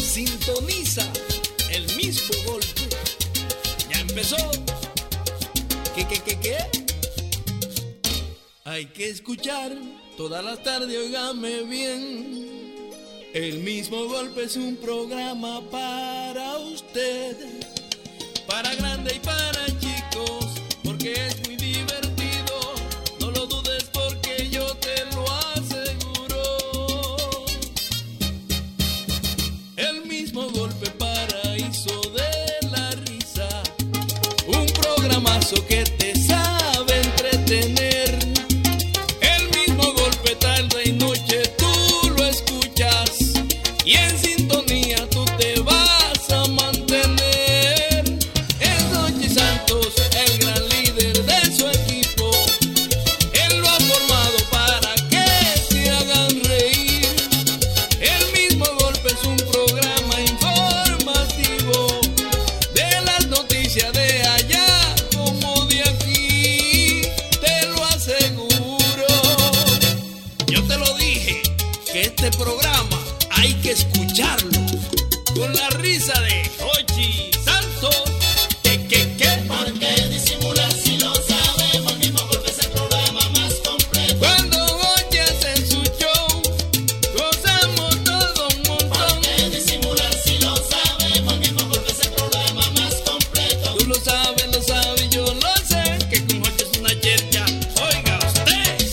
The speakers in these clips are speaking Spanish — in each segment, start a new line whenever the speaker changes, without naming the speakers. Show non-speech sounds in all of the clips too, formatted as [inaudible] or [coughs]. Sintoniza el mismo golpe. Ya empezó. ¿Qué, qué, qué, qué? Hay que escuchar todas las tardes, oígame bien. El mismo golpe es un programa para usted, para grande y para chicos, porque es muy divertido. No lo dudes porque yo te lo aseguro. El mismo golpe paraíso de la risa. Un programazo que te sabe entretener. El mismo golpe tarde y noche tú lo escuchas. Y en sintonía tú te vas a mantener. Es Noche Santos, el gran líder de su equipo. Él lo ha formado para que te hagan reír. El mismo golpe es un programa informativo de las noticias de allá como de aquí. Te lo aseguro. Yo te lo dije que este programa hay que escucharlo con la risa de Hochi Santos. Que, que, que. ¿Por qué disimular si lo sabemos? El mismo golpe es el programa más completo. Cuando Hochi hace su show. Gozamos todo un montón. ¿Por qué disimular si lo sabemos? El mismo golpe es el programa más completo. Tú lo sabes, lo sabes, yo lo sé. Que con Jorge es una yercha. Oiga usted.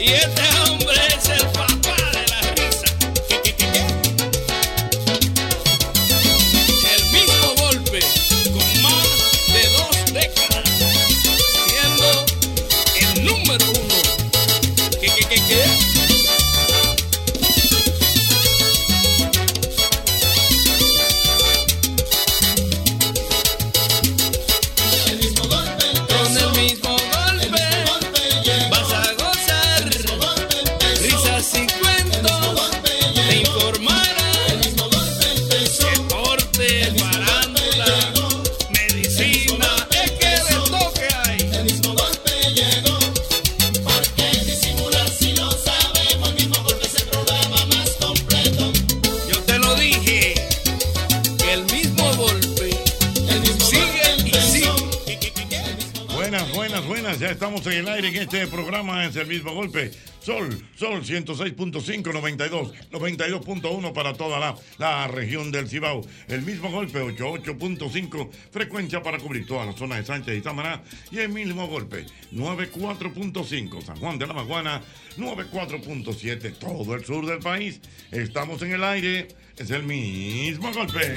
Y este hombre es el papá de la risa. ¿Qué, qué, qué, qué? El mismo golpe con más de dos décadas. Siendo el número uno. ¿Qué, qué, qué, qué? El mismo golpe Con el mismo golpe Vas a gozar Risas y cuentos Te informarán Deporte, farándula Medicina Es que de toque hay El mismo golpe llegó ¿Por qué disimular si lo sabemos? El mismo golpe es el programa más completo Yo te lo dije Que el mismo golpe Sigue y sigue
Buenas, buenas, buenas. Ya estamos en el aire en este programa Es el mismo golpe. Sol, Sol 106.5, 92, 92.1 para toda la, la región del Cibao. El mismo golpe, 88.5, frecuencia para cubrir toda la zona de Sánchez y Tamará. Y el mismo golpe, 94.5, San Juan de la Maguana, 94.7, todo el sur del país. Estamos en el aire, es el mismo golpe.
El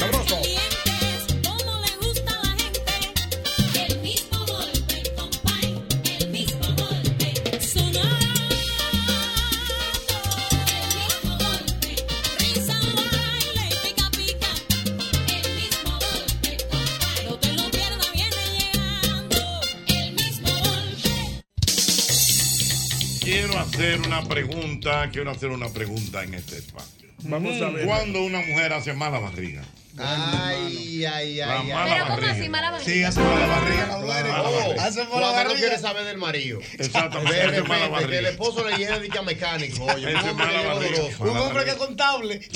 mismo golpe, compay, el mismo golpe, sonando. El mismo golpe, risa, baile y pica pica. El mismo golpe, compay, no te lo pierdas, viene llegando. El mismo golpe.
Quiero hacer una pregunta, quiero hacer una pregunta en este espacio.
Vamos a ver.
¿Cuándo una mujer hace mala barriga?
Ah. Ay, ay, ay.
La
ay.
mala
Pero ¿cómo
barriga.
así, mala barriga?
Sí, hacen por la barriga los dueños.
mala barriga.
Hacen por la
Cuando no
barriga.
quiere saber del marido.
Exactamente,
De
esa es mala
repente, que el
barriga.
esposo le llega de que a mecánico. Oye, un
Esa es
hombre
mala
llega
barriga.
doloroso.
Un hombre que es contable.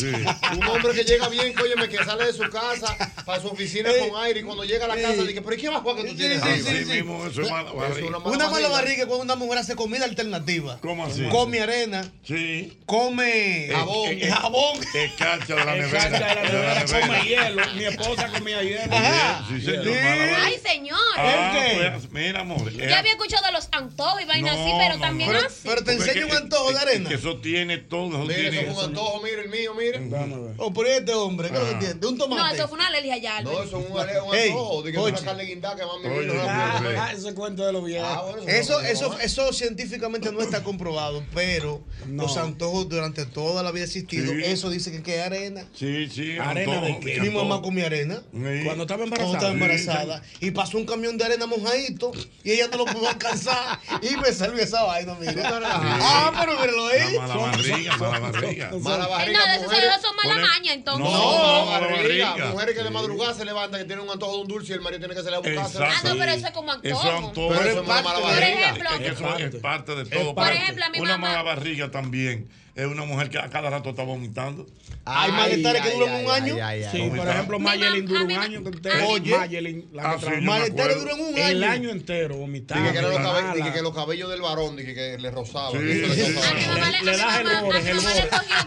Un hombre que llega bien, óyeme, que sale de su casa para su oficina con aire y cuando llega a la casa dice, pero ¿y qué bajo que tú
Sí,
tienes?
sí,
ahí?"
sí,
Así
sí.
mismo, eso es mala
Es
barriga.
una
Una mala barriga es cuando una mujer hace comida alternativa.
¿Cómo así?
Come arena,
Sí.
come
Jabón.
eh, jabón.
Te cacha de la nevera.
Exacto, de la nevera come hielo. Mi esposa comía hielo.
Ajá.
Sí, señor,
Sí.
mala barriga.
Ay, señor.
Ah,
¿El qué?
pues, mira, amor. eh,
Yo había escuchado de los antojos y vainas
No,
así, pero
no,
también
no.
así.
Pero te
porque
enseño
que-
un antojo de
que-
arena.
Que eso tiene todo. Eso Mm. Ah.
Mire, eso
tiene.
es un antojo, mire el mío, mire.
O por este hombre, ¿qué es lo que tiene? De un tomate.
No, eso fue una alergia ya.
No,
Albert.
eso es un, ale- un
Ey,
antojo. Dice que es una
Jochi.
carne guindada que va a mi
Oye,
vino
ya.
rápido.
Ah, ese cuento de los viejos.
Ah, bueno,
Eso,
es una
eso,
broma.
eso científicamente no está comprobado, pero
No.
los antojos durante toda la vida existido,
Sí.
eso dice que, que es arena.
Sí, sí.
¿Arena de qué?
Mi mamá
antojo.
comía arena.
Sí.
Cuando estaba
Cuando
embarazada.
estaba embarazada y pasó un camión de arena mojadito y ella no lo pudo alcanzar y me salió esa vaina, mira. Ah, pero míralo ahí.
La mala barriga, mala barriga.
Mala
Eh,
barriga,
No, de eso
mujeres-
solo son mala
Por el-
maña, entonces.
No,
No, mala barriga.
barriga.
Mujeres que de madrugada se levantan, que tienen un antojo de un dulce y el marido tiene que salir a buscarse.
Ah, no, pero eso es como antojo.
Eso es antojo.
Pero
Pero
eso es
es
mala
parte de-
barriga.
Por ejemplo-
es que eso es parte de todo.
Por ejemplo, a mi
una
mamá-
mala barriga también es una mujer que a cada rato está vomitando.
Hay malestares que duran un año.
Sí, por ejemplo,
Mi mam-
Mayelin duró
a
un
mi ma-
año con ustedes.
Oye.
Mayelin, la
Ah,
que
sí,
trabajó.
yo me
Malestares
acuerdo.
duran un año.
El año entero vomitando.
Dije que, era los
mala.
cabellos, dije que los cabellos del varón, dije que le rozaban.
Sí,
Eso le
sí,
A
causaba-
mi
sí.
mamá le, a
Le
mi
das
mamá-
helbores,
a mi mamá le
helbores.
cogió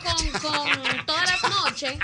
con, con todas las noches,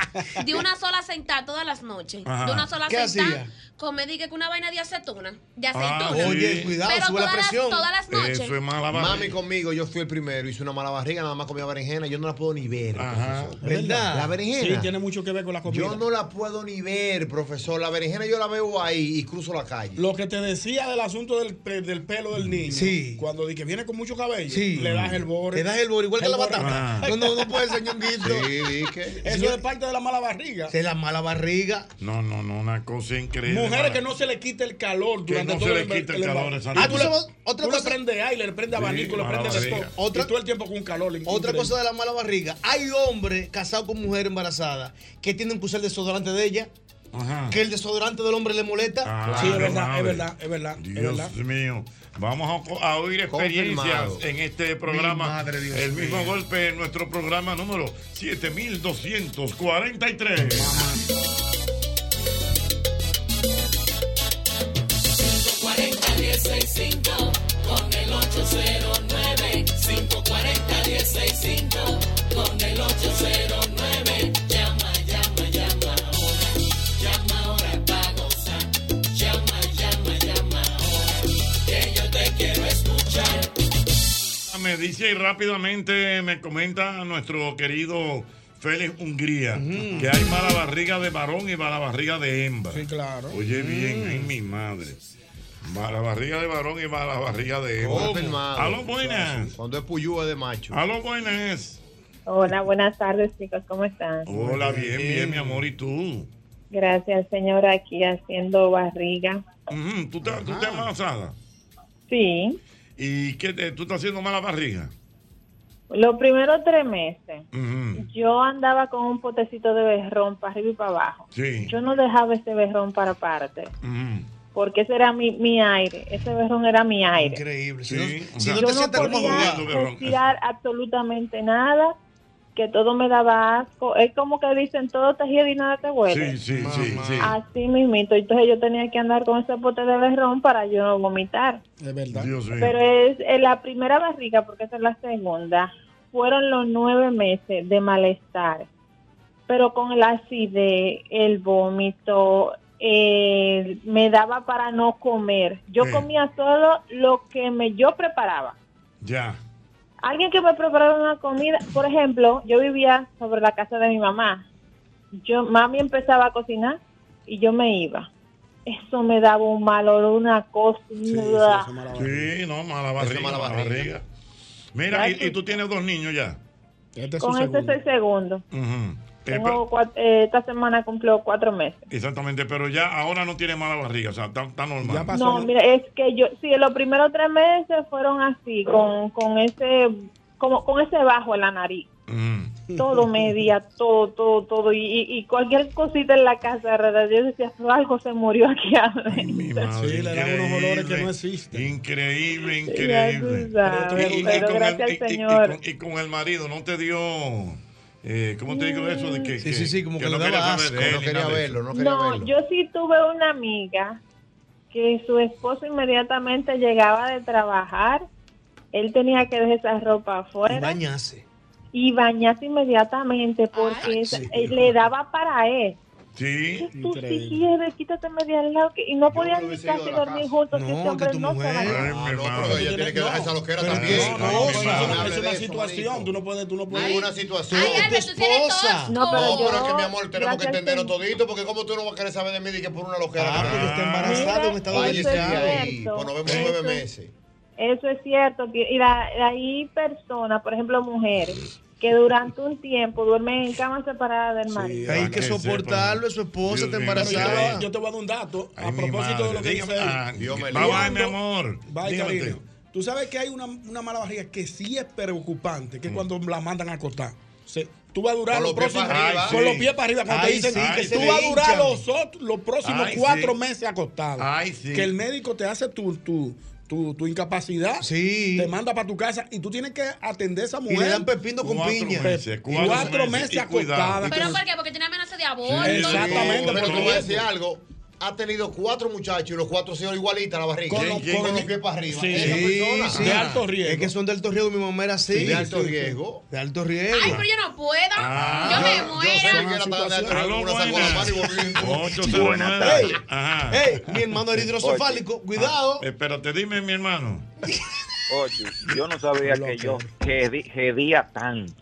de una sola sentada, todas las noches,
Ajá.
de una sola
¿Qué
sentada,
hacía?
comer dije que una vaina de acetona, de
Ah,
aceituna.
Oye,
Sí.
cuidado,
pero
sube la
todas, las-
presión.
todas las noches.
Eso es mala barriga.
Mami conmigo, yo fui el primero, hice una mala barriga, nada más comía berenjena, yo no la puedo ni ver.
Ajá.
profesor.
¿Verdad?
La
Sí,
berenjena.
tiene mucho que ver con la comida.
Yo no la puedo ni ver, profesor. La berenjena yo la veo ahí y cruzo la calle.
Lo que te decía del asunto del, pe- del pelo del niño,
Sí.
cuando di que viene con mucho cabello,
Sí.
le das el borde.
Te das el bor igual que la
Helbore.
batata.
Ah.
No, no, no puede ser ñonguito.
Sí, dije.
Eso es parte de la mala barriga.
Se la mala barriga.
No, no, no, una cosa increíble.
Mujeres
mala-
que no se le quite el calor
Que
durante
no
todo
se le
el embar-
quite el
embar-
calor, exacto.
Ah, tú
Ah,
le,
tú sabes, otra
tú le
cosa-
prendes aire, le prende abanico, le
mala
prende
barriga.
esto.
Otra-
Y todo el tiempo con un calor.
Otra
increíble.
cosa de la mala barriga. Hay hombres casados con mujer embarazada que tienen que usar el desodorante de ella,
Ajá.
que el desodorante del hombre le molesta.
Ah,
Sí, es verdad,
madre.
es verdad, es verdad, es
Dios
verdad.
mío. Vamos a, co- a oír experiencias
Confirmado.
en este programa.
Mi madre, Dios
El mismo
mío.
golpe en nuestro programa número 7243.
540-1065 con el 809. 540-1065 con el 809. Llama, llama, llama ahora. Llama ahora para gozar. Llama, llama, llama ahora. Que yo te quiero escuchar.
Me dice y rápidamente me comenta nuestro querido Félix Hungría que hay mala barriga de varón y mala barriga de hembra.
Sí, claro.
Oye bien, ay mi madre. Mala barriga de varón y mala barriga de hembra.
Confirmado.
Aló buenas.
Cuando es puyúa de macho.
Aló buenas.
Hola, buenas tardes chicos, ¿cómo están?
Hola, bien, bien, mi amor, ¿y tú?
Gracias señora, aquí haciendo barriga.
Ujú, ¿Tú, estás, tú estás embarazada?
Sí,
¿Y qué te- tú estás haciendo mala barriga?
los primeros tres meses
Ujú,
yo andaba con un potecito de berrón para arriba y para abajo.
Sí.
Yo no dejaba ese berrón para aparte,
ujú.
porque ese era mi, mi aire, ese berrón era mi aire.
Increíble. Si
Sí,
no,
o
si
sea,
no
Yo
te
no
sientes como
podía
jugando,
jugado.
berrón.
respirar absolutamente nada, que todo me daba asco. Es como que dicen, todo te hiede y nada te huele.
Sí, sí, sí, sí.
Así mismito, entonces yo tenía que andar con ese pote de berrón para yo no vomitar.
Es verdad.
Dios mío.
Pero es eh, la primera barriga, porque esa es la segunda, fueron los nueve meses de malestar, pero con la acidez, el vómito, eh, me daba para no comer. Yo
Sí.
comía solo lo que me yo preparaba.
Ya.
Alguien que me preparara una comida, por ejemplo, yo vivía sobre la casa de mi mamá. Yo mami empezaba a cocinar y yo me iba. Eso me daba un mal olor, una cosa.
Sí, sí,
una-
eso es mala barriga.
Sí, no, mala
Esa
barriga.
es mala
mala
barriga.
barriga. Mira, y,
Ya, sí.
y tú tienes dos niños ya. Eh,
Este es su
Con ese es
segundo.
el segundo.
Ujú. Eh,
Tengo cua- eh, esta semana cumplió cuatro meses.
pero- exactamente, pero ya ahora no tienes mala barriga, o sea, está, está normal.
Ya pasó.
No,
¿no?
mira, es que yo, sí, los primeros tres meses fueron así, con, con ese como con ese bajo en la nariz.
Ujú.
todo media, todo, todo, todo. Y, y- y cualquier cosita en la casa, de verdad, yo decía, "Pero algo se murió aquí [laughs] adentro.
sí, le dan unos olores que no existen. Increíble, increíble.
tú sabes,
Y- y- y
pero
con el-
gracias al
y- y- y
Señor.
con- Y con el marido, ¿no te dio... eh, ¿Cómo te digo eso? De que,
Sí, sí, sí, como que
no
le daba
quería saber
asco,
de él
no
ni
quería
nada de
verlo,
eso.
no
No, yo sí tuve una amiga que su esposo inmediatamente llegaba de trabajar, él tenía que dejar esa ropa afuera.
Y bañarse.
y bañarse inmediatamente porque esa- eh, le daba para él.
Sí.
Tú si quieres, quítate media al lado que- y no podían ni
hubiese ido
casi
a la
dormir juntos. que este hombre no se bañaba.
pero ella tiene que dejar esa loquera también.
No, no,
Ay,
eso
mi madre,
es una-
hable
eso es
de
una
eso,
situación. Tú no puedes, tú no puedes.
Hay una situación.
Ay,
Tú,
Álvaro,
tu
tú tienes
esposa.
todo.
No,
No, pero
pero
yo-
es que mi amor, tenemos que
gracias,
entendernos todito, porque como tú no vas a querer saber de mí de que por una loquera.
Ah, porque está
embarazada, Mira, en estado de eso es
Váyase de ahí,
cierto.
pues nos vemos
Eso
nueve
es-
meses.
Eso es cierto. que- Y la- hay personas, por ejemplo, mujeres, que durante un tiempo duermen en camas separadas del marido.
Hay que soportarlo, es su esposa, está
Pero
embarazada.
Yo, yo te voy a dar un dato a
mi
propósito de lo que
madre,
dice
dígame-
él.
ah, Dios me
Cuando-
libre. Bye, mi amor.
Bye,
Dígame
cariño.
usted.
Tú sabes que hay una, una mala barriga que sí es preocupante, que es cuando la mandan a acostar. Se- tú vas a durar
Mm. Con
los,
los pies
próximos
para arriba.
con
Ay,
los
sí.
pies para arriba. Cuando
Ay,
te dicen
sí, que se
tú
le
vas a durar
hinchan.
los, ot- los próximos
Ay,
cuatro
sí.
meses acostado.
Ay, sí.
Que el médico te hace tu, tu, tu, tu incapacidad, te manda para tu casa y tú tienes que atender a esa mujer.
le dan pepino con
Cuatro
piña.
meses, cuatro, meses,
y cuidado.
acostada.
¿Pero por qué? Porque tiene amenaza de aborto.
Exactamente,
Pero
por
te voy a
eso.
decir algo. Ha tenido cuatro muchachos y los cuatro señores igualitas la barriga.
Con los-
Con,
con-
los pies para arriba.
Sí,
Esa persona.
sí. Es que son de alto riesgo, mi mamá era así.
Sí, de alto riesgo.
De alto riesgo. Ah.
Ay, pero yo no puedo.
Ah.
yo me muero.
Buenas tardes. Ey, mi hermano era hidrocefálico, cuidado.
Ah, Espérate, dime, mi hermano.
Oye, yo no sabía que yo gedi- gedía tanto.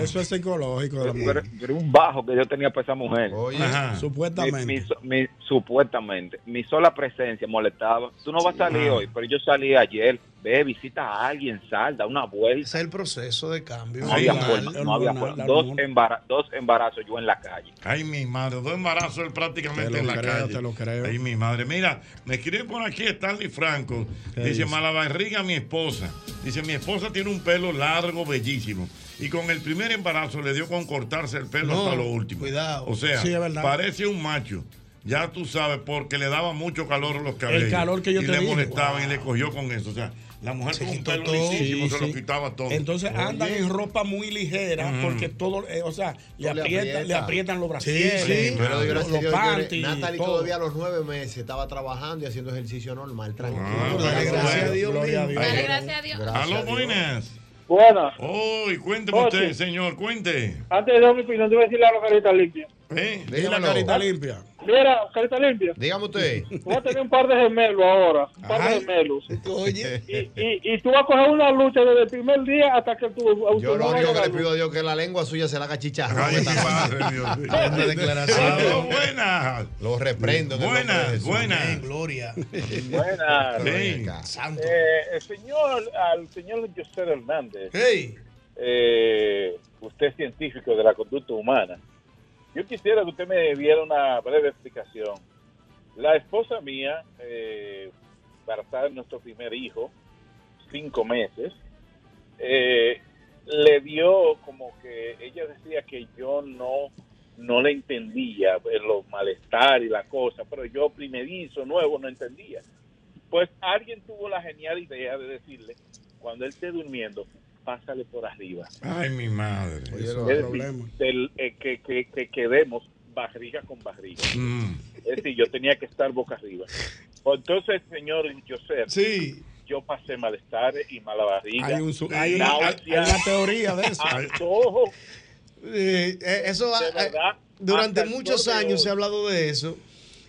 Eso es psicológico. de la
Pero,
mujer.
pero un bajo que yo tenía para esa mujer.
Ajá. supuestamente.
Mi, mi so- mi- supuestamente. Mi sola presencia molestaba. Tú no vas a salir
Ajá.
hoy, pero yo salí ayer. Ve, visita a alguien, sal, da una vuelta.
Ese es el proceso de cambio.
No había
hormonal.
forma, no había forma. Dos, embara- dos embarazos yo en la calle.
Ay, mi madre, dos embarazos él prácticamente
Te lo
en la
creo,
calle.
te
lo creo. Ay, mi madre. Mira, me escribe por aquí Stanley Franco. Dice,
dice?
Malabarriga, mi esposa. Dice, mi esposa tiene un pelo largo, bellísimo. Y con el primer embarazo le dio con cortarse el pelo
No,
hasta lo último.
cuidado.
O sea,
Sí, es verdad.
parece un macho. Ya tú sabes, porque le daba mucho calor a los cabellos.
calor que yo
y
te
le
dije.
molestaban y le cogió con eso. O sea, la mujer con un pelo
todo.
lisísimo
Sí,
se lo
sí.
quitaba todo.
Entonces
Oye.
andan en ropa muy ligera
Ujú.
porque todo, eh, o sea, le,
Le
aprietan,
aprieta.
le aprietan los brazos.
Pero
los,
gracias a
los
Dios, señores,
panties,
Natalie
todo.
[laughs]
todavía a los nueve meses estaba trabajando y haciendo ejercicio normal, tranquilo.
Ah, Dale gracias a Dios,
Gloria a
mismo.
Dios.
Dale
gracias a Dios.
Aló, buenas.
Buenas.
Uy, cuénteme
Oye.
usted, señor, cuente.
Antes de dar mi opinión, debo decirle a los caritas limpias.
¿Eh?
Dile la carita
limpia.
Mira, carita limpia.
Dígame usted.
Voy a tener un par de gemelos ahora. Un par
Ay.
de gemelos.
Oye.
Y, y, y tú vas a coger una lucha desde el primer día hasta que tu
Yo lo
automóvil
único que
haga
le
luz.
pido a Dios que la lengua suya se la haga chicharra.
Una declaración.
buenas.
Lo reprendo. en el nombre de Jesús.
Amén, [laughs] Gloria.
Buenas.
Santo.
Eh, el señor, al señor José Hernández. Eh, usted es científico de la conducta humana. Yo quisiera que usted me diera una breve explicación. La esposa mía, eh, embarazada de nuestro primer hijo, cinco meses, eh, le dio como que ella decía que yo no no le entendía eh, los malestar y la cosa, pero yo primerizo, nuevo, no entendía. Pues alguien tuvo la genial idea de decirle, cuando él esté durmiendo, pásale por arriba.
Ay, mi madre.
es decir, del, eh, que, que, que quedemos barriga con barriga.
Mm.
Es decir, yo tenía que estar boca arriba. Pues, Entonces, señor José, yo pasé malestares y mala barriga.
Hay un su- hay una- hay- hay una teoría de
[laughs]
eso.
Antojo.
Eh, eh, eso
De
eh,
verdad,
durante
hasta el
muchos
sol de
años
hoy.
se ha hablado de eso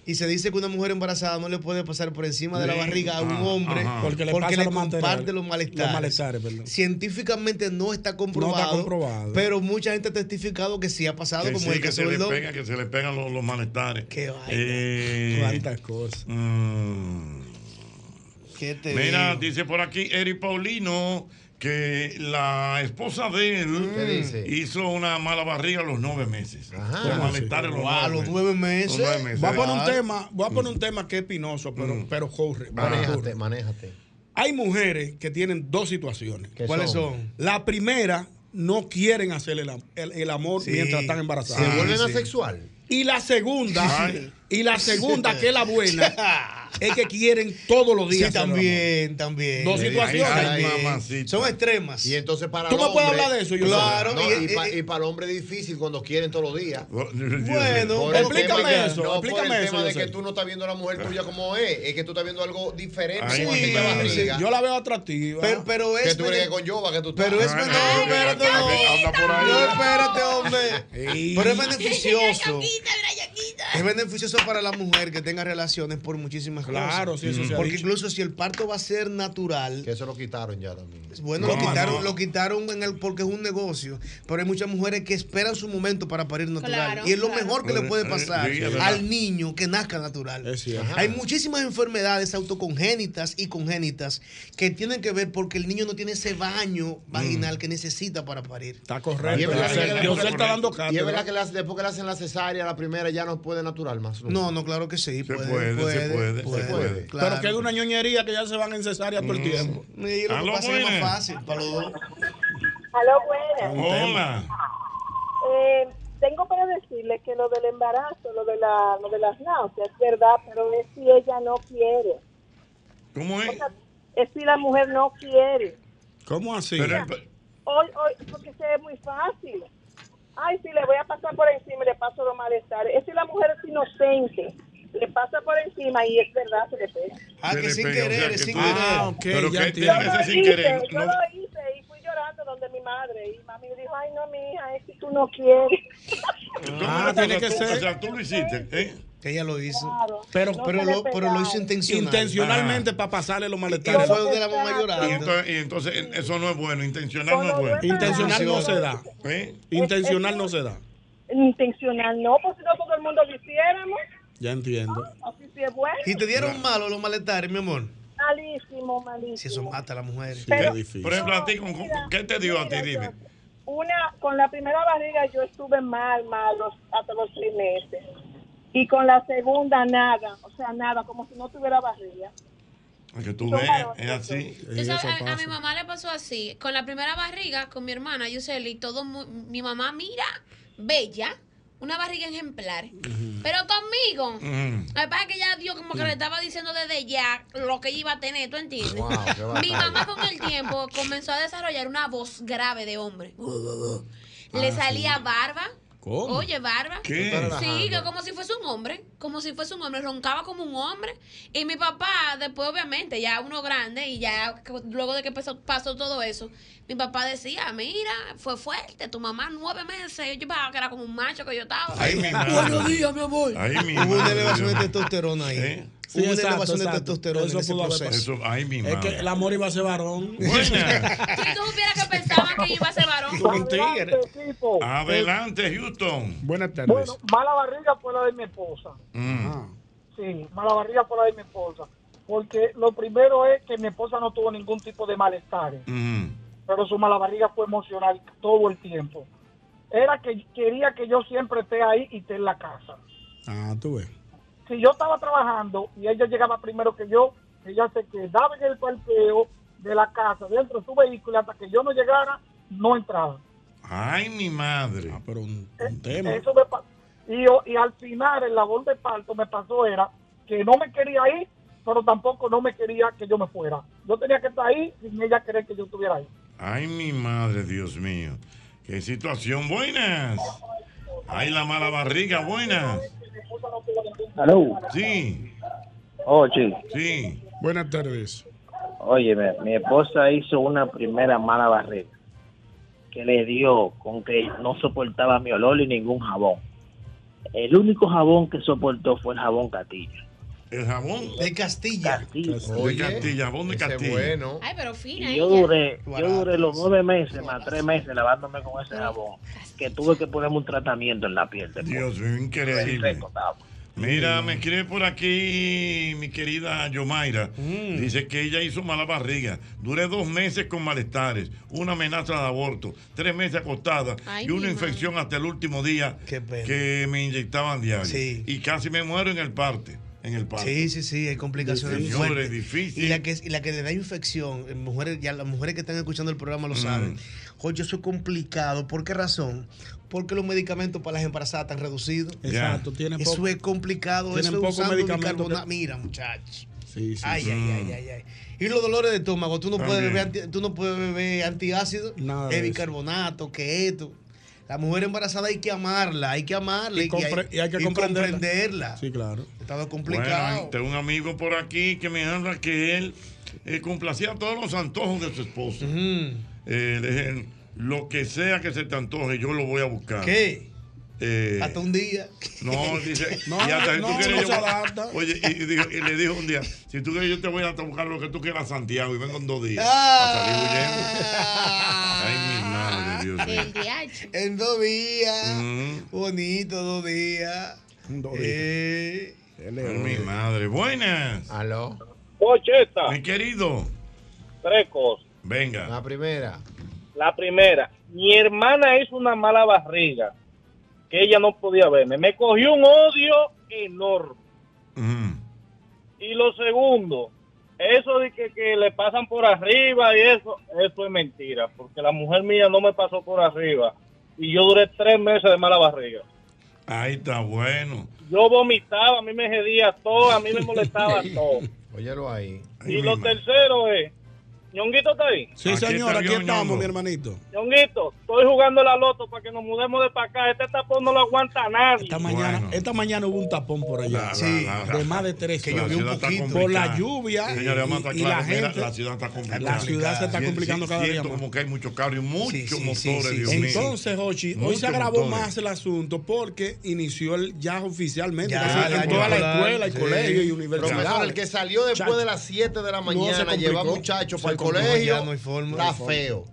y se dice que una mujer embarazada no le puede pasar por encima de la
Sí,
barriga a
ajá,
un hombre
ajá.
porque
Porque le pasa
le,
los
comparte
materiales,
los malestares.
los malestares, perdón.
Científicamente no está comprobado,
comprobado.
pero mucha gente ha testificado que sí ha pasado,
Que
como
sí,
el
que
caso
se
del
le
doc.
pega, que se le pegan los, los malestares. Eh,
Qué vaina.
Cuántas cosas.
Mm. ¿Qué te
mm. Mira,
digo?
dice por aquí Eric Paulino que la esposa de él
¿Qué dice?
hizo una mala barriga a los nueve meses. Ajá. Los
¿Cómo así?
malestares los,
Wow, los nueve meses.
Los nueve meses.
Voy a poner un
Claro.
tema, voy a poner un tema que es pinoso, pero,
Mm.
pero ocurre.
Manéjate, manéjate.
Hay mujeres que tienen dos situaciones.
¿Cuáles son?
La primera no quieren hacer el, am- el- el amor
Sí.
mientras están embarazadas.
Se vuelven
Sí.
asexual.
Y la segunda,
Ay.
y la segunda que es la
[laughs]
buena, es que quieren todos los días.
Sí,
hacer el amor.
también, también.
Dos situaciones.
Ay,
También.
mamacita. Son extremas. Y entonces para
¿Tú
el
me puedes
hombre-
hablar de eso, Yusef?
Claro.
No,
y,
y
pa-
pa-
y para el hombre es difícil cuando quieren todos los días.
Bueno,
Por el
explícame
tema que-
eso,
No por
explícame
el
eso,
tema de
Yusef.
que tú no estás viendo a la mujer tuya como es. Es que tú estás viendo algo diferente.
Sí,
como a ti te barriga.
yo la veo atractiva.
Pero, pero
es
Que tú crees
medio-
que con Yoba que tú
pero es medio- Ay, espérate, no.
Anda por ahí.
No, espérate, hombre. Pero es [laughs] beneficioso. Es beneficioso para la mujer que tenga relaciones por muchísimas cosas.
Claro, sí, eso se ha
Porque
dicho.
incluso si el parto va a ser natural.
Que eso lo quitaron ya también.
Bueno, lo
No,
quitaron,
no.
lo quitaron en el porque es un negocio. Pero hay muchas mujeres que esperan su momento para parir natural.
Claro,
y es lo
claro.
mejor que le puede pasar
Eh, Sí, es verdad.
al niño que nazca natural.
cierto.
Hay muchísimas enfermedades autocongénitas y congénitas que tienen que ver porque el niño no tiene ese baño vaginal que necesita para parir.
Está
Y es
correcto.
verdad que después-
Yo sé está dando
Y es
cátedra.
verdad que las- después que le hacen la cesárea, la primera ya no puede natural más.
No, no, claro que sí.
Mm. puede,
puede, se
puede, se puede.
Pero queda una ñoñería que ya se van en cesárea todo el tiempo.
Y Mm. lo que pasa es
¿eh?
que es más fácil para los dos.
Aló, buenas.
Hola.
Eh, tengo para decirle que lo del embarazo, lo de, la, lo de las náuseas, es verdad, pero es si ella no quiere.
¿Cómo es?
Es si la mujer no quiere.
¿Cómo así?
Hoy, hoy, porque se es muy fácil. Ay, si le voy a pasar por encima y le paso los malestares. Es si la mujer es inocente. Le pasa por encima y es verdad, se le pega.
Ah,
que
sin
querer,
sin
Ah, ok,
Pero
ya
que
entiendo.
tiene que ser
sin
hice,
querer.
Yo
No-
lo hice y fui llorando donde mi madre. Y mami me dijo, ay, no, mi hija, es que tú no quieres.
Ah,
Ah, tiene
o sea,
que
tú-
ser.
O sea, tú lo hiciste, ¿eh?
Ella lo hizo.
Claro.
Pero,
No pero se le lo- pero lo hizo pegaba. intencional.
Intencionalmente para pasarle los malestares.
fue donde la mamá lloraba.
Ah. Y entonces, y entonces, eh, eso no es bueno, intencional no es
Cuando
bueno.
duerme
Intencional no se da.
¿Eh?
Intencional no se da.
Intencional, no, pues si no todo el mundo lo hiciéramos.
Ya entiendo.
Así sí es bueno.
Y te dieron malo los malestares, mi amor.
Malísimo, malísimo.
Si eso mata a las mujeres.
Pero-
Por ejemplo, a ti, ¿con- con- ¿qué te dio a ti? Dime.
Una, con la primera barriga yo estuve mal, mal, los- hasta los seis meses. Y con la segunda, nada. O sea, nada, como si no tuviera barriga.
A Ah, Que tú
Son
ves,
varones,
es así.
Tú sabes, a, a mi mamá le pasó así, con la primera barriga, con mi hermana Yuseli, todo mu- mi mamá, mira, bella, una barriga ejemplar. Pero conmigo,
Ujú.
lo que pasa es que ella dio como que le estaba diciendo desde ya lo que ella iba a tener, ¿tú entiendes?
Wow, qué batalla.
mi mamá con el tiempo comenzó a desarrollar una voz grave de hombre. Le
Ah,
salía barba.
¿Cómo?
Oye, barba.
¿Qué? Tú estás
Sí,
relajando.
que como si fuese un hombre. Como si fuese un hombre. Roncaba como un hombre. Y mi papá, después, obviamente, ya uno grande y ya que- luego de que empezó- pasó todo eso, mi papá decía: Mira, fue fuerte. Tu mamá, nueve meses. Yo pensaba que era como un macho que yo estaba.
Ay, mi madre.
Buenos días, mi amor.
Hubo una elevación de testosterona ahí.
¿eh?
Sí,
Hubo una
exacto,
elevación de
exacto.
testosterona
Eso
en ese
pudo haber
proceso.
pasado.
Ay, mi
Es que el amor iba a ser varón.
Si tú supieras que pensaban que yo iba a ser varón.
Con tigre.
Adelante, Houston.
Buenas tardes. Ah.
Bueno, mala barriga fue la de mi esposa.
Mm.
Sí, mala barriga fue la de mi esposa. Porque lo primero es que mi esposa no tuvo ningún tipo de malestares. pero su mala barriga fue emocional todo el tiempo. Era que quería que yo siempre esté ahí y esté en la casa.
[laughs] Ah, tú ves.
Si yo estaba trabajando y ella llegaba primero que yo, ella se quedaba en el parqueo de la casa, dentro de su vehículo, y hasta que yo no llegara, no entraba.
Ay, mi madre. Ah,
pero un,
Eso me pa- y, yo- y al final, el labor de parto me pasó era que no me quería ir, pero tampoco no me quería que yo me fuera. Yo tenía que estar ahí sin ella querer que yo estuviera ahí.
Ay, mi madre, Dios mío. Qué situación, buenas. Ay, la mala barriga, buenas.
Aló.
Sí,
Oye,
sí.
Buenas tardes.
Oh, oye, mi- mi esposa hizo una primera mala barriga que le dio con que no soportaba mi olor y ningún jabón. El único jabón que soportó fue el jabón Catilla.
El jabón
de Castilla.
de Castilla, jabón de Castilla.
bueno.
Ay, pero fina
Y yo
ella.
duré, yo duré los nueve meses, más tres meses lavándome con ese jabón, que tuve que ponerme un tratamiento en la piel.
Dios mío, increíble. Mira, me escribe por aquí mi querida Yomaira.
Mm.
Dice que ella hizo mala barriga. Duré dos meses con malestares, una amenaza de aborto, tres meses acostada
Ay,
y una
mi
infección hasta el último día que me inyectaban diario. Y casi me muero en el parte. en el parto.
Sí, sí, sí, hay complicaciones muy
Señores,
fuertes.
difícil.
Y la que, y la que le da infección, eh, mujeres, ya las mujeres que están escuchando el programa lo
Mm.
saben. Oye, eso es complicado. ¿Por qué razón? Porque los medicamentos para las embarazadas están reducidos.
Exacto, tienen
Eso
poco-
es complicado.
tienen
Eso es
poco
usando
medicamento
bicarbona-
que-
Mira, muchachos.
Sí, sí.
Ay, ay, ay, ay, ay. Y los dolores de estómago, tú no puedes
También.
beber, anti- tú no puedes beber antiácido,
Nada de
eh,
eso.
bicarbonato, que esto. La mujer embarazada hay que amarla, hay que amarla
Y, compre- y hay que comprenderla. Sí, claro.
Estaba
Bueno,
complicado.
tengo un amigo por aquí que me habla que él eh, complacía todos los antojos de su esposa. Eh, le dije, lo que sea que se te antoje, yo lo voy a buscar.
¿Qué?
Eh,
Hasta un día.
No, dice.
[laughs] No,
y hasta si
no,
tú quieres,
no
yo
se
voy-
adapta.
Oye, y, y dijo- y le dijo un día: si tú quieres, yo te voy a buscar lo que tú quieras a Santiago y vengo en dos días. Para salir
Ah. [laughs]
huyendo. Ay, mi madre, Dios mío.
El [laughs] En dos días. Bonito, dos días. Eh.
Ay, mi madre. Buenas. Aló.
Pocheta.
Mi querido.
Tres cosas.
Venga.
La primera. La primera. Mi hermana hizo una mala barriga que ella no podía verme. Me cogió un odio enorme. Y lo segundo, eso de que, que le pasan por arriba y eso, eso es mentira. Porque la mujer mía no me pasó por arriba. Y yo duré tres meses de mala barriga.
Ahí está Ah, bueno.
Yo vomitaba, a mí me jedía todo, a mí
[laughs]
me molestaba todo.
Óyelo ahí.
Y lo tercero es, Ñonguito está ahí.
Sí, señor, aquí estamos, mi hermanito.
Ñonguito, estoy jugando la loto para que nos mudemos de para acá. Este tapón no lo aguanta nadie.
Esta mañana, esta mañana hubo un tapón por allá.
Sí. Ah, la, la.
de más de tres
Que llovió un La ciudad está poquito.
Por la
complicada.
lluvia.
Señores,
y-
vamos a estar
y, la
claros, mira,
gente.
la ciudad está complicada.
La ciudad se está
Sí,
complicando
sí,
cada día
siento
más.
como que hay mucho carro y muchos motores, Dios mío.
Entonces, Jochi, hoy
Muchos
se agravó
motores.
más el asunto porque inició el jazz oficialmente.
Ya,
casi
ya,
en toda la
ya.
escuela y
Sí.
colegio y universidad.
Profesor, el que salió después de las 7 de la mañana,
complicó.
lleva muchachos
Se
para el
complicó,
colegio.
ya no hay forma, no
está
hay forma.
feo.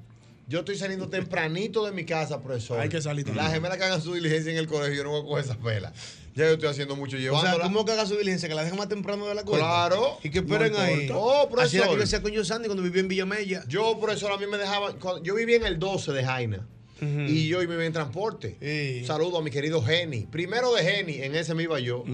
Yo estoy saliendo tempranito de mi casa, profesor.
Hay que salir
Las
temprano.
gemelas que hagan su diligencia en el colegio, yo no voy a coger esa pela. Ya yo estoy haciendo mucho
O sea,
llevándola.
¿cómo que haga su diligencia? Que la dejen más temprano de la cuenta.
Claro.
Y que esperen
No
ahí.
importa. Oh,
Así era que
profesor.
yo hacía con yo Sandy cuando vivía en Villamella.
Yo, profesor, a mí me dejaban. cuando- Yo vivía en el 12 de Jaina. Y yo me iba en transporte. Saludo a mi querido Jenny. Primero de Jenny, en ese me iba yo.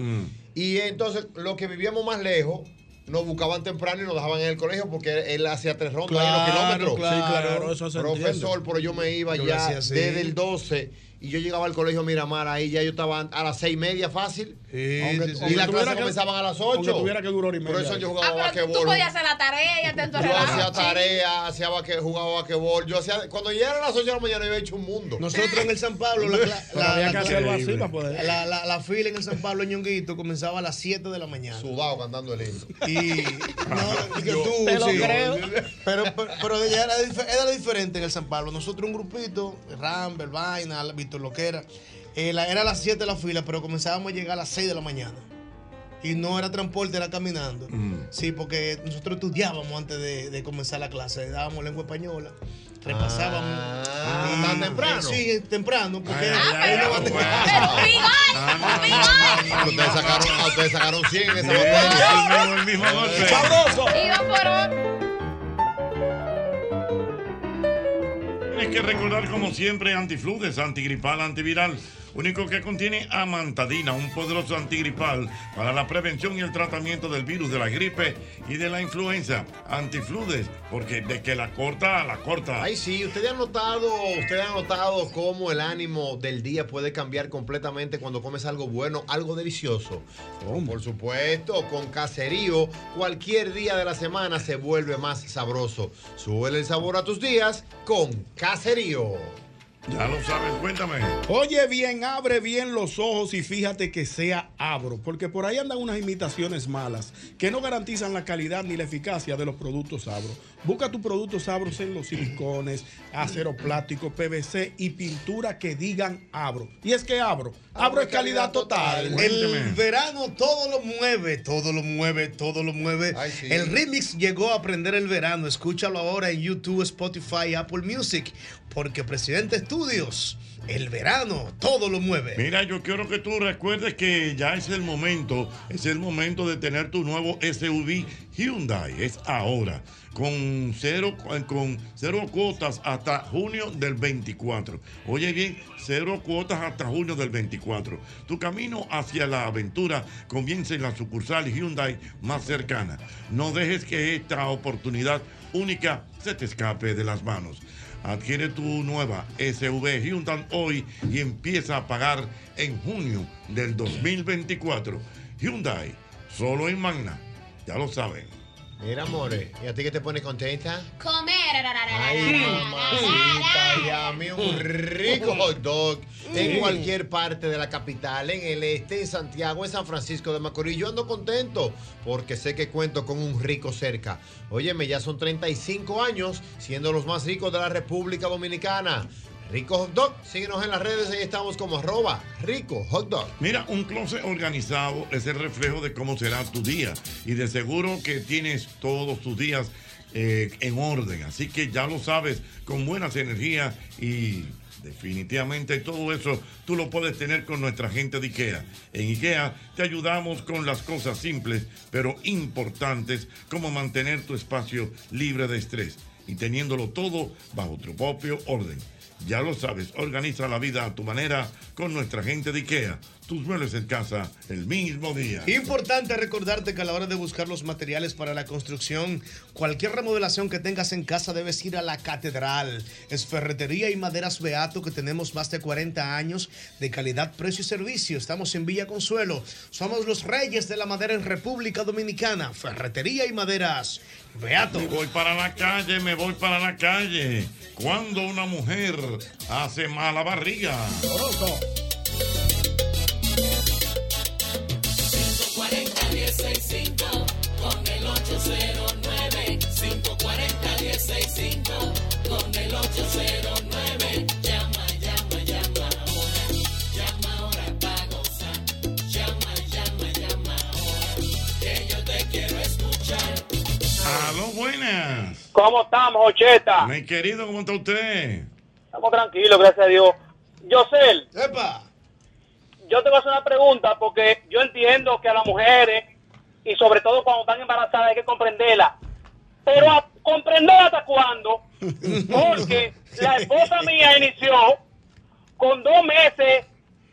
Y entonces, los que vivíamos más lejos, nos buscaban temprano y nos dejaban en el colegio porque él, él hacía tres rondas ahí en
Claro,
los kilómetros.
claro, Sí, claro, eso se
Profesor,
entiende.
pero yo me iba
Yo lo
ya
hacía así.
desde el 12 y yo llegaba al colegio Miramar ahí, ya yo estaba a las seis y media fácil.
Aunque-
y
aunque
las
tuviera
clases
que-
comenzaban a las
aunque
8.
tuviera que durar hora y media.
Por eso yo jugaba
Ah, pero tú
basquetbol.
podías hacer la tarea y te
Yo hacía
entorrelabas.
tarea, hacía basque- jugaba basquetbol. Yo hacía, cuando ya era las 8 de la mañana, yo había hecho un mundo.
Nosotros en el San Pablo, la, la-
Pero
la-
había
la-
que hacerlo así
la-
para poder.
la- la- la fila en el San Pablo Ñonguito comenzaba a las 7 de la mañana.
Sudado cantando el himno. [laughs]
Y no, y que tú,
te lo
sí.
creo.
Pero, pero, pero ya era, dif- era diferente en el San Pablo. Nosotros un grupito, Rambert, Vaina, Víctor Loquera, eh, la- era a las 7 de la fila, pero comenzábamos a llegar a las 6 de la mañana. Y no era transporte, era caminando.
Mm.
Sí, porque nosotros estudiábamos antes de, de comenzar la clase. Dábamos lengua española, repasábamos.
Ah, ¿tan temprano?
Sí, temprano. Porque
Ah,
era-
pero-
era- [laughs]
Ah, Ustedes sacaron, ah, ustedes sacaron 100 en esa
Sí,
botella.
el mismo- el mismo golpe.
Iba por otro.
Tienes que recordar, como siempre, antifludes, antigripal, antiviral. Único que contiene amantadina, un poderoso antigripal para la prevención y el tratamiento del virus de la gripe y de la influenza. Antifludes, porque de que la corta, la corta.
Ay, sí, ustedes han notado, ustedes han notado cómo el ánimo del día puede cambiar completamente cuando comes algo bueno, algo delicioso. Por supuesto, con caserío, cualquier día de la semana se vuelve más sabroso. Sube el sabor a tus días con caserío.
Ya lo sabes, cuéntame.
Oye bien, abre bien los ojos y fíjate que sea abro, porque por ahí andan unas imitaciones malas que no garantizan la calidad ni la eficacia de los productos abro. Busca tus productos abros en los silicones, acero plástico, PVC y pintura que digan abro. Y es que abro, abro es calidad total.
El verano todo lo mueve, todo lo mueve, todo lo mueve. El remix llegó a aprender el verano. Escúchalo ahora en YouTube, Spotify, Apple Music, porque Presidente Studios
El verano todo lo mueve.
Mira, yo quiero que tú recuerdes que ya es el momento, es el momento de tener tu nuevo SUV Hyundai. Es ahora, con cero, con cero cuotas hasta junio del 24. Oye bien, cero cuotas hasta junio del 24. Tu camino hacia la aventura comienza en la sucursal Hyundai más cercana. No dejes que esta oportunidad única se te escape de las manos. Adquiere tu nueva SUV Hyundai hoy y empieza a pagar en junio del 2024. Hyundai, solo en Magna. Ya lo saben.
Mira, amores, ¿y a ti qué te pone contenta?
Comer. ra, ra, ra, ra, ra,
Ay,
ra,
mamacita, y a mí un rico hot dog
Sí.
en cualquier parte de la capital, en el este, en Santiago, en San Francisco de Macorís. Yo ando contento porque sé que cuento con un rico cerca. Óyeme, ya son 35 años siendo los más ricos de la República Dominicana. Rico Hot Dog, síguenos en las redes, ahí estamos como arroba rico hot dog.
Mira, un closet organizado es el reflejo de cómo será tu día. Y de seguro que tienes todos tus días eh, en orden. Así que ya lo sabes, con buenas energías y definitivamente todo eso tú lo puedes tener con nuestra gente de IKEA. En IKEA te ayudamos con las cosas simples pero importantes como mantener tu espacio libre de estrés y teniéndolo todo bajo tu propio orden. Ya lo sabes, organiza la vida a tu manera con nuestra gente de IKEA. Tus muebles en casa el mismo día.
Importante recordarte que a la hora de buscar los materiales para la construcción, cualquier remodelación que tengas en casa debes ir a la Catedral. Es Ferretería y Maderas Beato que tenemos más de 40 años de calidad, precio y servicio. Estamos en Villa Consuelo. Somos los reyes de la madera en República Dominicana. Ferretería y Maderas Beato.
Me voy para la calle, me voy para la calle. Cuando una mujer hace mala barriga.
540-1065 con el 809. 540-1065 con el 809. Llama, llama, llama ahora. Llama ahora para gozar. Llama, llama, llama ahora. Que yo te quiero escuchar.
Aló, buenas.
¿Cómo estamos, Ocheta?
Mi querido, ¿cómo está usted?
Estamos tranquilos, gracias a Dios. Yosel, yo te voy a hacer una pregunta porque yo entiendo que a las mujeres, y sobre todo cuando están embarazadas, hay que comprenderla. Pero a comprender hasta
[laughs]
cuándo, porque la esposa mía inició con dos meses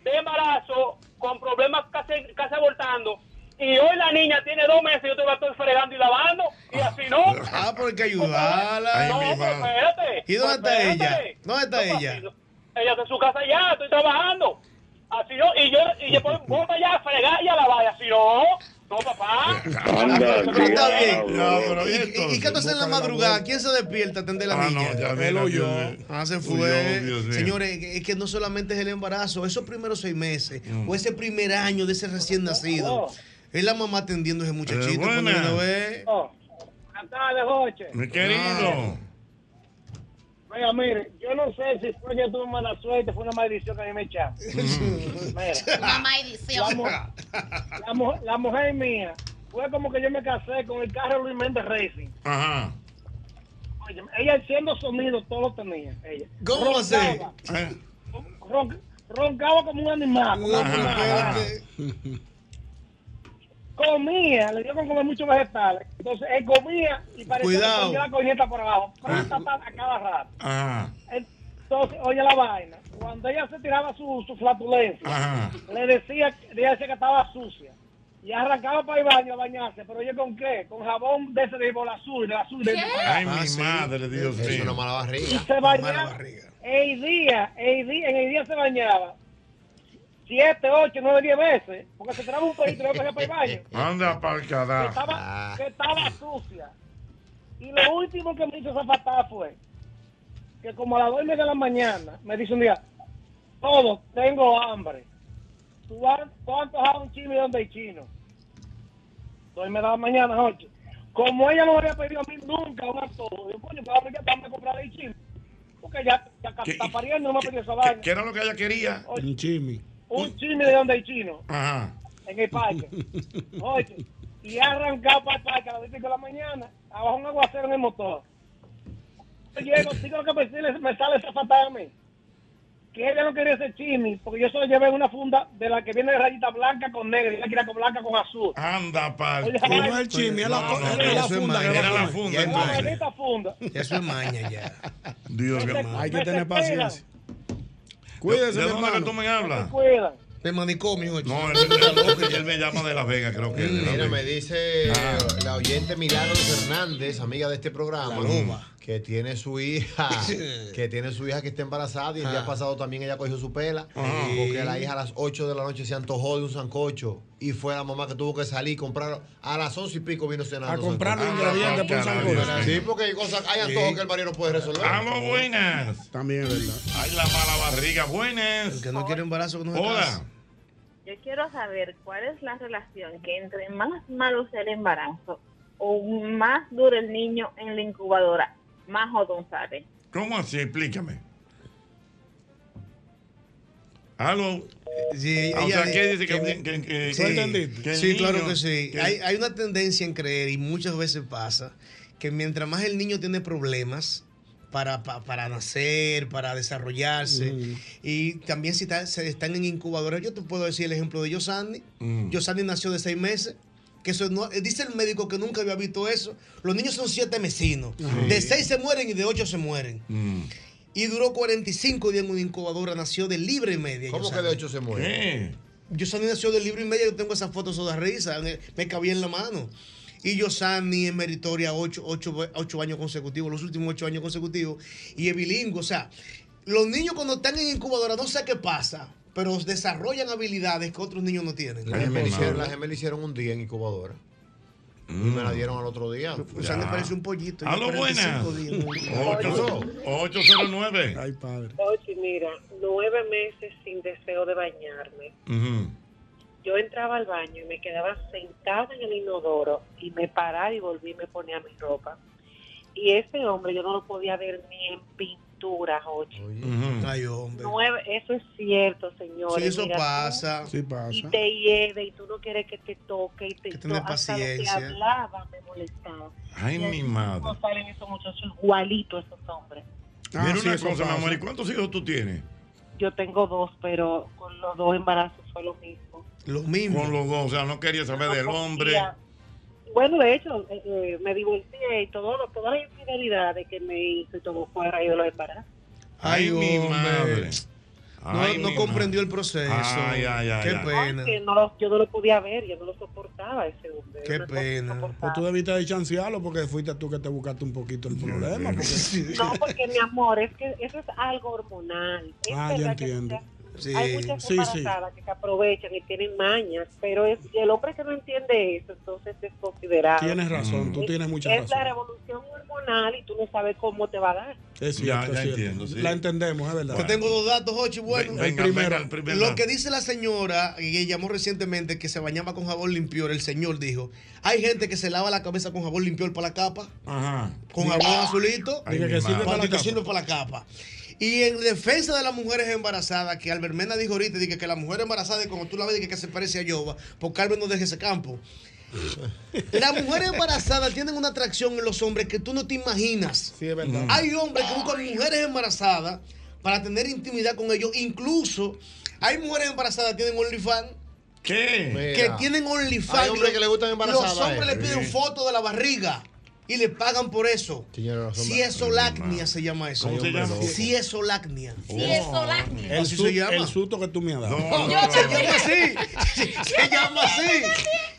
de embarazo, con problemas casi, casi abortando, y hoy la niña tiene dos meses y yo te la estoy fregando y lavando, y así
[laughs]
no.
Ah, pero hay que ayudarla.
No, pues, espérate.
¿Y dónde está
Pues,
ella?
espérate.
¿Dónde está
No, pues,
ella?
así no. Ella está en su casa ya, estoy trabajando. Así no, y yo, y yo pues, voy para allá a fregar y a lavar, así no. No, papá.
Ah, pero está bien.
No, pero
¿Y, y- y qué tú haces en la Ah, madrugada? ¿Quién se despierta? Atende la niña. Él oyó. Ah, se fue. Señores, es que no solamente es el embarazo, esos primeros seis meses o ese primer año de ese recién nacido. Es la mamá atendiendo a ese muchachito. cuando
buena.
uno ve.
Buenas tardes, Joche.
Mi querido.
Mira, mire, yo no sé si fue que tuve mala suerte, fue una maldición que a mí me echaron. Mira.
Una maldición.
La, mu- la mu- la mujer mía fue como que yo me casé con el carro Luis Méndez Racing.
Ajá.
Oye, ella haciendo sonido, todo lo tenía. Ella.
¿Cómo va a ser?
Eh,
Ronc- roncaba como un animal. como un animal. [laughs] Comía, le dio con comer muchos vegetales. Entonces él comía y parecía
Cuidado. Ah.
que tenía la corneta por abajo. pa, pa, pa, a cada rato.
Ajá.
Entonces, oye la vaina. Cuando ella se tiraba su, su flatulencia,
Ajá.
le decía, le decía que estaba sucia. Y arrancaba para el baño a bañarse. Pero oye, ¿con qué? Con jabón de ese de bola azul, de azul. De
Ay,
Ah,
mi madre, Dios mío. Es una
mala
y
barriga.
se bañaba. El día, el día, en el día se bañaba. Siete, ocho, nueve, diez veces. Porque se traba un pelito y luego cogía para el baño.
Anda para el
Que
carajo.
estaba, que estaba sucia. Y lo último que me hizo esa patada fue que como a las dos y media de la mañana me dice un día, todo, tengo hambre. ¿Tú has, tú has antojado un chino y donde hay chino? Dos y media de la mañana, Jorge. Como ella no me había pedido a mí nunca un antojo, yo, coño, pues ahora ya vamos a comprar el chino. Porque ya, ya está pariendo, no me ha pedido esa vaina.
¿Qué era lo que ella quería?
Un chimi.
Un chino de donde hay chino,
Ajá.
en el parque. Oye, y ha arrancado para el parque a las 5 de la mañana, abajo un aguacero [laughs] en el motor. Yo llego, digo que me sale, me sale esa patada a mí.
que ella no quería ese chimi, porque yo se lo llevé en una funda de la que viene de rayita blanca con negra, y ella quería con blanca con azul.
Anda, pal.
Oye,
No es el chisme, es la,
No, no,
es la
eso es
funda.
maña.
que
Era la
pone.
funda,
Es la
entonces.
Maldita funda.
Eso es maña
ya. Dios
Me
que
se-
madre.
Hay que tener
se
paciencia.
Cuídese, ¿De
mi
dónde que
hermano.
tú me hablas?
Cuida.
De manicomio. No, él, él- él me llama de Las Vegas, creo que. es de Las
Mira,
Vegas. Ah.
me dice Eh, la oyente Milagros Hernández, amiga de este programa, que tiene su hija, que tiene su hija que está embarazada y el día
Ah.
pasado también ella cogió su pela,
Ah.
porque la hija a las 8 de la noche se antojó de un sancocho y fue la mamá que tuvo que salir y comprar a las 11 y pico vino cenando.
A comprar los
sancocho.
ingredientes para un sancocho.
Sí, porque hay cosas, hay antojos
Sí.
que el marido no puede resolver.
Vamos, buenas.
También es verdad.
Ay, la mala barriga, buenas. El que no quiere embarazo que no
se
Hola.
casa.
Yo quiero saber cuál es la relación que entre más malo sea el embarazo o más duro el niño en la incubadora, más jodón sale.
¿Cómo así? Explícame. Aló.
Sí,
Ah, o
ella
sea, ¿qué dice
di-
que,
que-
que- que-
Sí,
que el
sí,
niño-
claro que sí.
que-
Hay, hay una tendencia en creer, y muchas veces pasa, que mientras más el niño tiene problemas para, pa- para nacer, para desarrollarse,
Mm.
y también si está- se están en incubadoras, yo te puedo decir el ejemplo de Yosani.
Mm.
Yosani nació de seis meses. Que eso no, eh, dice el médico que nunca había visto eso. Los niños son siete mesinos. De seis se mueren y de ocho se mueren. Y duró 45 días en una incubadora. Nació de libre y media.
¿Cómo que
Yosani.
de 8 se muere?
¿Qué?
Yosani nació del libro y medio, yo tengo esas fotos eso da risa, me, me cabía en la mano. Y Yosani es meritoria ocho, ocho, ocho años consecutivos, los últimos ocho años consecutivos, y es bilingüe. O sea, los niños cuando están en incubadora no sé qué pasa, pero desarrollan habilidades que otros niños no tienen.
La gemela hicieron, la gemela hicieron un día en incubadora. Y me la dieron al otro día.
O sea, le parece un pollito.
A lo buena.
809.
Ay, padre.
Oye, mira, nueve meses sin deseo de bañarme. Yo entraba al baño y me quedaba sentada en el inodoro y me paraba y volví y me ponía mi ropa. Y ese hombre yo no lo podía ver ni en pintura, Jochi.
Ay, hombre.
Nueve, eso es cierto, señores.
Sí, eso
Mira, tú
pasa.
Sí pasa.
Y te hiede y tú no quieres que te toque y te
que tener
to- hasta lo que
paciencia.
hablaba me molestaba.
Ay,
Y así
mi
es
madre.
como salen esos muchachos igualitos esos hombres.
Mira
Ah, sí,
una
eso
cosa, mi
pasa.
amor. ¿Y cuántos hijos tú tienes?
Yo tengo dos, pero con los dos embarazos fue lo mismo.
Los mismos.
Con los dos. O sea, no quería saber del hombre.
Ya. Bueno, de hecho, eh, eh, me divorcié y todo, lo- todas las infidelidades que me hizo y todo fue a raíz de los embarazos.
Ay, mi
hombre.
madre.
No,
Ay,
no
mi
comprendió el proceso.
Ay, ay, ay,
Qué
ay.
pena.
Que no lo- yo no lo podía ver, yo no lo soportaba ese hombre.
Qué pena. Pues tú debiste de chancearlo porque fuiste tú que te buscaste un poquito el problema. Porque...
No, porque mi amor, es que eso es algo hormonal. Es
Ah, ya
verdad que
entiendo.
muchas- Hay muchas embarazadas que se aprovechan y tienen mañas, pero es el hombre que no entiende eso, entonces es considerado.
Tienes razón, tú tienes mucha
es la
razón.
revolución hormonal y tú no sabes cómo te va a dar.
Es
Ya,
cierto,
ya
es cierto.
entiendo, sí.
La entendemos, es verdad.
Te tengo dos datos, Ochi. Bueno,
Venga, El primero. venga, el primero.
lo que dice la señora, que llamó recientemente que se bañaba con jabón limpior, el señor dijo, hay gente que se lava la cabeza con jabón limpior para la capa,
Ajá.
con jabón azulito,
Ay, Dije mi que sirve madre. para la
Cuando que
capa.
sirve para la capa. Y en defensa de las mujeres embarazadas, que Albermena dijo ahorita, dije que la mujer embarazada, y cuando tú la ves, dije que se parece a Yoba, porque Albert no deja ese campo. Las mujeres embarazadas tienen una atracción en los hombres que tú no te imaginas.
Sí, es verdad.
Hay hombres que buscan mujeres embarazadas para tener intimidad con ellos. Incluso hay mujeres embarazadas que tienen OnlyFans.
¿Qué?
Que tienen OnlyFans.
Hay hombres
y los-
que le gustan embarazadas,
Los hombres
eh.
le piden
Sí.
fotos de la barriga y le pagan por eso. Si es solacnia se llama eso.
¿Cómo se llama?
Si es solacnia.
El,
Así
su-
se llama.
el susto que tú me has dado.
[laughs] se llama así. Se llama así.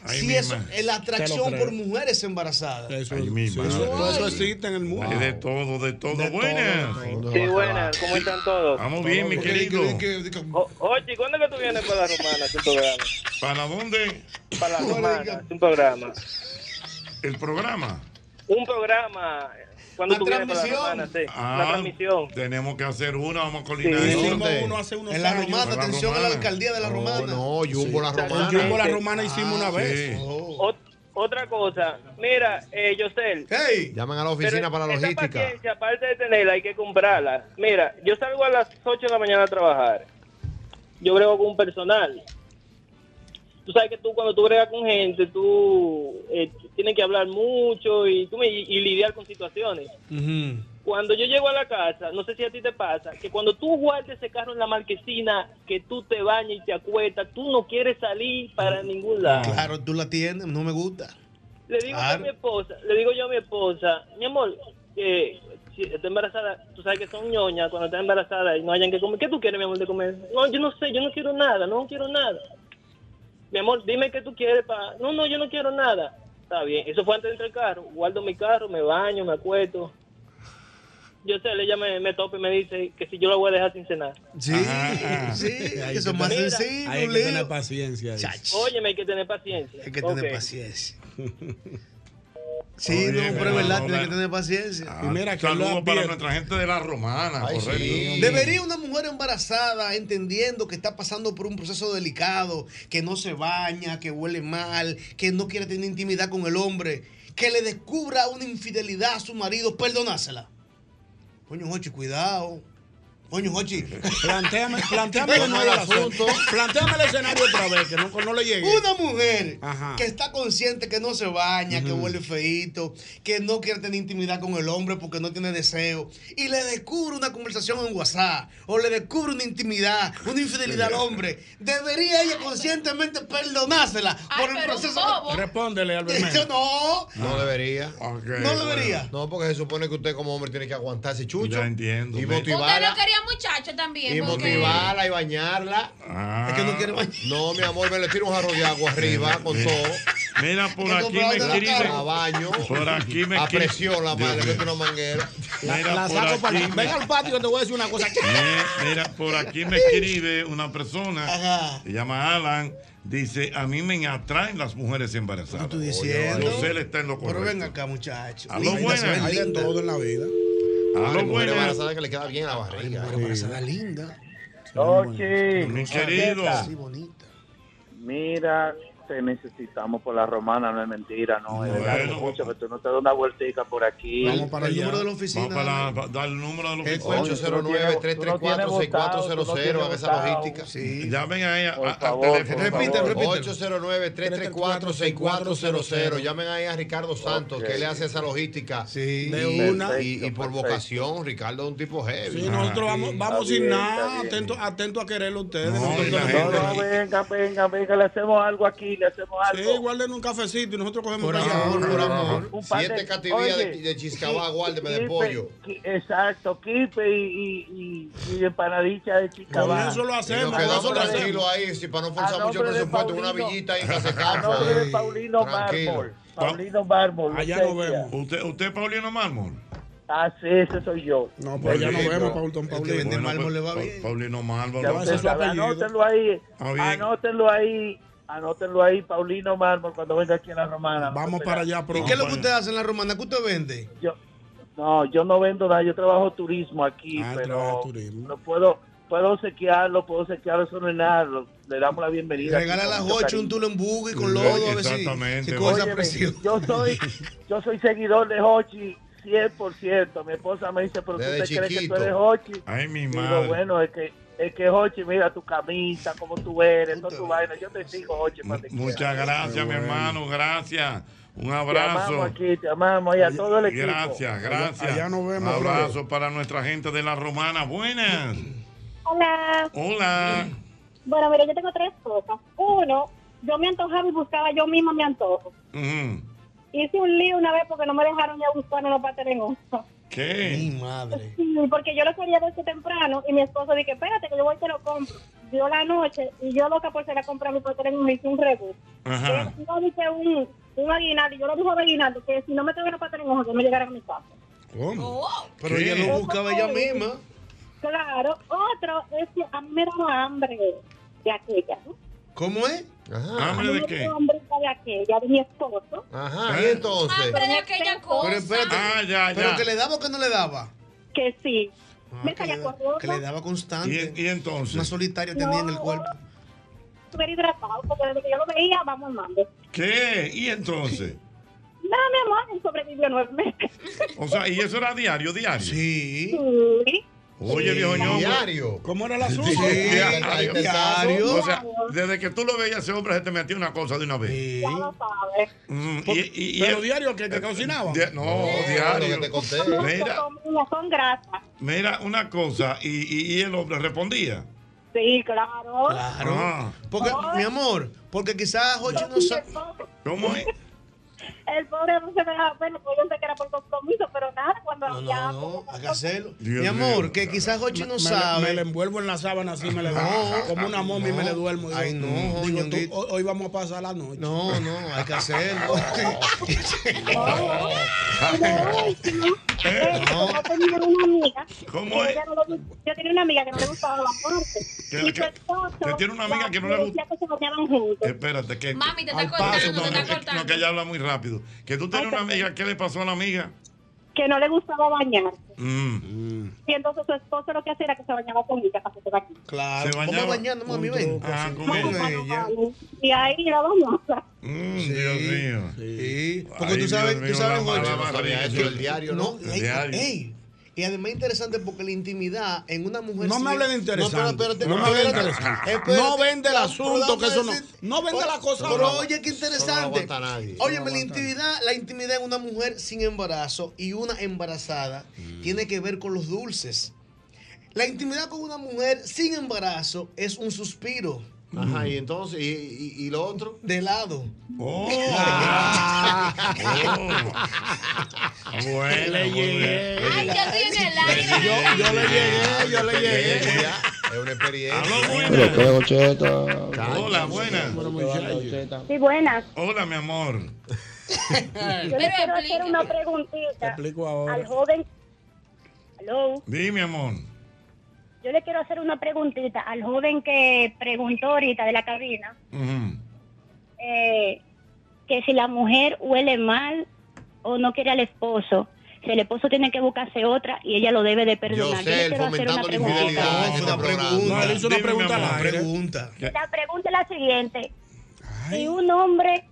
Ay,
Si
mi
eso
madre.
es la
Te lo
atracción
creo.
por mujeres embarazadas.
Eso,
Ay, mi
sí,
madre.
eso- eso existe en el mundo.
Hay De todo, de todo. buenas.
Sí, buenas, ¿cómo están todos?
Vamos bien, mi querido.
O- Oye, ¿cuándo es que tú vienes para la romana? Es un programa.
¿Para dónde?
Para la romana, es un programa.
El programa.
Un programa. ¿Cuándo tú vienes para la romana? Sí,
Ah,
la transmisión.
Tenemos que hacer una, vamos a
Sí,
coordinar.
hicimos uno hace unos En la años. Romana, atención a la Ah,
alcaldía de la
Romana. No,
Jumbo la Romana. Eh,
El Jumbo la Romana hicimos una vez.
Ot- otra cosa, mira, eh, Yosel.
Llaman a la oficina
Pero
para la
esa
logística.
paciencia, aparte de tenerla, hay que comprarla. Mira, yo salgo a las 8 de la mañana a trabajar. Yo grabo con un personal. Tú sabes que tú cuando tú bregas con gente,
Mm.
tú eh, tienes que hablar mucho y, tú me- y lidiar con situaciones. Cuando yo llego a la casa, no sé si a ti te pasa, que cuando tú guardas ese carro en la marquesina, que tú te bañas y te acuestas, tú no quieres salir para ningún lado.
Claro, tú la tienes, no me gusta.
Le digo yo a
Claro.
mi esposa, le digo yo a mi esposa, mi amor, que si está embarazada, tú sabes que son ñoñas cuando está embarazada y no hayan que comer. ¿Qué tú quieres, mi amor, de comer? No, yo no sé, yo no quiero nada, no quiero nada. Mi amor, dime qué tú quieres para... No, no, yo no quiero nada. Está bien, eso fue antes de entrar al carro. Guardo mi carro, me baño, me acuesto. Yo sé, ella me, me topa y me dice que si yo la voy a dejar sin cenar.
Sí, sí,
Ahí
eso
que
es más
tener-
sencillo,
Hay que
Leo.
tener paciencia. dice.
Óyeme, hay que tener paciencia.
Hay que tener
Ok.
paciencia. Sí, no, pero es verdad, tiene que tener paciencia.
Ah, saludo para nuestra gente de la romana, correcto.
Debería una mujer embarazada, entendiendo que está pasando por un proceso delicado, que no se baña, que huele mal, que no quiere tener intimidad con el hombre, que le descubra una infidelidad a su marido, perdonársela. Coño, Jochi, cuidado. Coño, Jochi.
Plantéame, plantéame de nuevo el asunto. Plantéame el escenario otra vez, que no, no le llegue.
Una mujer
Ajá.
que está consciente que no se baña, que huele feíto, que no quiere tener intimidad con el hombre porque no tiene deseo, y le descubre una conversación en WhatsApp, o le descubre una intimidad, una infidelidad al hombre, debería ella conscientemente perdonársela por el proceso.
Respóndele, Albert.
Yo no.
No debería.
No debería.
No, porque se supone que usted como hombre tiene que aguantarse chucho. entiendo. Y
Usted
motivarla.
lo quería muchacho también.
Y
porque-
motivarla y bañarla.
Es que no quiere
bañar. No, mi amor, me le tiro un jarro de agua arriba con todo.
Mira, por aquí me
A baño.
escriben. Por aquí me
A
escriben.
presión la madre, que una manguera.
La- Mira, la por saco para- aquí me-
Ven al patio que te voy a decir una cosa.
Eh, Mira, por aquí me escribe una persona, se llama Alan, dice, a mí me atraen las mujeres embarazadas.
diciendo?
José le está en lo
Pero
correcto.
ven acá, muchachos.
A lo buenas. Hay de todo
en la vida.
A lo
mujer
buenas.
embarazada que le queda bien la barriga.
embarazada linda.
Ochi,
Mi
querido.
Sí, bonita.
Mira, te necesitamos por la romana, no es mentira, no es verdad.
Bueno.
Mucho, que tú no te das una vueltica por aquí.
el número de la oficina. Vamos para dar el número de la
El
oficina.
809-334-6400, haga esa logística.
Sí. Llamen a ella a- al teléfono.
Repite, repite. 809-334-6400. Llamen ahí a Ricardo Santos, que le hace esa logística. Sí,
De una.
Y, y por vocación, Ricardo es un tipo heavy.
Sí, nosotros vamos, vamos sin nada, atento, atento a quererlo a ustedes. Nosotros
No, no, venga, venga, venga, le hacemos algo aquí, le hacemos
Sí,
algo.
guarden un cafecito y nosotros cogemos
Por
café.
amor, por amor.
Un par
Siete cativillas de-
oye,
de chiscabá,
qui-
guárdeme de
quipe,
pollo.
qui- Exacto, quipe y, y, y, y empanadicha de chiscabá.
Y nos quedamos tranquilos ahí, si para no forzar
A
mucho
nombre de
presupuesto, una
Paulino.
villita
[laughs]
ahí en Casa
A
Campo.
nombre de Paulino
Tranquilo.
Mármol. Paulino Mármol.
Allá
usted
nos
ya.
vemos. ¿Usted, usted es Paulino Mármol?
Ah, sí, ese soy yo.
No,
pues allá nos vemos,
Paulton Paulino.
vende
Bueno,
mármol
pues,
le va bien. Paulino Mármol.
Ya
vamos
usted
a-
sabe, anótenlo ahí,
Ah, bien.
anótenlo ahí, anótenlo ahí, Paulino Mármol, cuando venga aquí a la Romana. Vamos
para allá
pronto.
¿Y qué es lo que usted hace en la romana? ¿Qué usted vende?
Yo, no, yo no vendo nada, yo trabajo turismo aquí, pero no puedo, puedo sequearlo, puedo sequearlo, eso no es nada, lo- le damos la bienvenida.
Regala
aquí
las
con mucho
ocho, un
cariño.
tulo en buggy con lodo, a ver si-
Exactamente.
si cosa
Óyeme,
preciosa.
yo soy, yo soy seguidor de Hochi 100%, mi esposa me dice, pero tú
Desde
te crees que tú
chiquito.
eres Hochi.
Ay, mi
Digo,
madre.
bueno, es que, es que Hochi, mira tu camisa, cómo tú eres, toda tu vaina, yo te sigo, Hochi. para donde
Muchas
quiera.
gracias, mi hermano. Gracias. Un
Te amamos
abrazo.
aquí, te amamos y a todo el equipo.
Gracias, gracias.
Allá nos vemos,
Abrazo para nuestra gente de la Romana. Buenas.
Hola.
Hola.
Bueno, mira, yo tengo tres cosas. Uno, yo me antojaba y buscaba yo misma mi antojo.
Ujú.
Hice un lío una vez porque no me dejaron ya buscar en los pasteles en ojo.
¿Qué?
Mi madre.
Sí, Porque yo lo quería desde temprano y mi esposo dije, espérate que yo voy y te lo compro. Dio la noche y yo loca por ser a comprar mi pastel en ojo hice un rebus.
Ajá.
Yo dije un, un aguinaldo, yo lo dije a aguinaldo que si no me traían los pasteles en ojo yo no llegara a mi casa.
¿Cómo?
Pero
¿Qué?
ella lo
¿Eh?
buscaba ella Pues misma.
Claro, otro es que a mí me daba hambre de aquella. ¿no?
¿Cómo es?
¿Hambre de
Me daba
qué? ¿Eh?
Hambre de aquella, de mi esposo.
Ajá, y entonces.
Hambre de aquella cosa.
Pero espérate.
Ah, ya,
¿Pero
ya.
que le daba o que no le daba?
Que sí.
me calla Que le daba constante.
¿Y, entonces?
Una solitaria tenía en el cuerpo.
Súper hidratado, porque desde que yo lo veía, vamos armando.
¿Qué? ¿Y entonces?
No, mi amor, él sobrevivió nueve meses.
O sea, ¿y eso era diario, diario?
Sí.
Sí.
Oye, viejo ñongo.
Diario.
¿Cómo era el asunto?
Sí,
Diario.
diario. O sea, desde que tú lo veías, ese hombre se te metió una cosa de una vez. Mm, y, y- y-
Pero diario que te cocinaba.
Di- no, diario. Mira,
Son grasa.
mira una cosa, y, y, y el hombre respondía. Ah.
Sí, claro.
Claro.
Porque, mi amor, porque quizás Jochi no sabe.
¿Cómo es?
El pobre no se me daba, bueno, pues yo sé que era por compromiso, pero nada, cuando ya...
pues,
Hay que hacerlo.
Dios
mi amor,
mío.
que quizás Jochi no
Me- me-
sabe.
me la envuelvo en la sábana así, me la
No. ah,
como una momia y me le
No.
duermo. Digo,
Ay, no,
mm, digo, tú,
Ñonguito.
hoy, hoy vamos a pasar la noche.
No, no, hay
[laughs]
que hacerlo.
Yo tenía una amiga.
¿Cómo
que ella no le gust- Yo tenía una amiga que no le gustaba la parte.
Que- que- que tiene una amiga que no le gusta.
Decía que se bañaban juntos.
Espérate, que.
Mami, te está
Al
cortando,
paso,
te
no,
está
no, que-
cortando.
No, que ella habla muy rápido. Que tú tienes una amiga, ¿qué le pasó a la amiga?
Que no le gustaba bañar.
Mm.
Y entonces su esposo lo que hacía era que se bañaba con ella para que se bañara.
Claro.
Se bañaba.
¿Cómo bañando, mami? Ven.
Ah, con él.
Y ahí era bañosa.
Mm, Dios mío.
Sí. Porque
Ay,
tú
Dios
sabes,
mío,
tú
la
sabes,
mala
Jochi.
barriga,
que-
eso, el diario, ¿no? El
ey,
diario.
ey, y además interesante porque la intimidad en una mujer.
No
sí-
me hable de interesante.
pero espérate,
No me hable de
espérate, Eh,
interesante.
espérate.
No vende el
Pero
asunto,
vamos
que
a
eso no-
decir-
no vende
Oye,
la cosa.
Pero
No.
oye, qué
Eso no lo
interesante.
aguanta nadie.
Oye,
No lo
la
aguanta
intimidad, la intimidad en una mujer sin embarazo y una embarazada
Mm.
tiene que ver con los dulces. La intimidad con una mujer sin embarazo es un suspiro.
Ajá, y entonces, y, y- y lo otro.
De lado.
[laughs]
Oh.
Ah, Bueno, le llegué.
Ay, yo estoy en el aire.
Yo, yo le llegué, yo le llegué.
Es una experiencia.
Lo que, Ocheta.
Hola, buenas.
Sí, buenas.
Hola, mi amor.
[laughs] Yo le quiero hacer una preguntita
explico
al joven. Hello.
Dime, amor.
Yo le quiero hacer una preguntita al joven que preguntó ahorita de la cabina.
Ujú.
eh, que si la mujer huele mal o no quiere al esposo, si el esposo tiene que buscarse otra y ella lo debe de perdonar. Yo le quiero hacer una pregunta.
No, fue una pregunta.
No, le hizo una
Dime,
pregunta
mi amor,
al aire.
pregunta.
La pregunta es la siguiente. Si un hombre,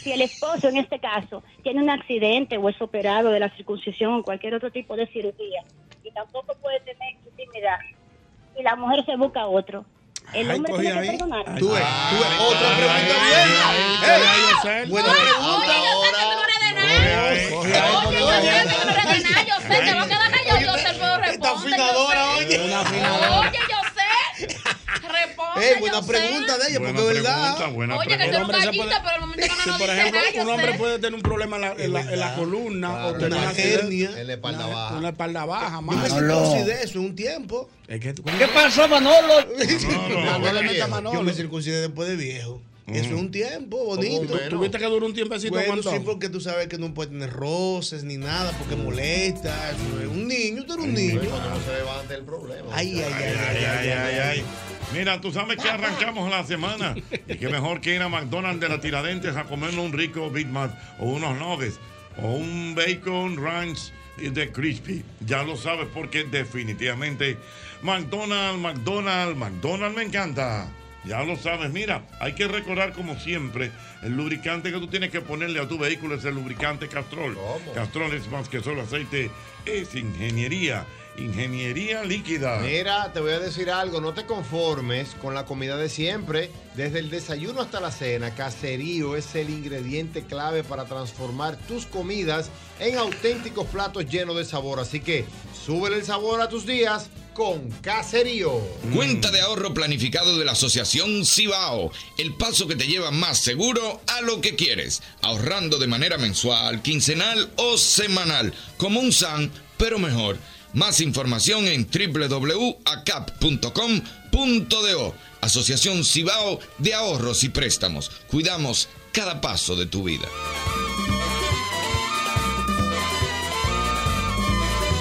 si el esposo en este caso, tiene un accidente o es operado de la circuncisión o cualquier otro tipo de cirugía y tampoco puede tener intimidad y la mujer se busca otro, el
Ay,
hombre
cogí
tiene que
ahí.
perdonar.
Tú ves, tú ves. Otra pregunta bien. Ey, Buena pregunta.
yo sé, te va a quedar callado. Yo sé, pero responde.
afinadora,
yo sé.
oye. Una afinadora.
Oye, yo sé. Responde.
Eh, buena pregunta de ella, porque es verdad.
Oye, que tú
El
no
hombre se
callita, pero al
[laughs]
momento que
Si,
no nos
por
dice
ejemplo,
nada, yo
un hombre
sé.
puede tener un problema en la, en la- en la columna o tener
Una
una hernia,
En la espalda baja.
una espalda baja,
Yo me
más.
circuncidé de eso en un tiempo.
¿Qué
pasó, [laughs] Manolo?
Manolo le meta
Yo
Manolo.
me circuncidé después de viejo. Eso es un tiempo bonito.
Tú- Tuviste que durar un tiempecito
Bueno,
aguantado.
sí, pues. porque tú sabes que no puede tener roces ni nada, porque molesta. Eso es Un niño, tú eres un niño.
Cuando no se levante el problema.
Ay, ay, ay.
Ay, ay, ay, ay. Mira, tú sabes que arrancamos la semana y que mejor que ir a McDonald's de la Tiradentes a comernos un rico Big Mac o unos nuggets o un bacon ranch de crispy. Ya lo sabes porque definitivamente McDonald's, McDonald's, McDonald's me encanta. Ya lo sabes, mira, hay que recordar como siempre, el lubricante que tú tienes que ponerle a tu vehículo es el lubricante Castrol. Castrol es más que solo aceite, es ingeniería, ingeniería líquida.
Mira, te voy a decir algo, no te conformes con la comida de siempre. Desde el desayuno hasta la cena, Caserío es el ingrediente clave para transformar tus comidas en auténticos platos llenos de sabor. Así que súbele el sabor a tus días con Caserío.
Cuenta de ahorro planificado de la Asociación Cibao, el paso que te lleva más seguro a lo que quieres, ahorrando de manera mensual, quincenal o semanal, como un SAN, pero mejor. Más información en www.acap.com.do. Asociación Cibao de Ahorros y Préstamos. Cuidamos cada paso de tu vida.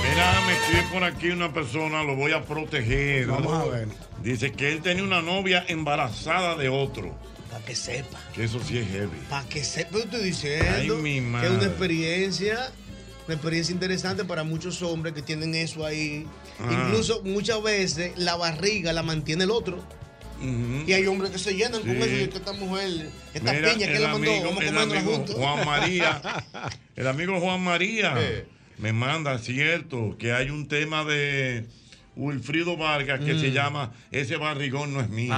Mira, me escribe por aquí una persona, lo voy a proteger.
Vamos a ver.
Dice que él tenía una novia embarazada de otro.
Para que sepa.
Que eso sí es heavy.
Para que sepa, yo estoy diciendo.
Ay, mi
que es una
madre.
experiencia, una experiencia interesante para muchos hombres que tienen eso ahí.
Ah.
Incluso muchas veces la barriga la mantiene el otro. Y hay hombres que se llenan con
Sí.
eso. y que esta mujer, esta
Mira,
piña que
el
la mandó,
amigo-
vamos a
el
comerla
amigo
juntos.
Juan
[laughs]
María, el amigo Juan María me manda, cierto, que hay un tema de Wilfrido Vargas que se llama Ese barrigón no es mío.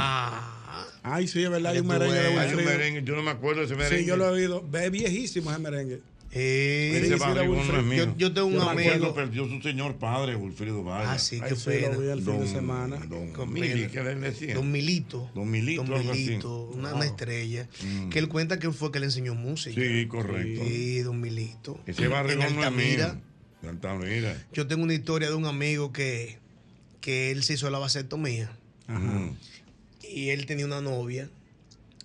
Ay, sí, es verdad, hay un
Tú
merengue de
ves, hay un
Wilfrido.
merengue, yo no me acuerdo de ese merengue.
Sí, yo lo he oído. Es viejísimo ese merengue.
Ese
Merengue sí era
barrigón no
Wilfrido.
es mío.
Yo- yo tengo un
me
amigo-
acuerdo, perdió su señor padre, Wilfrido Vargas.
Ah, sí, qué Ay, sí, lo pena. vi el fin de
Don-
semana. Qué
Don Mili,
pena.
¿qué le decían?
Don Milito.
Don Milito,
Don
algo así.
Milito, una, una
Wow.
estrella.
Mm.
Que él cuenta que fue que le enseñó música.
Sí, correcto.
Sí, Don Milito.
Ese barrigón
En
no es
Altamira,
mío. De Altamira.
Yo tengo una historia de un amigo que, que él se hizo la vasectomía.
Ajá.
Y él tenía una novia.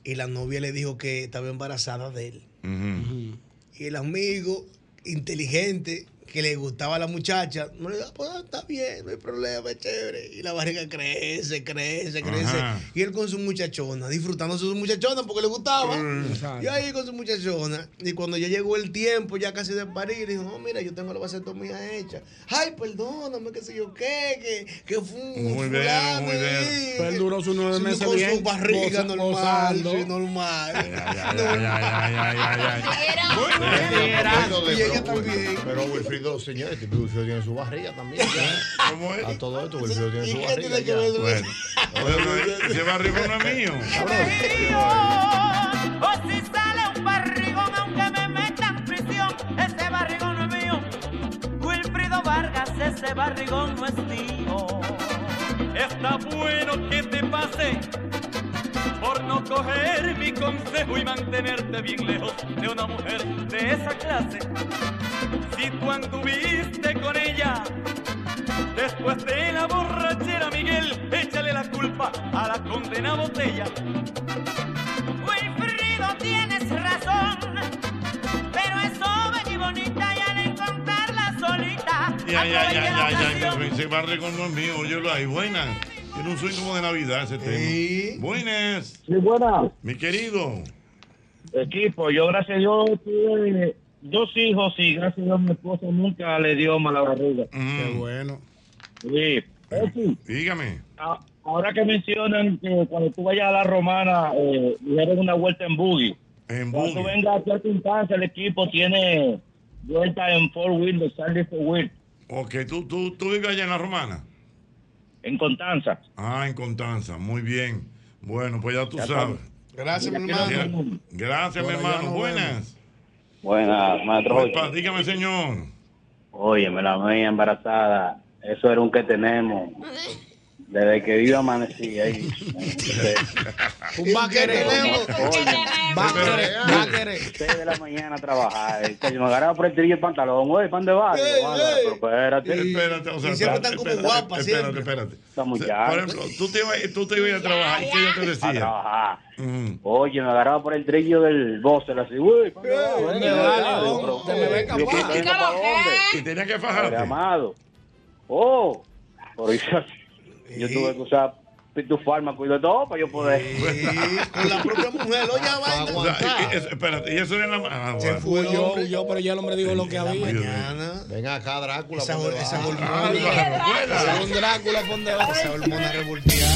Y la novia le dijo que estaba embarazada de él.
Ujú.
Y el amigo inteligente que le gustaba a la muchacha, no le dijo, "Ah, pues ah, está bien, no hay problema, es chévere. Y la barriga crece, crece, crece.
Ajá.
Y él con su muchachona, disfrutando de su muchachona porque le gustaba.
Mm, exacto.
Y ahí con su muchachona. Y cuando ya llegó el tiempo, ya casi de parir, dijo, no, mira, yo tengo la vasectomía hecha. Ay, perdóname, qué sé yo qué, que, que fue un
Muy bien,
fulano
muy bien.
ahí,
Pero él
que-
duró sus nueve
sí,
meses
Con
bien,
su barriga
goza-
normal,
gozando.
sí,
[laughs]
normal.
Y ella también. Pero Wilfrido, señores, tipo, Wilfrido tiene su barriga también. ya. A todo esto, Wilfrido tiene su barriga. ya.
Bueno, bueno, ese barrigón no es mío.
O si sale un barrigón, aunque me metan prisión, ese barrigón no es mío. Wilfrido Vargas, ese barrigón no es mío. Está bueno que te pase por no coger mi consejo y mantenerte bien lejos de una mujer de esa clase. Si tú anduviste con ella, después de la borrachera, Miguel, échale la culpa a la condena botella.
Wilfrido, tienes razón. Pero es joven y bonita y al encontrarla solita.
Ya, ya, ya,
aproveché la
ya, ya,
ocasión.
ya. Ese barrigón no es mío. Óyelo ahí. Buenas. Tiene un sueño como de Navidad ese tema. Buenas.
Sí, buenas.
Mi querido.
Equipo, yo gracias a Dios tuve dos hijos y gracias a Dios mi esposo nunca le dio mala barriga.
Qué
bueno. Sí. Epi,
Dígame.
a- Ah, ahora que mencionan que cuando tú vayas a la romana, eh, dieron una vuelta en buggy.
En
cuando tú vengas aquí a Quintanza, el equipo tiene vuelta en four wheel, de Sandy four wheel.
Ok, ¿tú, tú, tú vives allá en la Romana?
En Contanza.
Ah, en Contanza, muy bien. Bueno, pues ya tú
Ya
sabes.
Gracias, mi hermano.
Ya- Gracias, mi
Por allá
hermano.
nos
Buenas.
Buenas, maestro. Oye,
Opa, dígame, señor.
óyeme, la mía embarazada. Eso era un que tenemos. Desde que vivo amanecí
[laughs]
ahí.
Un vaquerero.
Seis de la mañana a trabajar. Y que me agarraba por el trillo el pantalón. Oye, ¿pan de vas? Digo, "Ándale, pero Espérate.
Espérate, o sea, espérate, Espérate, espérate.
Esta
O sea,
muchacha.
Por ejemplo, tú te ibas, tú te ibas a trabajar. ¿Y qué ella te
A
decía?
trabajar.
Mm.
Oye, me agarraba por el trillo del boss. Le decía, uy, ¿pa' dónde vas?
¿dónde
Pero,
vas,
claro,
hombre?
pero,
Te me ve
¿y qué-
capaz.
qué-
¿Y
para
qué?
dónde?
Y tenía que fajarte.
Pero, amado. Oh, por eso yo tuve que usar pitufármaco y de todo para yo poder.
Con la propia mujer, oye, va.
Ah, O sea, y- y- eso- espérate, y eso era en la ah, mañana.
Se fue el
yo,
hombre.
yo, pero ya el hombre dijo lo que había.
Ven acá, Drácula.
Esa,
¿por dónde
esa
vas?
hormona. Esa un Drácula, ¿dónde va? Esa hormona revolteada.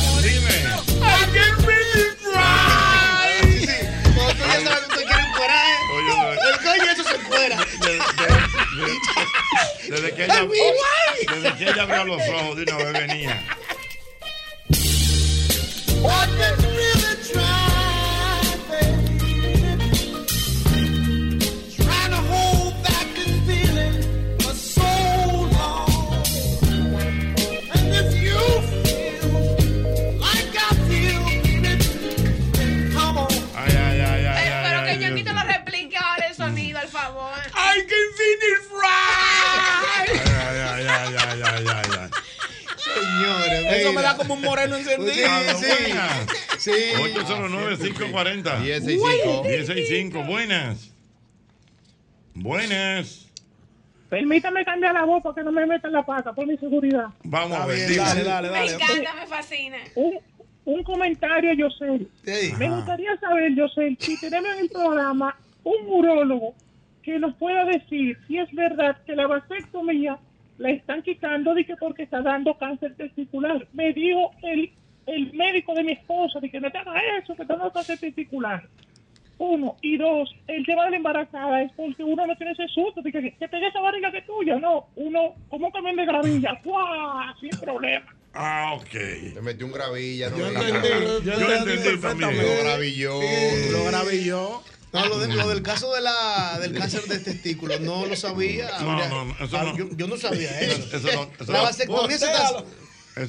Ay,
sí. Cuando tú ya sabes que tú quieres encuerar, ¿eh? El coño eso se encuera.
Desde que ella,
Ay, mira.
desde que ella abrió los ojos de una vez venía. Ay, ay, ay, ay.
Espero
ay,
que
Dios.
Ñonguito lo replique ahora el sonido, al favor.
I can finish fry.
Ay, ay, ay, ay, ay, ay, ay.
Señores,
Eso
mira.
me da como un moreno encendido.
Sí. 809-540.
1065.
1065. Buenas. Buenas.
Permítame cambiar la voz porque no me metan la pata por mi seguridad.
Vamos a ver.
bien,
dime.
dale, dale,
Me encanta, me fascina.
Un, un comentario, yo sé. Me gustaría saber, yo sé, si tenemos en el programa un urólogo que nos pueda decir si es verdad que la vasectomía la están quitando de que porque está dando cáncer testicular. Me dijo el, el médico de mi esposa de que no te haga eso, que te dando cáncer testicular. Uno. Y dos, el tema de la embarazada es porque uno no tiene ese susto de que, que te dé esa barriga que es tuya. No, uno, como un camión de gravilla. ¡Guau! Sin problema.
Ah, ok.
Te metió un gravilla.
Yo entendí, pues, yo
yo entendí también. Lo gravilló.
Lo grabé yo. No, lo, de- lo del caso de la, del cáncer de testículo, no lo sabía.
No,
Habría-
no, no, eso
Ah,
no.
Yo, yo no sabía eso.
Eso no- eso
la
no.
vasectomía se está,
Eso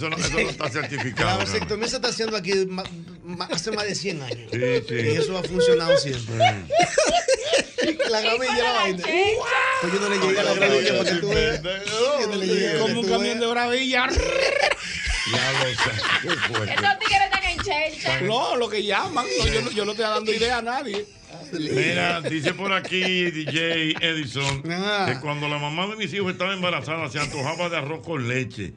no, eso no está
[laughs] la
certificado. realmente.
vasectomía se está haciendo aquí ma- ma- hace más de 100 años.
Sí, sí.
Y eso ha funcionado siempre. La gravilla, la vaina. Pues yo no le llegué a la gravilla porque tú veas. Yo no le llegué
Como un camión de
gravilla.
Ya lo sé. Qué fuerte.
Estos tigres están en chelcha.
No, lo que llaman. no, yo, no, yo no estoy dando idea a nadie.
[laughs] Mira, dice por aquí DJ Edison
Ah.
que cuando la mamá de mis hijos estaba embarazada se antojaba de arroz con leche,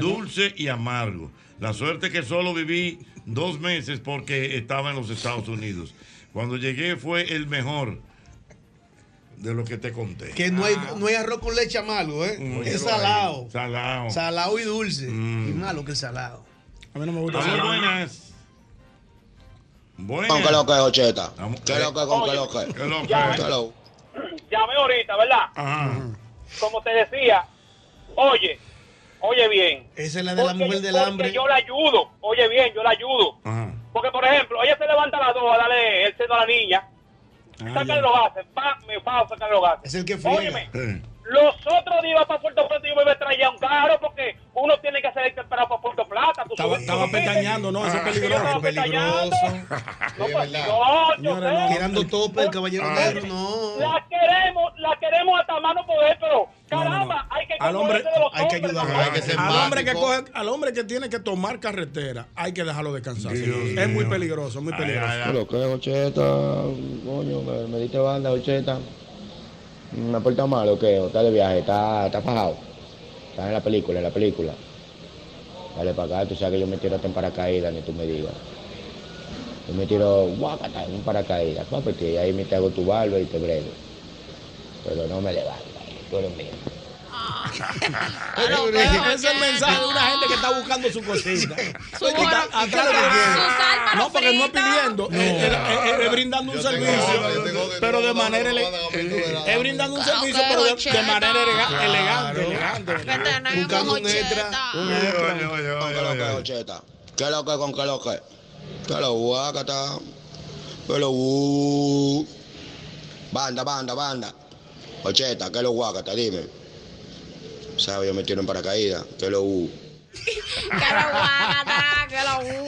dulce y amargo. La suerte que solo viví dos meses porque estaba en los Estados Unidos. Cuando llegué fue el mejor de lo que te conté.
Que no hay,
Ah.
no hay arroz con leche amargo, ¿eh?
Muy
es
bien.
salado.
Salado.
Salado y dulce.
Mm.
Y malo que el salado.
A mí no me
gusta. buenas.
¿Con qué lo que es, Ocheta?
¿Qué
lo que con qué lo que?
¿Qué lo
que? ¿Qué lo
[clears throat] Llamé ahorita, ¿verdad? Como te decía, oye, oye bien.
Esa es la de la mujer del
porque
hambre.
Yo la ayudo, oye bien, yo la ayudo. Porque, por ejemplo, ella se levanta a las dos a darle el seno a la niña,
Ah,
sácale los gases, pa, me paso, sácale los gases.
Es el que
friega. Óyeme, los otros días iba para Puerto Plata y yo me iba a traer ya un carro porque uno tiene que hacer esperar para Puerto Plata. tú
Estaba,
sabes.
estaba pestañando, no, eso es peligroso.
Peligroso.
No, pues,
verdad.
no, yo
Señora,
sé.
no, Tirando tope el caballero
Ah.
negro, no.
La queremos, la queremos hasta mano poder, pero caramba, hay que
Al hombre
componerse de los
hay que
hombres,
ayudarlo.
¿no?
al, hombre que coge, al hombre que tiene que tomar carretera, hay que dejarlo descansar. señor. es muy peligroso, muy peligroso.
¿Qué lo que es, Ocheta? Coño, me, me diste banda, Ocheta. ¿Me porta mal o qué? ¿O está de viaje? ¿Está, está fajado? ¿Está en la película, en la película? Dale para acá, tú sabes que yo me tiro hasta en paracaídas, ni tú me digas. Yo me tiro guacata en un paracaídas, pa, porque ahí me te hago tu barba y te brego. Pero no me levantas, tú eres mío.
Pero, pero, ese es el mensaje de una gente que está buscando su cosita.
Su
Oye, que está
hora-
atrás de
su
quién.
sálvaro
No, porque no es
frito.
pidiendo, eh,
No.
es brindando un servicio, pero de manera ele- es brindando un servicio, pero de- de manera elega- elegante, elegante.
Buscando un extra.
Oye, oye, oye,
¿Con qué lo que es, Ocheta? ¿Qué lo que, con qué lo que? ¿Qué lo guacata? ¿Qué lo gu- Banda, banda, banda. Ocheta, ¿qué lo guacata? Dime. ¿Sabes? Yo me tiro en paracaídas. ¿Qué lo gu-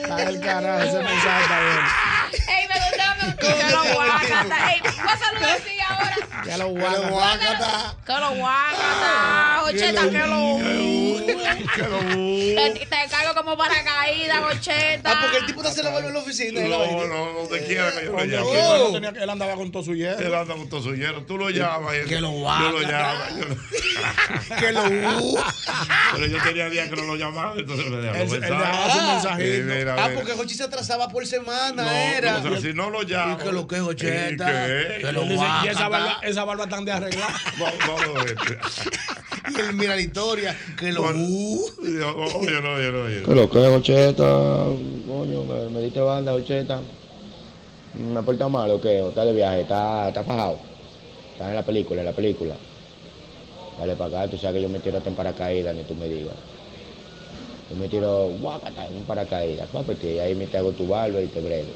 El carajo, ese mensaje está bien.
Ey, me gustaba, me gustó. Que lo guácata. Ey, pásalo así ahora.
Que lo
guácata. Que lo guácata. Ocheta, que lo Te, te cargo como paracaídas, Ocheta.
Ah, porque el tipo está se la vuelve en la oficina. y la vaina. Eh,
No, no, donde quiera que yo lo
Cuando-
llame.
cuando tenía que- Él andaba con todo su hierro.
Él anda con todo su hierro. Tú lo llamas. y él-
Que
Yo
lo
lo
guarda.
llamo.
[laughs]
yo-
Que lo guarda.
Pero yo tenía días que no lo llamaba, entonces me dejaba
Él- él
mensaje.
dejaba su mensajito.
Sí, mira,
Ah,
mira.
porque Jochi se atrasaba por semana,
No,
era.
o sea, si no lo llamo.
¿Y qué lo que es,
¿Y
Ocheta?
qué?
Que lo
Él dice, y esa
guácata.
barba, esa barba tan de arreglada.
[laughs] Vamos, vamos a ver.
Y él mira [laughs] la historia. Que lo
Bueno,
uh.
yo- Oye, no, oye, no, oye.
¿Qué lo que es, Ocheta? Coño, me, me diste banda, Ocheta. ¿Me porta mal o qué? ¿O está de viaje? ¿Está, está fajado? ¿Está en la película, en la película? Dale para acá, tú sabes que yo me tiro hasta en paracaídas, ni tú me digas. Yo me tiro guacata en un paracaídas, pa, porque ahí me te hago tu barba y te brego.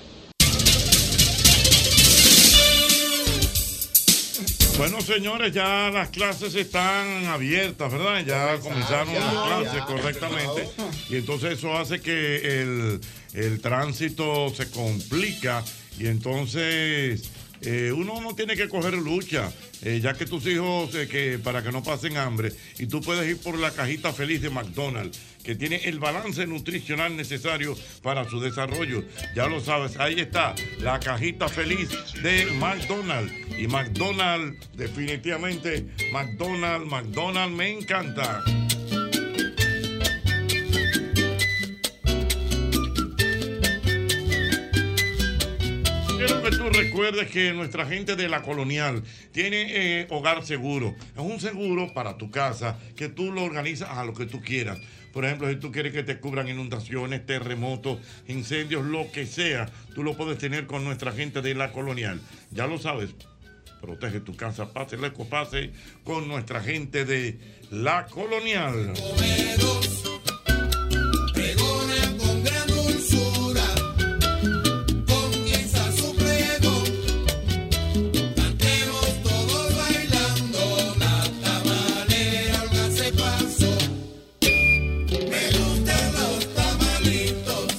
Bueno, señores, ya las clases están abiertas, ¿verdad? Ya comenzaron las clases correctamente. Y entonces eso hace que el, el tránsito se complica y entonces eh, uno no tiene que coger lucha, eh, ya que tus hijos, eh, que para que no pasen hambre, y tú puedes ir por la cajita feliz de McDonald's, que tiene el balance nutricional necesario para su desarrollo. Ya lo sabes, ahí está, la cajita feliz de McDonald's. Y McDonald's, definitivamente, McDonald's, McDonald's me encanta. Quiero que tú recuerdes que nuestra gente de la colonial tiene eh, hogar seguro. Es un seguro para tu casa que tú lo organizas a lo que tú quieras. Por ejemplo, si tú quieres que te cubran inundaciones, terremotos, incendios, lo que sea, tú lo puedes tener con nuestra gente de la colonial. Ya lo sabes, protege tu casa, pase el ecopase con nuestra gente de la colonial.
Pregona con gran dulzura, comienza su pregón. Cantemos todos bailando, la tamalera ahora se pasó. Me gustan los tamalitos,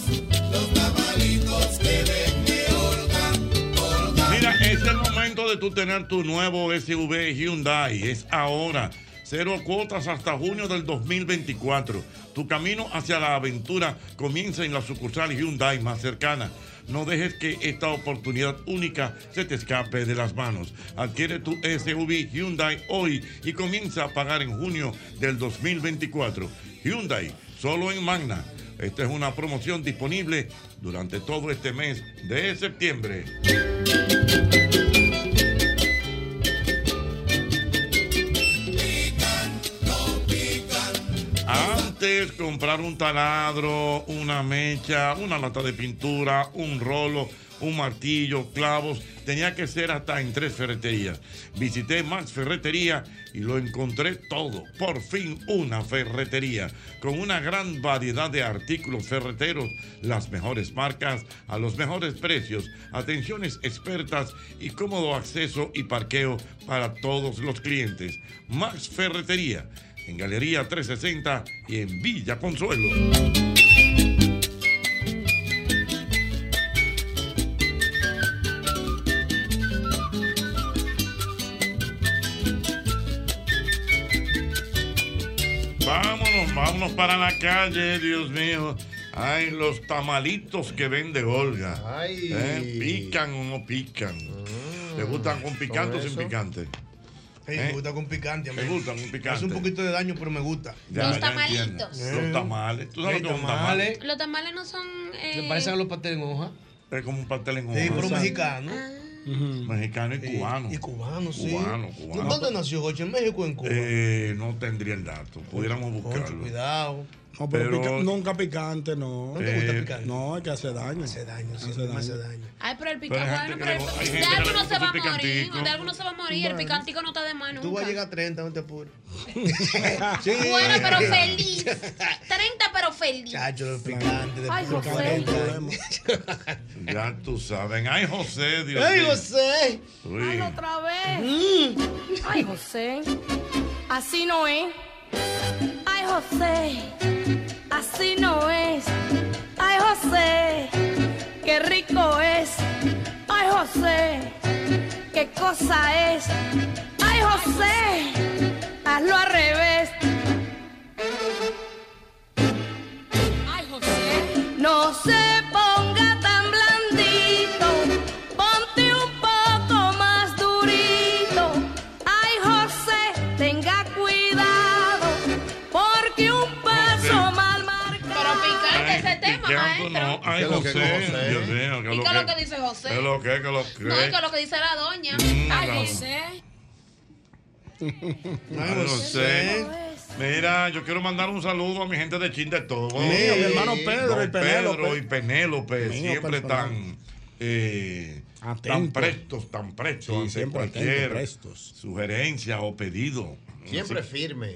los tamalitos que vende Olga, Olga.
Mira, este es el momento de tú tener tu nuevo SUV Hyundai. Es ahora. Cero cuotas hasta junio del 2024. Tu camino hacia la aventura comienza en la sucursal Hyundai más cercana. No dejes que esta oportunidad única se te escape de las manos. Adquiere tu SUV Hyundai hoy y comienza a pagar en junio del 2024. Hyundai, solo en Magna. Esta es una promoción disponible durante todo este mes de septiembre. Antes comprar un taladro, una mecha, una lata de pintura, un rolo, un martillo, clavos, tenía que ser hasta en tres ferreterías. Visité Max Ferretería y lo encontré todo. Por fin una ferretería con una gran variedad de artículos ferreteros, las mejores marcas a los mejores precios, atenciones expertas y cómodo acceso y parqueo para todos los clientes. Max Ferretería en Galería 360 y en Villa Consuelo. Vámonos, vámonos para la calle, Dios mío. Ay, los tamalitos que vende Olga.
Ay.
Eh, ¿Pican o no pican? ¿Te gustan con picante o
¿con
sin
Mm. eso?
picante?
Ey,
¿Eh?
Me gusta con picante. a mí.
Me gusta con picante.
Hace un poquito de daño, pero me gusta.
Ya, Los ya tamalitos. entiendo. Los tamales. ¿Tú sabes
Ey,
lo que es un tamal?
Eh. tamales.
Los tamales no son. eh,
Se parecen a los pasteles en hoja.
Es como un pastel en hoja.
Sí, pero mexicano.
Ah.
Mexicano y cubano.
Y cubano, Ah, sí.
Cubano, cubano.
¿Dónde nació Gocho? ¿En México o en Cuba?
Eh, no tendría el dato. Pudiéramos buscarlo.
cuidado.
No, pero,
Pero-
pica- nunca picante, no.
¿No te gusta Eh, picante?
No, es que hace daño. Hace daño, hace daño.
Ay, pero el
Pero hay
picante.
gente
Bueno, pero
que le- hay
el- de
gente que
algo
le
no
gusta
se va a
su
morir.
picantico.
De algo no se va a morir. El
Bueno.
picantico no está de mano.
Tú vas a llegar a 30, no
[laughs]
te apures.
Bueno, pero feliz. 30, pero feliz.
Chacho, los picantes.
Ay,
después
José.
de 40 Ya tú sabes. Ay, José, Dios
¡Ey,
mío.
José!
Uy.
Otra vez. Ay, José. Así no es. Ay, José. Así no es. Ay, José. Qué rico es. Ay, José. Qué cosa es. Ay, José. Hazlo al revés. Ay, José. No se ponga tan blandito. Ponte un poco más durito. Ay, José, tenga cuidado. Porque un paso mal marcado. Pero
picante ese tema,
Picando, no. Ay,
¿Qué es lo que
José.
es José?
Dios mío, que
¿Y
lo
qué es
que.
lo que dice
Que
José?
lo que, que lo que.
No, es que lo que dice la doña.
Mm,
Ay,
la-
José.
Ay, José. Mira, yo quiero mandar un saludo a mi gente de Chin de Todo.
Mío, mi hermano Pedro
Don
y Penélope.
Pedro y Penélope,
Mío,
siempre
personal.
tan, eh, tan
Atento.
prestos, tan prestos
Sí,
ante
siempre atento,
cualquier
prestos.
sugerencia o pedido.
Siempre
Así-
firme.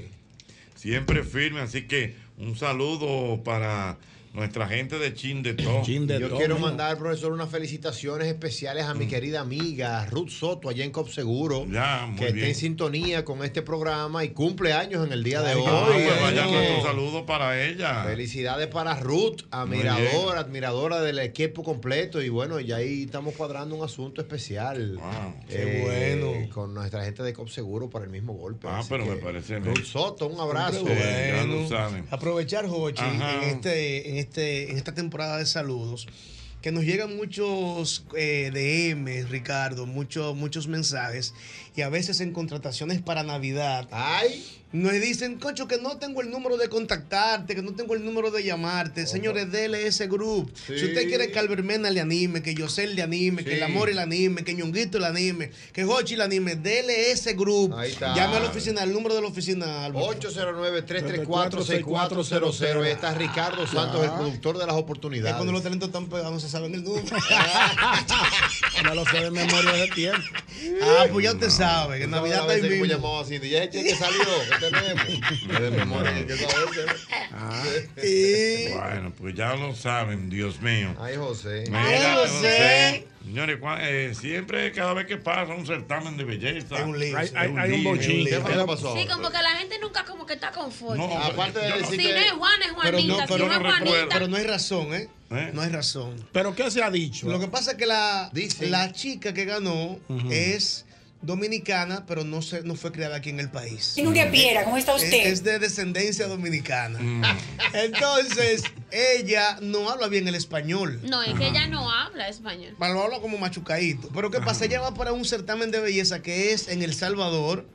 Siempre firme, así que un saludo para nuestra gente de Chin de Todo.
Yo quiero mandar, profesor, unas felicitaciones especiales a
Mm.
mi querida amiga Ruth Soto, allá en Copseguro,
muy
que está
bien.
en sintonía con este programa y cumple años en el día de
Ay,
hoy.
qué bueno, pues vaya
Ay,
nuestro saludo para ella.
Felicidades para Ruth,
Muy
admiradora, admiradora del equipo completo. Y bueno, ya ahí estamos cuadrando un asunto especial. Eh,
Qué bueno.
Con nuestra gente de Copseguro para el mismo golpe.
Ah,
Así
pero me
que,
parece bien.
Ruth Soto, un abrazo.
Hombre, bueno. Ya lo saben.
Aprovechar, Jochi,
Ajá.
en, este, en, este, en esta temporada de saludos, que nos llegan muchos eh, DMs, Ricardo, muchos muchos mensajes, y a veces en contrataciones para Navidad.
¡Ay!
Nos dicen, cocho, que no tengo el número de contactarte, que no tengo el número de llamarte. Señores, dele ese grupo.
Sí.
Si usted quiere que Albermena le anime, que Yosel le anime, que
Sí.
el Amor le anime, que Ñonguito le anime, que Hochi le anime, dele ese grupo.
Ahí está.
Llame a la oficina, el número de la oficina, Alberto.
809-334-6400. Ahí Está Ricardo Santos, el productor de las
Es
oportunidades.
cuando los talentos están pegados, no se saben el [laughs] número. no lo sé de memoria de tiempo. Ah, pues ya usted sabe, que en Navidad está ahí
vez que
mismo.
llamaba así, ya el cheque salió,
[laughs]
¿qué tenemos? De memoria, hay [laughs] que ¿eh? saberse.
Ah.
Bueno, pues ya lo saben, Dios mío.
Ay, José.
Mira,
Ay, José.
Señores, cua- eh, siempre, cada vez que pasa un certamen de belleza,
lío,
hay,
sí.
hay-
Un
hay un
lío,
bochín.
un lío.
¿Qué pasó?
Sí, como que la gente nunca como que está conforme.
No, Aparte de yo no- decir
Si
que-
no es Juan, es
Pero
Juanita.
no,
si
pero,
no es Juanita.
pero no hay razón, ¿eh? No hay razón.
¿Pero qué se ha dicho?
Lo que pasa es que la, la chica que ganó
Ujú.
es dominicana, pero no, se, no fue creada aquí en el país.
Nuria Piera, ¿cómo está
Es-
usted?
Es, de descendencia dominicana. [laughs] Entonces, ella no habla bien el español.
No, es que ella no habla español.
Bueno, lo habla como machucadito. Pero ¿qué pasa? Ella va para un certamen de belleza que es en El Salvador,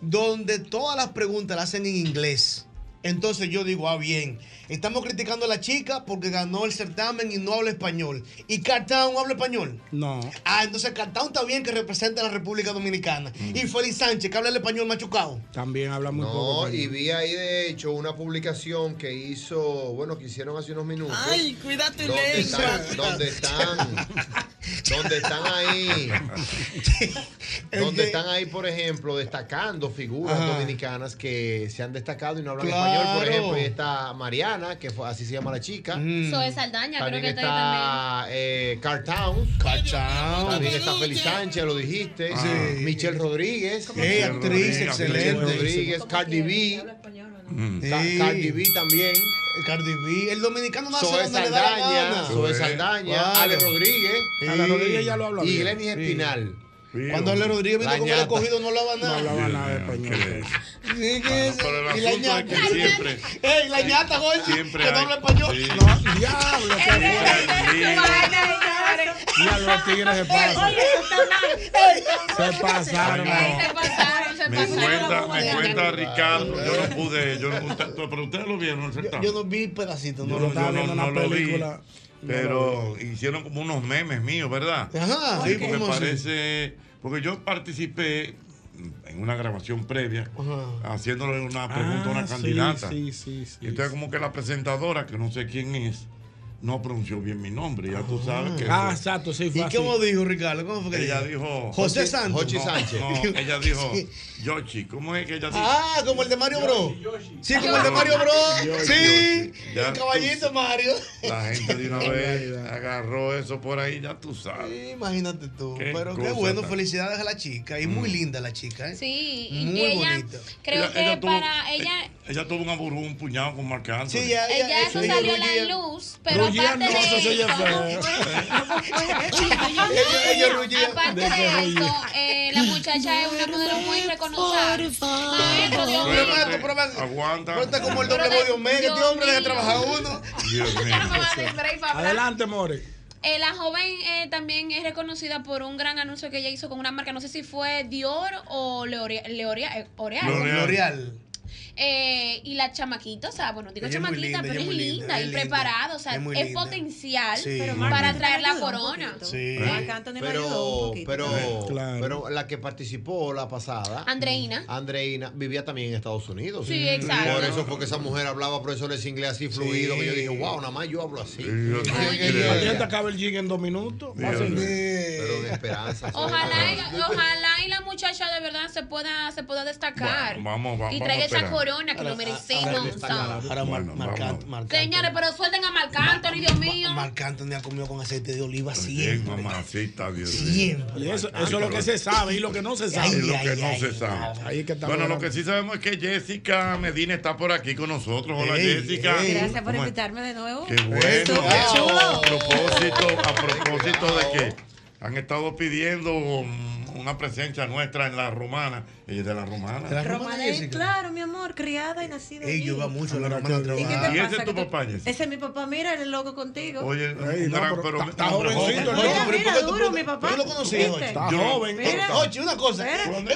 donde todas las preguntas las hacen en inglés. Entonces yo digo, ah, bien, estamos criticando a la chica porque ganó el certamen y no habla español. ¿Y Cartown habla español?
No.
Ah, entonces Cartown está bien que representa a la República Dominicana.
Mm.
Y Félix Sánchez, que habla el español machucado.
También habla muy
No,
poco.
y vi ahí de hecho una publicación que hizo, bueno, que hicieron hace unos minutos.
Ay, cuida tu
¿Dónde
lengua.
están? ¿Dónde están? ¿Dónde están ahí? ¿Dónde están ahí, por ejemplo, destacando figuras
Ajá.
dominicanas que se han destacado y no hablan
Claro. Mm.
español? Por ejemplo, ahí está Mariana, que fue- así se llama la chica.
Zoe Saldaña, creo
También
que está ahí
Mm. está eh, Cartown. También está Feliz Sánchez, lo
Ah.
dijiste. Michelle Rodríguez.
Eh, actriz, excelente.
Michelle Rodríguez, Cardi B.
Mm.
Ta-
Sí.
Cardi B también.
Cardi B. El dominicano nace
Zoe
donde le da la
Saldaña,
gana.
Zoe Saldaña,
Claro.
Ale Rodríguez.
Ale Rodríguez ya lo habla
Y
bien.
Glenis
Sí.
Espinal.
Cuando Ale Rodríguez vino
La
con el
ñata.
escogido no hablaba nada.
nada de español.
Sí, que es-
Ah, Pero
y
el
la
asunto es
ñata.
que siempre,
Ey, la ñata, Jorge.
siempre
que no
hay-
habla español.
sí.
No, diablo, qué
Mira, los tigres se pasan. Se pasaron. [laughs]
Se pasaron, se
me
pasaron.
cuenta, me cuenta Ricardo, yo no pude, yo no, usted- pero ustedes lo vieron el certamen.
Yo no vi pedacitos, no
Yo
lo
no- yo
estaba
no-
viendo
no
una
lo vi,
película.
Pero hicieron como unos memes míos, ¿verdad?
Ajá,
Sí,
¿y
porque
cómo así?
parece. Porque yo participé en una grabación previa, haciéndole una
Ah,
pregunta a una
sí,
candidata.
sí, sí, sí,
y entonces, como que la presentadora, que no sé quién es, no pronunció bien mi nombre. Ya tú sabes que.
Ah,
eso-
exacto, sí,
¿Y
fácil.
cómo dijo Ricardo? ¿Cómo fue que
Ella
dijo?
dijo.
José Santos.
Jochi
No,
Sánchez.
no, [laughs]
ella dijo.
Sí.
Yochi. ¿Cómo es que ella dijo?
Ah, como el de Mario Bros. Sí, como el de Mario Bros.
Yoshi,
Sí,
Yoshi. Ya
el caballito Mario.
La gente de una vez agarró eso por ahí, ya tú sabes.
[laughs] Imagínate tú.
Qué
Pero qué
cosa
bueno,
tan-
felicidades a la chica. Y
Mm.
muy linda la chica, ¿eh?
Sí, y
Muy
ella,
bonita.
creo
Ella-
que
ella tuvo-
para ella,
Ella tuvo un aburro, un puñado con Marc Anthony.
Sí, ya-
ella, eso salió a la luz, pero
Rugía
aparte
no,
de
eso se oye feo.
[laughs] eso, aparte de eso, eh, la muchacha es una modelo muy reconocida. Maestro, Dios mío.
Espérate, Aguanta.
Pero está como el doble voz de Omega. Este hombre deja trabajar a uno.
Dios mío.
Adelante, More.
Eh, la joven eh, también es reconocida por un gran anuncio que ella hizo con una marca, no sé si fue Dior o Leoria- Leoria- eh, L'Oreal.
L'Oreal.
Eh, y la chamaquita, o sea, bueno, digo
Ella es muy
chamaquita,
linda,
pero
ella
es
es muy linda,
linda
ella
y
es linda.
preparada, o sea,
Es muy
es
linda.
potencial
Sí.
pero
Marc
para
Anthony
traer la
ayudó un
corona.
Sí.
Marc Anthony me ayudó un
Eh, Pero,
poquito.
pero,
Eh,
pero la que participó la pasada,
Andreina.
Ah.
Andreina, vivía también en Estados Unidos.
Sí, exacto.
Por eso fue que esa mujer hablaba profesores inglés así fluido. que yo dije, wow, nada más yo hablo así.
¿Para qué te acaba el jig en dos minutos? Hacen-
Pero en esperanza.
Ojalá, y, ojalá y la muchacha de verdad se pueda, se pueda destacar.
Bueno, vamos, va-
y
vamos
traiga
a
esa
esperar.
corona que
Ahora-
lo merecemos. ¿sabes?
Ahora Mar- Marc Ant- Marc
Señores, pero suelten a Marc Anthony, Dios mío.
Marc Anthony ha comido con aceite de oliva
Bien,
siempre.
mamacita, Dios mío.
Siempre.
Y eso, eso es lo que se sabe y lo que no se sabe.
Y lo que no se sabe.
Ahí es que estamos
bueno, lo
hablando.
que sí sabemos es que Jessica Medina está por aquí con nosotros. Hola,
Ey,
Jessica.
Gracias por
¿Cómo es?
invitarme de nuevo.
Qué bueno.
Estuvo
A
chulo.
propósito, a propósito de que han estado pidiendo mm, una presencia nuestra en la romana. Ella es de la romana.
Romana, eh, claro, mi amor, criada y nacida.
Ey,
allí.
yo iba mucho a la romana a
¿Y qué te
trabajar.
pasa?
¿Y ese es tu
Que tú-
papá, Jessy?
Ese es mi papá, mira, él es loco contigo.
Oye, un gran- pero
está
un gran
jovencito,
joven.
¿no?
Mira, mira, duro, mi papá.
Yo lo conocí,
¿Viste?
Jochi.
Está
Yo-
joven.
Mira.
está-
Jochi, una cosa.
¿Eh?
Cuando-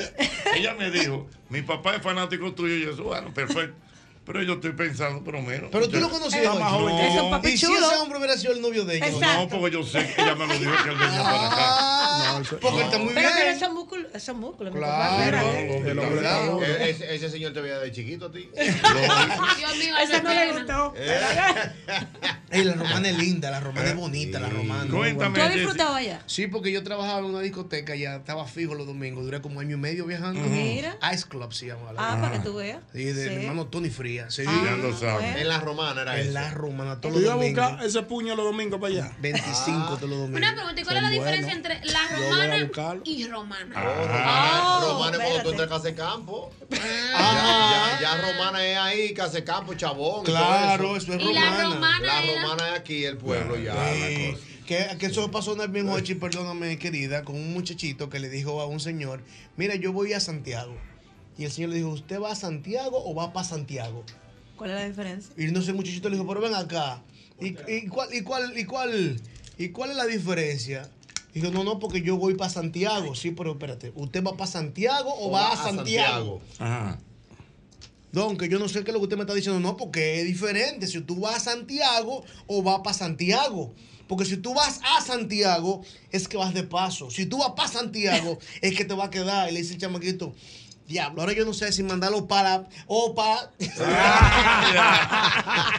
Ella me dijo, mi papá es fanático tuyo y yo, bueno, perfecto. Pero yo estoy pensando, pero menos.
Pero tú lo
Yo-
conocías,
Era
Jochi.
más joven que yo.
Y si ese hombre hubiera sido el novio de ella.
No, porque yo sé que ella me lo dijo que él venía para acá. No, eso-
Porque está muy
Pero
bien.
tiene esos músculos, esos músculos, mi
Claro.
papá, mira.
Cuidado, e- Ese, ese señor te veía de chiquito a ti.
Dios mío,
Ese no le
pena.
gustó. [laughs]
Ey, la romana es linda, la romana es bonita, la romana.
¿Tú has disfrutado allá?
Sí, porque yo trabajaba en una discoteca, ya estaba fijo los domingos, duré como año y medio viajando.
Ujú. Mira.
Ice Club se llama. la-
Ah, para que tú veas.
Sí, de
Sí.
mi hermano Tony Fría. Sí.
Ah, Ya lo sabes. bueno.
En la romana
era
En
eso.
la romana, todos
Tú
los
ibas a
domingos.
buscar ese puño los domingos para allá.
25 todos los domingos.
Una pregunta, ¿y cuál es la
Son
diferencia
buenos.
entre la
Yo voy a
romana
buscarlo.
y romana?
Romana,
Ah.
Oh,
Romana es cuando tú
espérate.
entras a casa de campo. Ya, ya- ya Romana es ahí, casa de campo, chabón. y
Claro,
todo
eso es Y la romana. romana
La
era-
romana es aquí, el pueblo ya. la cosa.
Que, que eso pasó una vez, mi Jochi, perdóname, querida, con un muchachito que le dijo a un señor, mira, yo voy a Santiago. Y el señor le dijo, ¿usted va a Santiago o va para Santiago?
¿Cuál es la diferencia?
Y no sé, el muchachito le dijo, pero ven acá. ¿Y, y cuál, y, cuál, y, cuál, ¿Y cuál es la diferencia? Dijo, no, no, porque yo voy para Santiago. Sí, pero espérate, ¿usted va para Santiago o, va, a Santiago?
Ajá.
Don, que yo no sé qué es lo que usted me está diciendo. No, porque es diferente. Si tú vas a Santiago o vas para Santiago. Porque si tú vas a Santiago, es que vas de paso. Si tú vas para Santiago, es que te va a quedar. Y le dice el chamaquito, diablo, ahora yo no sé si mandarlo para o para...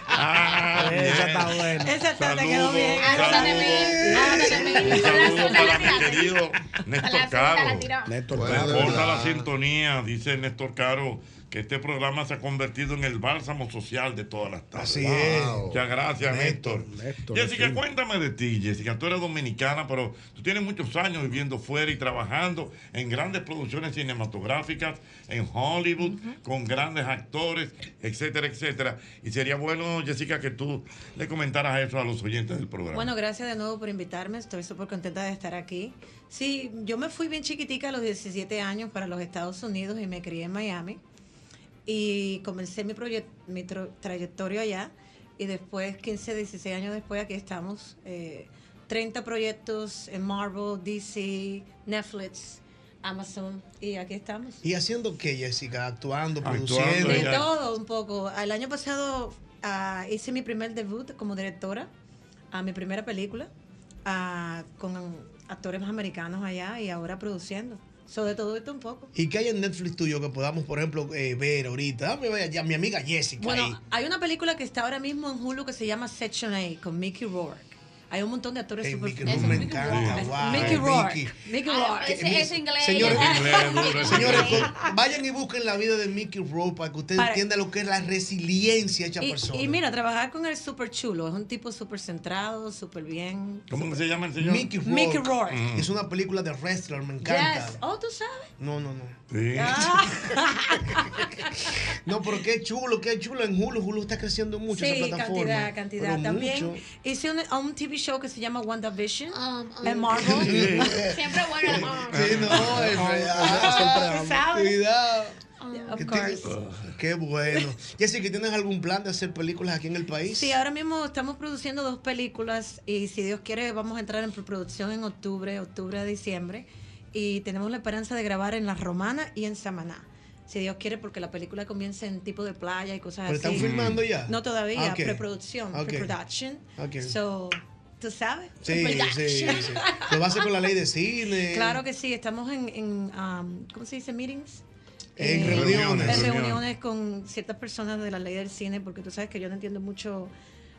Ah,
Esa está
buena. Esa está, Ah, te quedó
Saludos,
bien.
Anótate
Saludos.
bien,
Anótate bien.
Un saludo
Gracias,
para mi
gracias.
querido Néstor Caro.
Néstor
Me
Caro.
importa
¿verdad?
la sintonía, dice Néstor Caro, que este programa se ha convertido en el bálsamo social de todas las tardes.
Así es.
Muchas gracias, Néstor.
Néstor,
Jessica,
sí.
cuéntame de ti, Jessica. Tú eres dominicana, pero tú tienes muchos años viviendo fuera y trabajando en grandes producciones cinematográficas, en Hollywood, con grandes actores, etcétera, etcétera. Y sería bueno, Jessica, que tú le comentaras eso a los oyentes del programa.
Bueno, gracias de nuevo por invitarme. Estoy súper contenta de estar aquí. Sí, yo me fui bien chiquitica a los 17 años para los Estados Unidos y me crié en Miami. Y comencé mi, proye- mi tro- trayectoria allá. Y después, 15, 16 años después, aquí estamos. eh, 30 proyectos en Marvel, DC, Netflix, Amazon. Y aquí estamos.
[laughs] ¿Y haciendo qué, Jessica? Actuando, produciendo.
De todo un poco. El año pasado ah, hice mi primer debut como directora, a mi primera película, ah, con actores más americanos allá y ahora produciendo. Sobre todo esto un poco.
¿Y qué hay en Netflix tuyo que podamos, por ejemplo, eh, ver ahorita? Dame ver allá, mi amiga Jessica. ahí.
Bueno, hay una película que está ahora mismo en Hulu que se llama Section A con Mickey Rourke. Hay un montón de actores
Ey,
super
Mickey Rourke me encanta, wow,
Mickey Rourke.
Mickey.
Mickey
Ah,
Rourke.
ese es inglés.
Señores,
Inglés, duro, ese
señores,
inglés.
con- vayan y busquen la vida de Mickey Rourke para que usted
Para-
entienda lo que es la resiliencia de esa
Y-
persona.
Y, mira, trabajar con él es súper chulo. Es un tipo súper centrado, súper bien.
¿Cómo se llama el señor?
Mickey Rourke.
Mickey Rourke.
Es una película de wrestler, me encanta.
Yes. Oh, tú sabes.
No, no, no.
Ah.
No, pero qué chulo, qué chulo. En Hulu, Hulu está creciendo mucho
sí,
esa plataforma.
cantidad, cantidad.
Pero
También
mucho.
hice un, un TV show que se llama WandaVision en Marvel.
Siempre
bueno la
Sí, no, es
Ah, tú
verdad.
sabes.
Cuidado.
Of
Que
course.
tienes- Qué bueno. Jessica, ¿tienes algún plan de hacer películas aquí en el país?
Sí, ahora mismo estamos produciendo dos películas y si Dios quiere vamos a entrar en producción en octubre, octubre a diciembre y tenemos la esperanza de grabar en La Romana y en Samaná. Si Dios quiere, porque la película comienza en tipo de playa y cosas
¿Pero
así.
están filmando ya?
No todavía,
Ah, ok.
preproducción,
Ok.
pre-production.
Ok.
So, ¿tú sabes?
Sí, sí, sí.
Pre-production.
Lo va a hacer con la ley de cine.
Claro que sí, estamos en, en um, ¿cómo se dice? Meetings. Eh,
En reuniones.
En
Reuniones.
reuniones con ciertas personas de la ley del cine, porque tú sabes que yo no entiendo mucho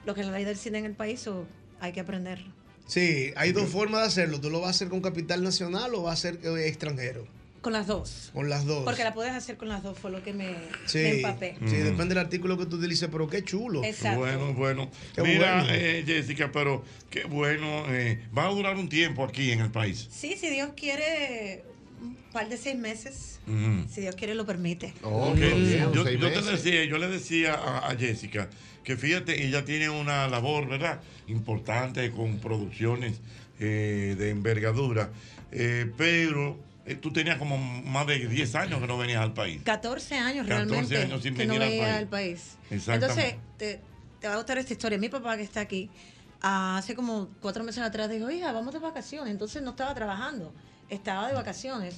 lo que es la ley del cine en el país, o hay que aprender.
Sí, hay dos formas de hacerlo. ¿Tú lo vas a hacer con capital nacional o vas a hacer eh, extranjero?
Con las dos.
Con las dos.
Porque la puedes hacer con las dos, fue lo que me,
Sí, Mm.
me empapé.
sí
Mm.
depende del artículo que tú utilices, pero qué chulo.
Exacto.
Bueno, bueno.
Qué
Mira,
bueno.
eh, Jessica, pero qué bueno. eh, va a durar un tiempo aquí en el país.
Sí, si Dios quiere, un par de seis meses,
Ujú.
si Dios quiere lo permite.
Ok, Yo, yo te decía, yo le decía a, a Jessica que fíjate, ella tiene una labor, ¿verdad? Importante con producciones eh, de envergadura, eh, pero eh, tú tenías como más de 10 años que no venías al país.
14 años
14
realmente
años sin
que no
venir al
veía
país.
al país.
Exactamente.
Entonces, te, te va a gustar esta historia. Mi papá que está aquí, ah, hace como cuatro meses atrás dijo, hija, vamos de vacaciones. Entonces no estaba trabajando, estaba de vacaciones.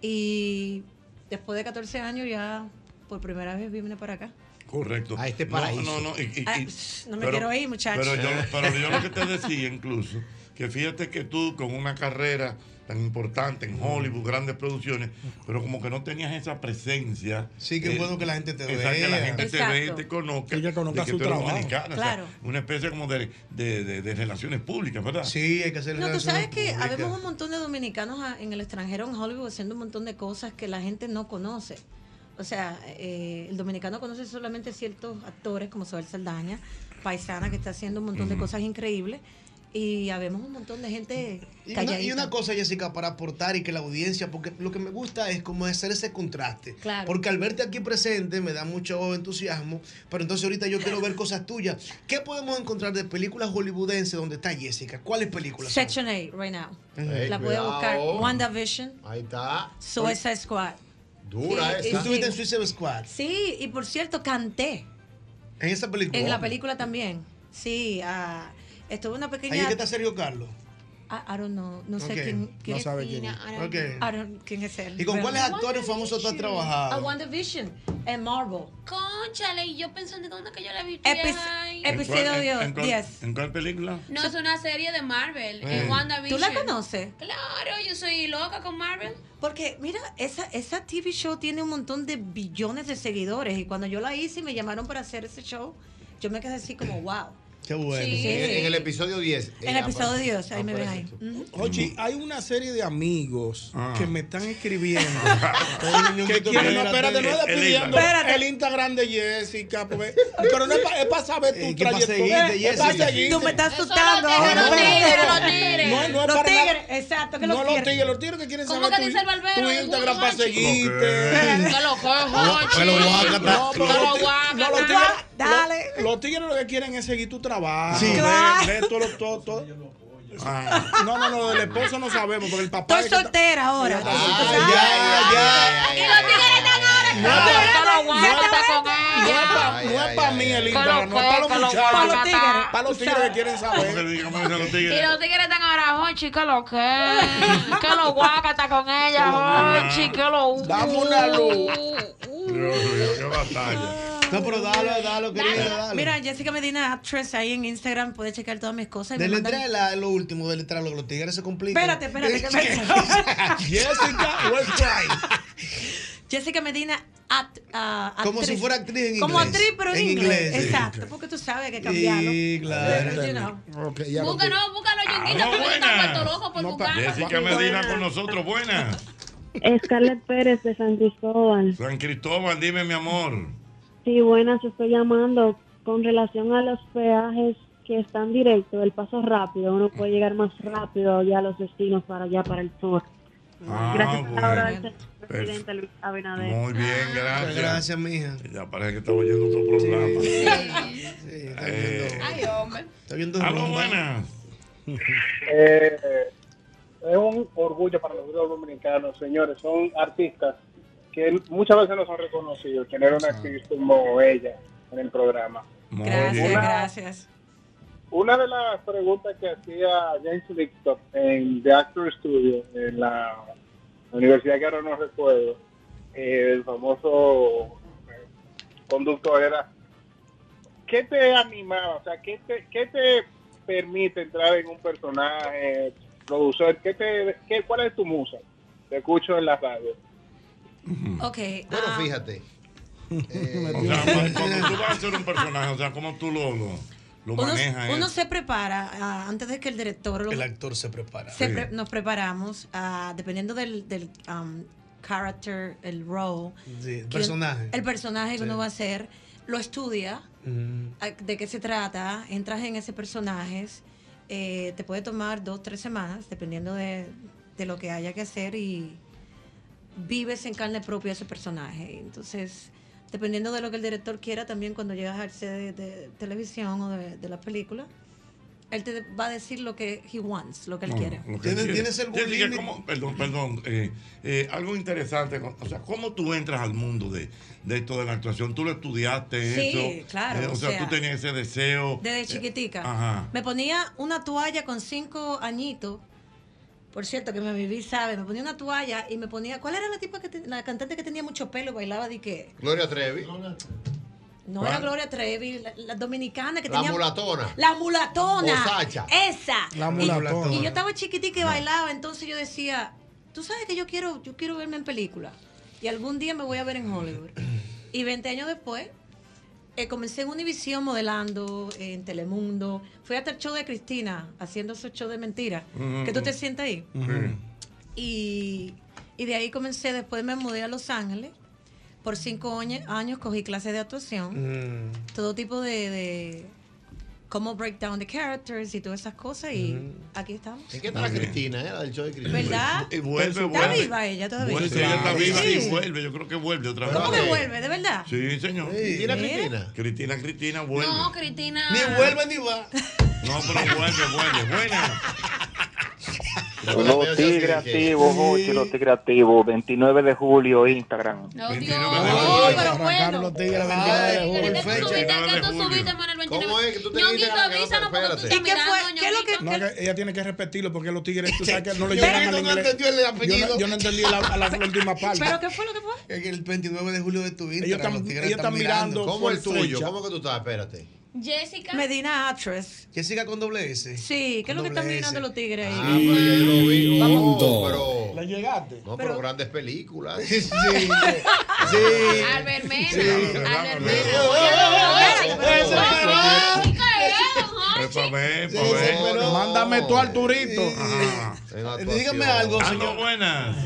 Y después de 14 años ya por primera vez vine para acá.
Correcto. A este
paraíso.
No, no, no. y- y- y-
Ah, pss, no me
pero-
quiero ir, muchachos.
Pero
[laughs]
yo, pero yo lo que te decía incluso, que fíjate que tú con una carrera tan importante en Hollywood, grandes producciones, pero como que no tenías esa presencia.
Sí, qué bueno que la gente te
Eh, exacto, que la
vea.
gente
Exacto.
te ve y te conozca.
Sí, que conozca
de que
su
tú eres
trabajo.
dominicana, o sea,
Claro.
una especie como de, de, de- de relaciones públicas, ¿verdad? Sí, hay que hacer
No, tú sabes que habemos un montón de dominicanos a- en el extranjero, en Hollywood, haciendo un montón de cosas que la gente no conoce. O sea, eh, el dominicano conoce solamente ciertos actores como Soel Saldaña, paisana que está haciendo un montón de
Ujú.
cosas increíbles. Y habemos un montón de gente
Y una,
calladita.
y una cosa, Jessica, para aportar y que la audiencia, porque lo que me gusta es como hacer ese contraste.
Claro.
Porque al verte aquí presente me da mucho entusiasmo, pero entonces ahorita yo quiero ver cosas tuyas. ¿Qué podemos encontrar de películas hollywoodenses donde está Jessica? ¿Cuáles películas? son?
Section 8, right now.
Ey,
la puede
cuidado.
buscar. WandaVision,
Ahí está.
Suicide Squad.
Dura
Sí,
esa.
y-
en Suicide Squad.
Sí, y por cierto, canté.
En esa película.
En la película también. Sí, ah, estuve una pequeña.
Ahí es que está Sergio Carlos.
I, I don't know. Ah, No sé
Ok,
quién,
no
quién es.
sabe quién es.
I don't-
Ok.
I don't- quién es él.
¿Y con
Pero-
cuáles actores famosos tú has trabajado?
A WandaVision. Ah, En Marvel.
Conchale, y yo pensando dónde que yo la vi.
Epi-
Ay.
Episodio
¿En cuál-
10.
¿En cuál película?
No, es una serie de Marvel,
Eh.
en WandaVision.
¿Tú la conoces?
Claro, yo soy loca con Marvel.
Porque, mira, esa, esa TV show tiene un montón de billones de seguidores. Y cuando yo la hice y me llamaron para hacer ese show, yo me quedé así
[clears throat]
como, wow.
Qué bueno.
Sí.
Eh,
En, en el episodio 10.
En el episodio de Dios, ahí me ven ahí. Ujú.
Ochi, este, hay una serie de amigos
Ah.
que me están escribiendo.
[laughs]
que
Ñonguito,
quieren, no, espérate,
espérate.
eh,
no es
El
despidiendo
Instagram.
el Instagram de Jessica. porque- pero no es para saber tu
Eh, que pa'
trayectoria.
seguirte,
es pa'
Jessica.
seguirte.
Tú me estás Eso
asustando. los tigres, los tigres.
No, no es
Los
para nada.
tigres, exacto, que
No
los
los
tigres.
tigres, los tigres que quieren
¿Cómo
saber
que dice el barbero?
tu Instagram para seguirte.
Que lo [laughs] cojo,
No,
chico.
pero
No, pero
los ti-
guácata.
no, los tigres- los- Los tigres lo que quieren es seguir tu trabajo.
Sí.
ver-
Claro.
ver todo lo- todo- todo. Ah, No, no, no, del esposo no sabemos, porque el papá.
Estoy soltera ahora.
Ah,
Y los tigres están ahora.
No, no,
Pero
no,
guácata con
no, No es
ella.
para no es pa' mí el
ay.
Instagram, no es para los
Colo-
muchachos.
Colo- Colo-
Para los tigres que quieren saber.
Y los tigres están ahora, Hochi, que lo que. Que lo guácata con ella, Hochi, que lo.
Dame una luz. Dios mío, qué batalla.
No, pero dalo, dalo, querida, dalo.
Mira, Jessica Medina Actress ahí en Instagram puede checar todas mis cosas. y me mandan-
Deletrea la- lo último, deletrea lo que los tigres se complican.
Espérate, espérate.
[laughs]
que me- [laughs]
Jessica Westray.
Jessica Medina act- ah,
Como si fuera actriz en
Como
inglés.
actriz, pero en,
En
inglés.
inglés, sí.
Exacto, porque tú sabes que hay que cambiarlo.
Sí, claro.
You know.
ya
Búscalo, búscalo, Yonguito,
Ah,
porque está
buenas.
vuelto loco por buscarlo.
Jessica Medina con nosotros, buenas.
Scarlett Pérez de San Cristóbal.
San Cristóbal, dime mi amor.
Sí, buenas, estoy llamando con relación a los peajes que están directos, el paso rápido, uno puede llegar más rápido ya a los destinos para allá, para el sur.
Ah,
Gracias Ah, por la
bueno.
hora del señor presidente Luis Abinader.
Muy bien, gracias.
Gracias, mija.
Ya parece que estaba oyendo otro programa. Eh,
Ay, hombre.
Está viendo
Aló,
rumba.
buenas.
Eh, es un orgullo para los grupos dominicanos, señores. Son artistas que muchas veces no son reconocidos. Tener una actriz como ella en el programa.
Gracias,
Una-
gracias.
Una de las preguntas que hacía James Lipton en The Actor Studio, en la universidad que ahora no recuerdo, eh, el famoso eh, conductor era, ¿qué te animaba? O sea, ¿qué te, qué te permite entrar en un personaje, productor? ¿Qué te, qué, ¿Cuál es tu musa? Te escucho en la radio.
Ok.
Bueno,
ah,
fíjate.
[laughs] O
Eh,
sea, cuando- cuando tú vas a ser un personaje, o sea, ¿cómo tú lo, lo, lo
uno,
manejas? eh?
uno
eso?
se prepara ah, antes de que el director lo-
El actor se prepara.
se pre- nos preparamos ah, dependiendo del, del um, character, el role.
Sí, el
que-
personaje.
El personaje que
Sí.
uno va a hacer, lo estudia,
Mm.
a- de qué se trata, entras en ese personaje, eh, te puede tomar dos, tres semanas, dependiendo de, de lo que haya que hacer y, vives en carne propia ese personaje. Entonces, dependiendo de lo que el director quiera, también cuando llegas al set de, de televisión o de, de la película, él te va a decir lo que he wants, lo que él quiere.
Lo que quiere. Jessica, ¿cómo- perdón, perdón. eh, eh, algo interesante. O sea, ¿cómo tú entras al mundo de, de esto de la actuación? ¿Tú lo estudiaste?
Sí,
eso?
claro,
Eh, o,
o
sea,
sea,
tú tenías ese deseo.
Desde
Eh,
chiquitica.
Ajá.
Me ponía una toalla con cinco añitos. Por cierto, que me viví, sabe, me ponía una toalla y me ponía. ¿Cuál era la tipa que te- la cantante que tenía mucho pelo y bailaba de qué?
Gloria Trevi.
No
¿Cuál?
era Gloria Trevi, la, la dominicana que
La
tenía.
mulatona.
La mulatona.
O Sacha.
Esa.
La
Y-
mulatona.
Y, yo estaba chiquitica y bailaba, entonces yo decía, tú sabes que yo quiero, yo quiero verme en película. Y algún día me voy a ver en Hollywood. Y 20 años después, eh, comencé en Univision modelando, eh, en Telemundo. Fui hasta el show de Cristina, haciendo su show de mentiras.
Mm-hmm.
Ujú.
Que tú te sientas ahí. Y, y de ahí comencé, después me mudé a Los Ángeles. Por cinco oñe- años cogí clases de actuación
Mm-hmm.
todo tipo de, de cómo break down the characters y todas esas cosas y
Mm-hmm.
aquí estamos.
¿En qué está la Cristina, eh? La del show de Cristina.
¿Verdad?
Y vuelve,
¿Está
vuelve.
viva ella todavía?
Vuelve, ella está
Sí.
viva
Sí.
y vuelve. Yo creo que vuelve otra vez.
¿Cómo que vuelve? ¿De verdad?
Sí, señor.
¿Cristina, Mira. Cristina?
Cristina, Cristina, vuelve.
No, Cristina.
Ni vuelve ni va.
No, pero vuelve, vuelve. Buena.
Los Tigres Activos, Jochi, los Tigres Activos, 29 de julio, Instagram.
Oh, pero
Arrancaron los tigres 29 de julio.
¿Cómo es que tú te
Ñonguito, avísanos porque tú
Espérate.
estás mirando, Ñonguito.
No, que ella tiene que repetirlo porque los tigres, tú sabes que no le
Yo
llegan al
no
inglés.
entendió el
Yo no-
apellido.
Yo no entendí
[laughs]
la, la, la última parte.
¿Pero
qué fue lo que fue?
En el 29 de julio de tu vida.
Ellos están- ellos están mirando
¿Cómo
por
el tuyo?
fecha.
¿Cómo que tú estás? Espérate.
Jessica.
Medina Actress.
Jessica con doble S.
Sí, ¿qué es lo que están mirando los tigres ahí?
Ah, pero
pues,
ya yo lo vi.
pues, Vamos.
No, pero.
¿La llegaste?
No, pero grandes películas. Ah,
Sí.
Sí.
Albert Mena.
Sí.
Albert Mena.
Es Pues, pa' ver, pa'
Sí,
ver.
sí, pero- Mándame tú al
[laughs]
turito.
Dígame algo,
señor. buenas.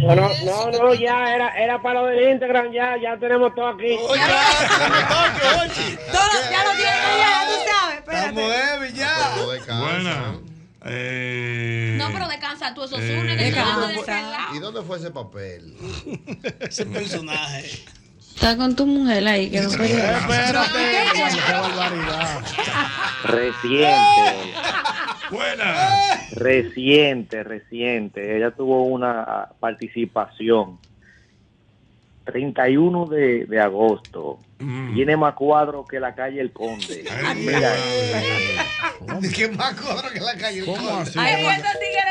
Bueno, no, no, ya era, era para lo del Instagram, ya, ya tenemos todo aquí.
Oh,
Todo, ya lo tiene, ya, tú sabes.
Estamos heavy ya.
Buena. Eh,
No, pero descansa tú, eso
Eh,
une que
Descansa.
te de ese lado.
¿Y dónde fue ese [laughs] papel?
ese personaje.
Está con tu mujer ahí, que no [laughs]
Reciente,
Eh,
Buena.
reciente, reciente. Ella tuvo una ah, participación. 31 de, de agosto.
Mm.
Tiene más cuadro que la calle El Conde. Mira,
¿Qué más cuadro que la calle? ¿Cómo
así?
Ay, pues,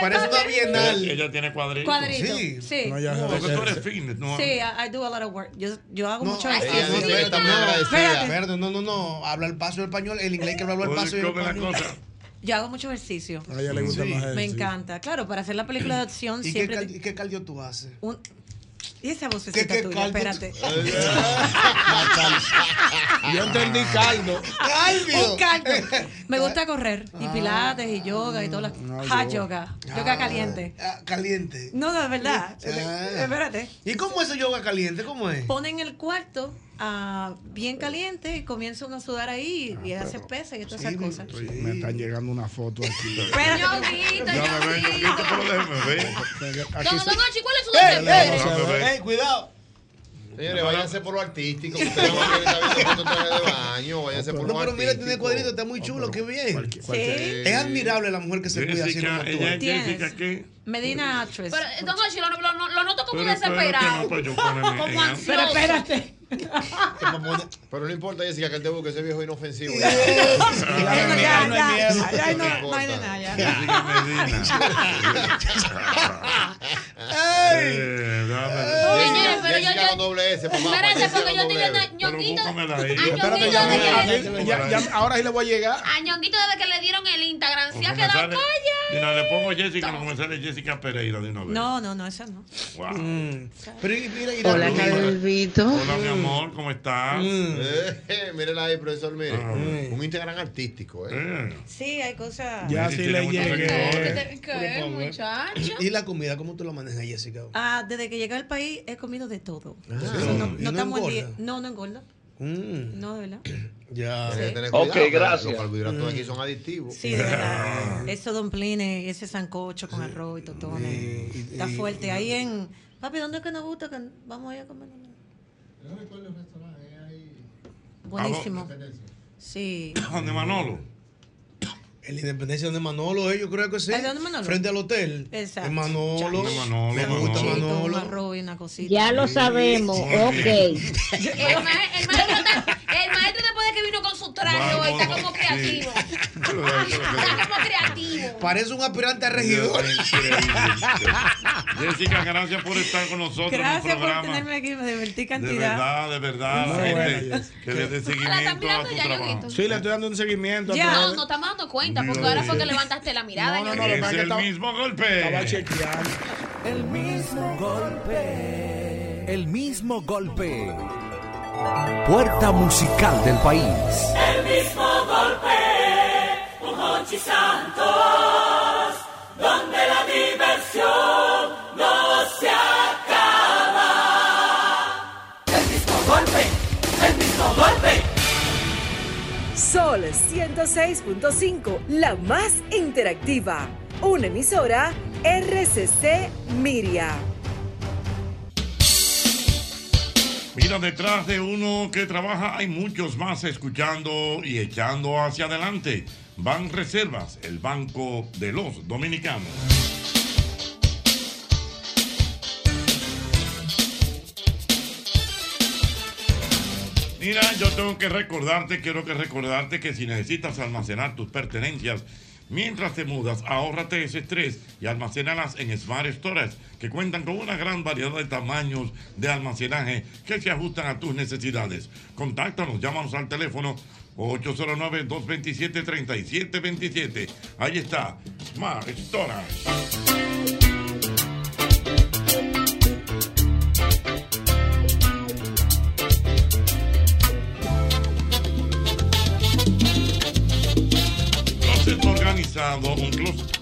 Parece una bienal.
Ella, ella tiene cuadritos.
Cuadrito, sí. No, ya se
Porque
ve
tú
que-
eres fitness, ¿no?
Sí, I, I do a lot of work. Yo, yo hago mucho
Ay,
ejercicio.
sí, sí,
Espérate.
no, Espérate, no, no, no. Habla el paso del español, el inglés que habla el paso y el español.
Yo hago mucho ejercicio.
A ella le gusta más
Me
ejercicio.
encanta. Claro, para hacer la película de acción
¿Y qué,
siempre.
cal- y qué cardio tú haces?
Un- Y esa vocecita
¿Qué- qué
tuya,
caldo? [laughs]
espérate.
Yo entendí caldo.
Ah, Un caldo.
[laughs]
Me gusta correr. Y pilates y yoga y todas las. hot yoga. Yoga caliente.
Ah. Ah, Caliente.
No, de verdad.
Ah.
Espérate.
¿Y cómo es el yoga caliente? ¿Cómo es?
Ponen el cuarto ah, bien caliente y comienza uno a sudar
Ah,
ahí y hace pesas y todas esas cosas.
Me están llegando una foto aquí.
Espérate. [laughs]
Ya me ven, yo quito, pero déjeme ver.
Don Don Gochi, ¿cuál es su
Ey,
defecto?
ey,
No, no, no.
ey, cuidado.
Señores, váyanse por lo artístico. que Ustedes van a ver esta vez con traje de baño. Váyanse por
No,
lo
pero
artístico.
mira, tiene cuadrito, está muy chulo, qué bien. Es admirable la mujer que se cuida así como
Jessica,
tú.
ella es
Tienes.
Jessica, ¿qué?
Medina Actress.
Pero, eh, Don Gochi, lo, lo- lo- lo noto como
Pero espérate,
desesperado.
no, pues, yo poneme
[laughs]
en
Como
alto.
ansioso.
Pero espérate.
Te propone-
Pero no importa, Jessica, que él te busque ese viejo inofensivo.
Ya, ya,
ya,
ya,
ya,
no, no hay de nada, ya.
Eh, dame.
Señores, pero yo-
Jessica
yo-
con doble S, papá.
Espérate,
Jessica
porque
con
yo estoy
doble
viendo
S.
a Ñonguito.
Espérate, ya, me- ya- ya- ahora sí le voy a llegar.
A Ñonguito desde que le dieron el Instagram, se
Porque
ha
me
quedado
sale-
calla.
Y no, le pongo Jessica, no me sale Jessica Pereira de una vez.
No, no, no, esa no.
Wow.
Mm. Pero y mira, y
Hola,
Calvito.
Hola, mi amor, ¿cómo estás?
Eh, eh, [laughs] mírela ahí, profesor, mire. Un Instagram artístico, ¿eh?
Sí, hay cosas.
Ya sí le llegué.
¿Qué, muchacho?
¿Y la comida cómo tú la manejas, Jessica?
Ah, desde que llegué al país he comido de todo.
Ah.
Entonces, no,
¿Y
no
no
estamos en
engorda?
die- No, no engorda.
Mm, [laughs]
No, de verdad.
Ya.
Sí.
Ok,
Ok,
gracias.
gracias.
Los carbohidratos
Mm.
aquí son adictivos.
Sí, de verdad. [laughs] Esos domplines, ese sancocho con arroz y totones. Está
y-
fuerte. Ahí en. Papi, ¿dónde es que nos gusta? Que vamos allá a comer.
Yo recuerdo el restaurante eh, ahí.
Buenísimo.
Ah,
Independencia.
Sí.
¿Dónde Manolo?
En la independencia de Manolo, eh, yo creo que sí.
¿Ahí dónde Manolo?
Frente al hotel.
Exacto.
En Manolo.
Chacho.
Me gusta
Sancochito, un
Manolo.
arroz y una cosita.
Ya lo sabemos, ok.
[laughs]
El, ma- el maestro está- el maestro después de que vino con su traje hoy está como creativo. [laughs] Está como creativo.
Parece un aspirante a regidor.
Jessica, gracias por estar con nosotros en
Gracias
el
por
programa.
tenerme aquí. Me divertí
de verdad,
cantidad.
de verdad,
Muy
gente,
buena,
que le dé seguimiento a tu trabajo.
Sí, le estoy dando un seguimiento.
Ya,
a tu-
no, no estamos dando cuenta, porque
Dios
ahora fue
mío.
que levantaste la mirada.
No, no,
yo
no, lo que
creo.
pasa es que estaba-
mismo golpe.
Estaba chequeando.
El mismo golpe. El mismo golpe. Puerta musical del país.
El mismo golpe, un Hochi Santos, donde la diversión no se acaba. El mismo golpe, el mismo golpe.
Sol 106.5, la más interactiva. Una emisora RCC Miria.
Mira, detrás de uno que trabaja hay muchos más escuchando y echando hacia adelante. Van Reservas, el banco de los dominicanos. Mira, yo tengo que recordarte, quiero que recordarte que si necesitas almacenar tus pertenencias mientras te mudas, ahórrate ese estrés y almacénalas en Smart Storage, que cuentan con una gran variedad de tamaños de almacenaje que se ajustan a tus necesidades. Contáctanos, llámanos al teléfono 809-227-3727. Ahí está, Smart Storage. Closet organizado, un closet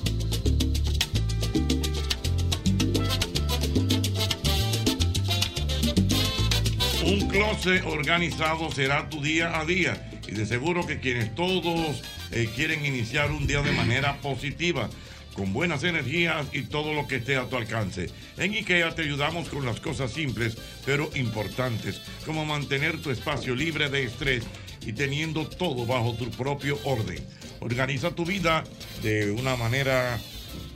Un closet organizado será tu día a día y de seguro que quienes todos eh, quieren iniciar un día de manera positiva, con buenas energías y todo lo que esté a tu alcance. En IKEA te ayudamos con las cosas simples pero importantes, como mantener tu espacio libre de estrés y teniendo todo bajo tu propio orden. Organiza tu vida de una manera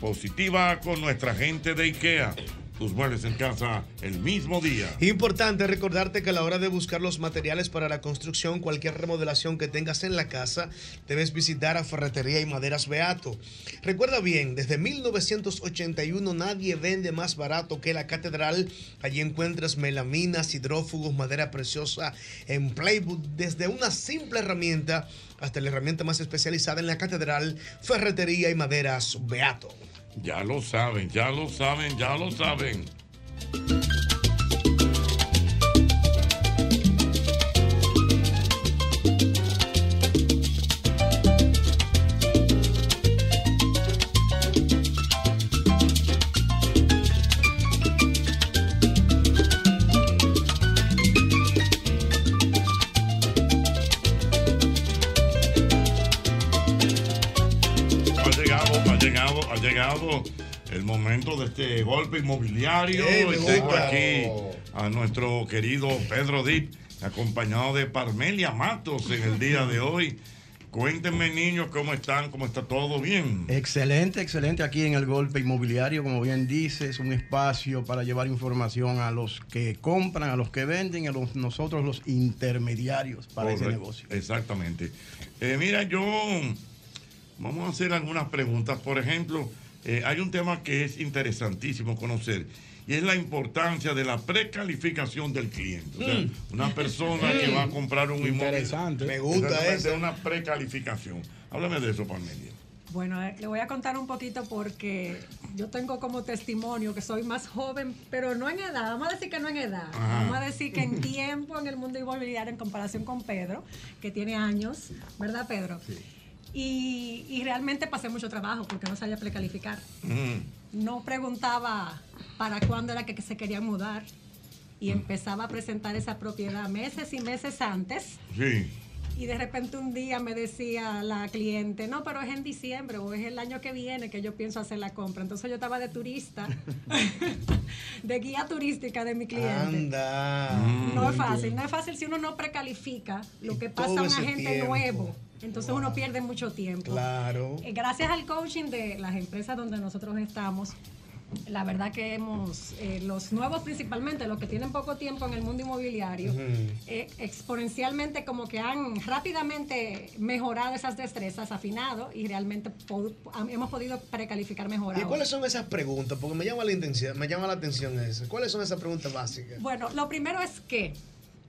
positiva con nuestra gente de IKEA. Tus muebles en casa el mismo día.
Importante recordarte que a la hora de buscar los materiales para la construcción, cualquier remodelación que tengas en la casa, debes visitar a Ferretería y Maderas Beato. Recuerda bien, desde 1981 nadie vende más barato que la catedral. Allí encuentras melaminas, hidrófugos, madera preciosa en Playbook, desde una simple herramienta hasta la herramienta más especializada en la catedral, Ferretería y Maderas Beato.
Ya lo saben, ya lo saben, ya lo saben. Ha llegado, ha llegado, ha llegado el momento de este golpe inmobiliario.
Ey, Eh, me
Y tengo
gusta.
aquí a nuestro querido Pedro Dip, acompañado de Parmelia Matos en el día de hoy. Cuéntenme, niños, cómo están, cómo está todo bien.
Excelente, excelente. Aquí en el golpe inmobiliario, como bien dices, un espacio para llevar información a los que compran, a los que venden, y a los, nosotros los intermediarios para ese
Correcto,
negocio.
Exactamente. Eh, mira, yo vamos a hacer algunas preguntas. Por ejemplo, eh, hay un tema que es interesantísimo conocer y es la importancia de la precalificación del cliente. O sea,
Mm.
una persona que va a comprar un inmueble.
Interesante.
Me gusta
Exactamente,
eso.
una precalificación. Háblame de eso, Palmedia.
Bueno, eh, le voy a contar un poquito porque yo tengo como testimonio que soy más joven, pero no en edad, vamos a decir que no en edad, Ajá. vamos a decir que en tiempo en el mundo inmobiliario en comparación con Pedro, que tiene años, ¿verdad Pedro? Y, y realmente pasé mucho trabajo porque no sabía precalificar. No preguntaba para cuándo era que se quería mudar y empezaba a presentar esa propiedad meses y meses antes.
Sí.
Y de repente un día me decía la cliente, no, pero es en diciembre o es el año que viene que yo pienso hacer la compra. Entonces yo estaba
[laughs]
de turista, de guía turística de mi cliente.
Anda.
Mm.
No es fácil, no es fácil si uno no precalifica lo que pasa
todo
a un
ese
agente
tiempo.
nuevo. Entonces uno pierde mucho tiempo.
Claro.
Eh, Gracias al coaching de las empresas donde nosotros estamos, la verdad que hemos, eh, los nuevos principalmente, los que tienen poco tiempo en el mundo inmobiliario,
Ujú.
eh, exponencialmente como que han rápidamente mejorado esas destrezas, afinado y realmente po- han- hemos podido precalificar mejor.
¿Y
ahora.
cuáles son esas preguntas? Porque me llama la intención, me llama la atención eso. ¿Cuáles son esas preguntas básicas?
Bueno, lo primero es que,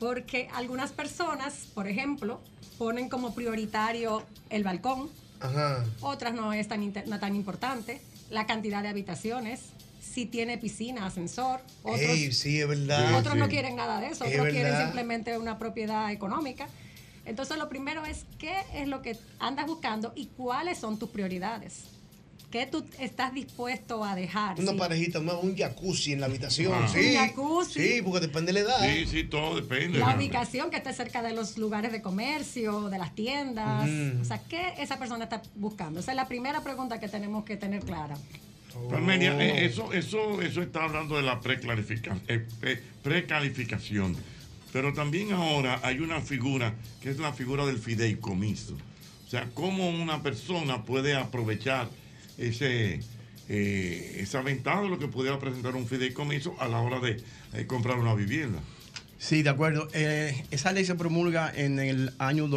porque algunas personas, por ejemplo, ponen como prioritario el balcón,
Ajá.
otras no es tan, inter- no tan importante, la cantidad de habitaciones, si tiene piscina, ascensor, otros,
Ey, sí, es verdad.
otros no quieren nada de eso,
Es
otros quieren
verdad.
simplemente una propiedad económica. Entonces lo primero es qué es lo que andas buscando y cuáles son tus prioridades. ¿Qué tú estás dispuesto a dejar?
Una
Sí.
parejita nueva, un jacuzzi en la habitación.
Ah.
Sí.
Un jacuzzi.
Sí, porque depende de la edad.
Sí, sí, todo depende.
La ubicación que esté cerca de los lugares de comercio, de las tiendas.
Ujú.
O sea, ¿qué esa persona está buscando? Esa es la primera pregunta que tenemos que tener clara.
Pero, Armenia, eh, eso, eso, eso está hablando de la preclarifica- eh, pre- precalificación. Pero también ahora hay una figura que es la figura del fideicomiso. O sea, cómo una persona puede aprovechar ese, eh, esa ventaja de lo que pudiera presentar un fideicomiso a la hora de eh, comprar una vivienda.
Sí, de acuerdo. Eh, esa ley se promulga en el año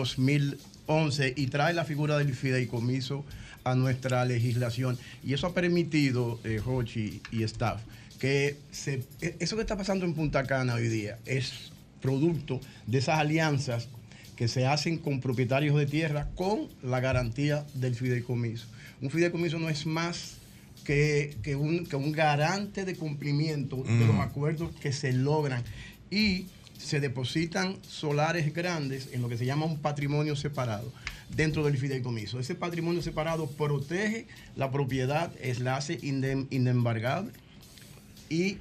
2011 y trae la figura del fideicomiso a nuestra legislación. Y eso ha permitido, eh, Rochi y staff, que se- eh, eso que está pasando en Punta Cana hoy día es producto de esas alianzas que se hacen con propietarios de tierra con la garantía del fideicomiso. Un fideicomiso no es más que, que un, que un garante de cumplimiento de los acuerdos que se logran y se depositan solares grandes en lo que se llama un patrimonio separado dentro del fideicomiso. Ese patrimonio separado protege la propiedad, es la hace indem- inembargable y,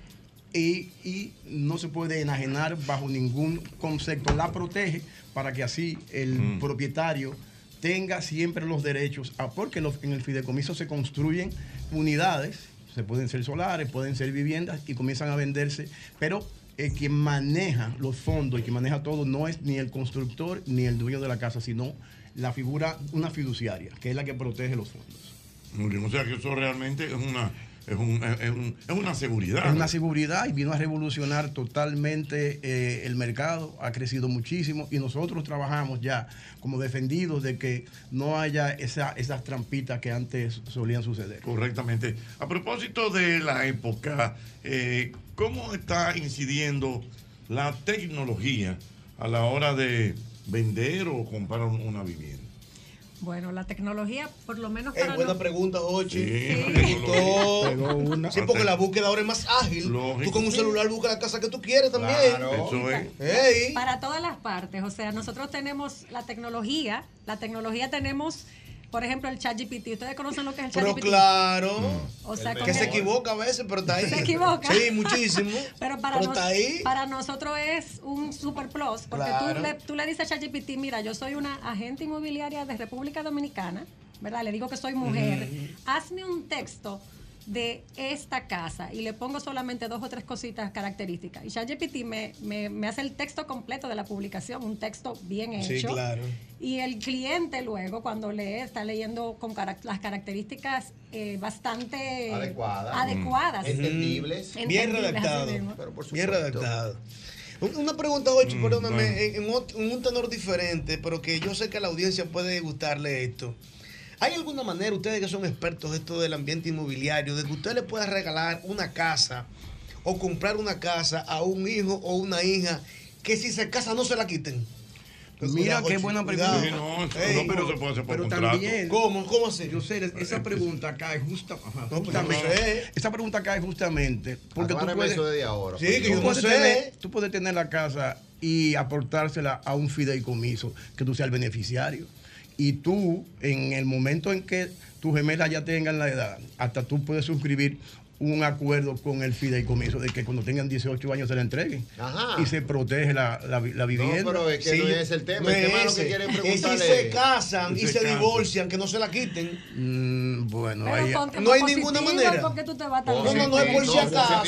y- y no se puede enajenar bajo ningún concepto. La protege para que así el propietario tenga siempre los derechos, ah, porque los- en el fideicomiso se construyen unidades, se pueden ser solares, pueden ser viviendas y comienzan a venderse, pero eh, quien maneja los fondos y quien maneja todo no es ni el constructor ni el dueño de la casa, sino la figura, una fiduciaria, que es la que protege los fondos.
Muy bien, O sea, que eso realmente es una, es un- es- es un- es una seguridad.
Es una seguridad y vino a revolucionar totalmente eh, el mercado, ha crecido muchísimo y nosotros trabajamos ya como defendidos de que no haya esa- esas trampitas que antes solían suceder.
Correctamente. A propósito de la época, eh, ¿cómo está incidiendo la tecnología a la hora de vender o comprar un- una vivienda?
Bueno, la tecnología, por lo menos
Ey,
para
buena
no-
pregunta, Ochi.
Sí,
Me
la
gustó.
tecnología. Pegó una.
Sí, porque la búsqueda ahora es más ágil. Tú con un celular buscas la casa que tú quieres también. Eh,
Claro. Eso es.
Ey.
Para todas las partes. O sea, nosotros tenemos la tecnología, la tecnología tenemos, por ejemplo, el ChatGPT. ¿Ustedes conocen lo que es el
Pero
ChatGPT?
claro,
O sea,
que
con
se
el-
equivoca a veces, pero está ahí.
Se equivoca.
Sí, muchísimo.
[laughs] Pero para,
Pero
nos-
está ahí.
para nosotros es un super plus, porque
Claro.
tú, le, tú le dices a ChatGPT, mira, yo soy una agente inmobiliaria de República Dominicana, ¿verdad? Le digo que soy mujer, hazme un texto de esta casa y le pongo solamente dos o tres cositas características. Y ChatGPT me, me, me hace el texto completo de la publicación, un texto bien hecho.
Sí, claro.
Y el cliente luego, cuando lee, está leyendo con carac- las características eh, bastante
Adecuadas.
adecuadas.
Mm. Entendibles.
Bien
Entendibles, así
redactado.
mismo.
Bien redactado. Un- Una pregunta, Ochi, perdóname, en, en ot- en un tenor diferente, pero que yo sé que a la audiencia puede gustarle esto. ¿Hay alguna manera, ustedes que son expertos de esto del ambiente inmobiliario, de que usted le pueda regalar una casa o comprar una casa a un hijo o una hija que si se casa no se la quiten?
Pues
Mira
Cuidado,
qué
Ochi,
buena
cuidado.
pregunta.
Ey,
pero también,
¿Cómo? ¿Cómo así?
Yo sé, esa pregunta cae justa,
no
justamente.
sé.
Esa pregunta cae justamente porque tú
Aclárame
puedes,
eso de ahora,
Sí,
por
que yo
favor.
puedes
No sé.
tener, tú puedes tener la casa y aportársela a un fideicomiso que tú seas el beneficiario. Y tú, en el momento en que tus gemelas ya tengan la edad, hasta tú puedes suscribir un acuerdo con el fideicomiso de que cuando tengan 18 años se la entreguen
Ajá.
y se protege la, la, vi- la vivienda.
pero es que no es el tema, el
no
tema es lo
ese.
que quieren
Es si
preguntarle.
se ca-
Casan y
Se
se,
casan.
divorcian, que no se la quiten.
Mm, bueno,
Pero
ahí-
ponte No hay positivo, ninguna manera.
porque tú te vas
No, no, no, es por si acaso.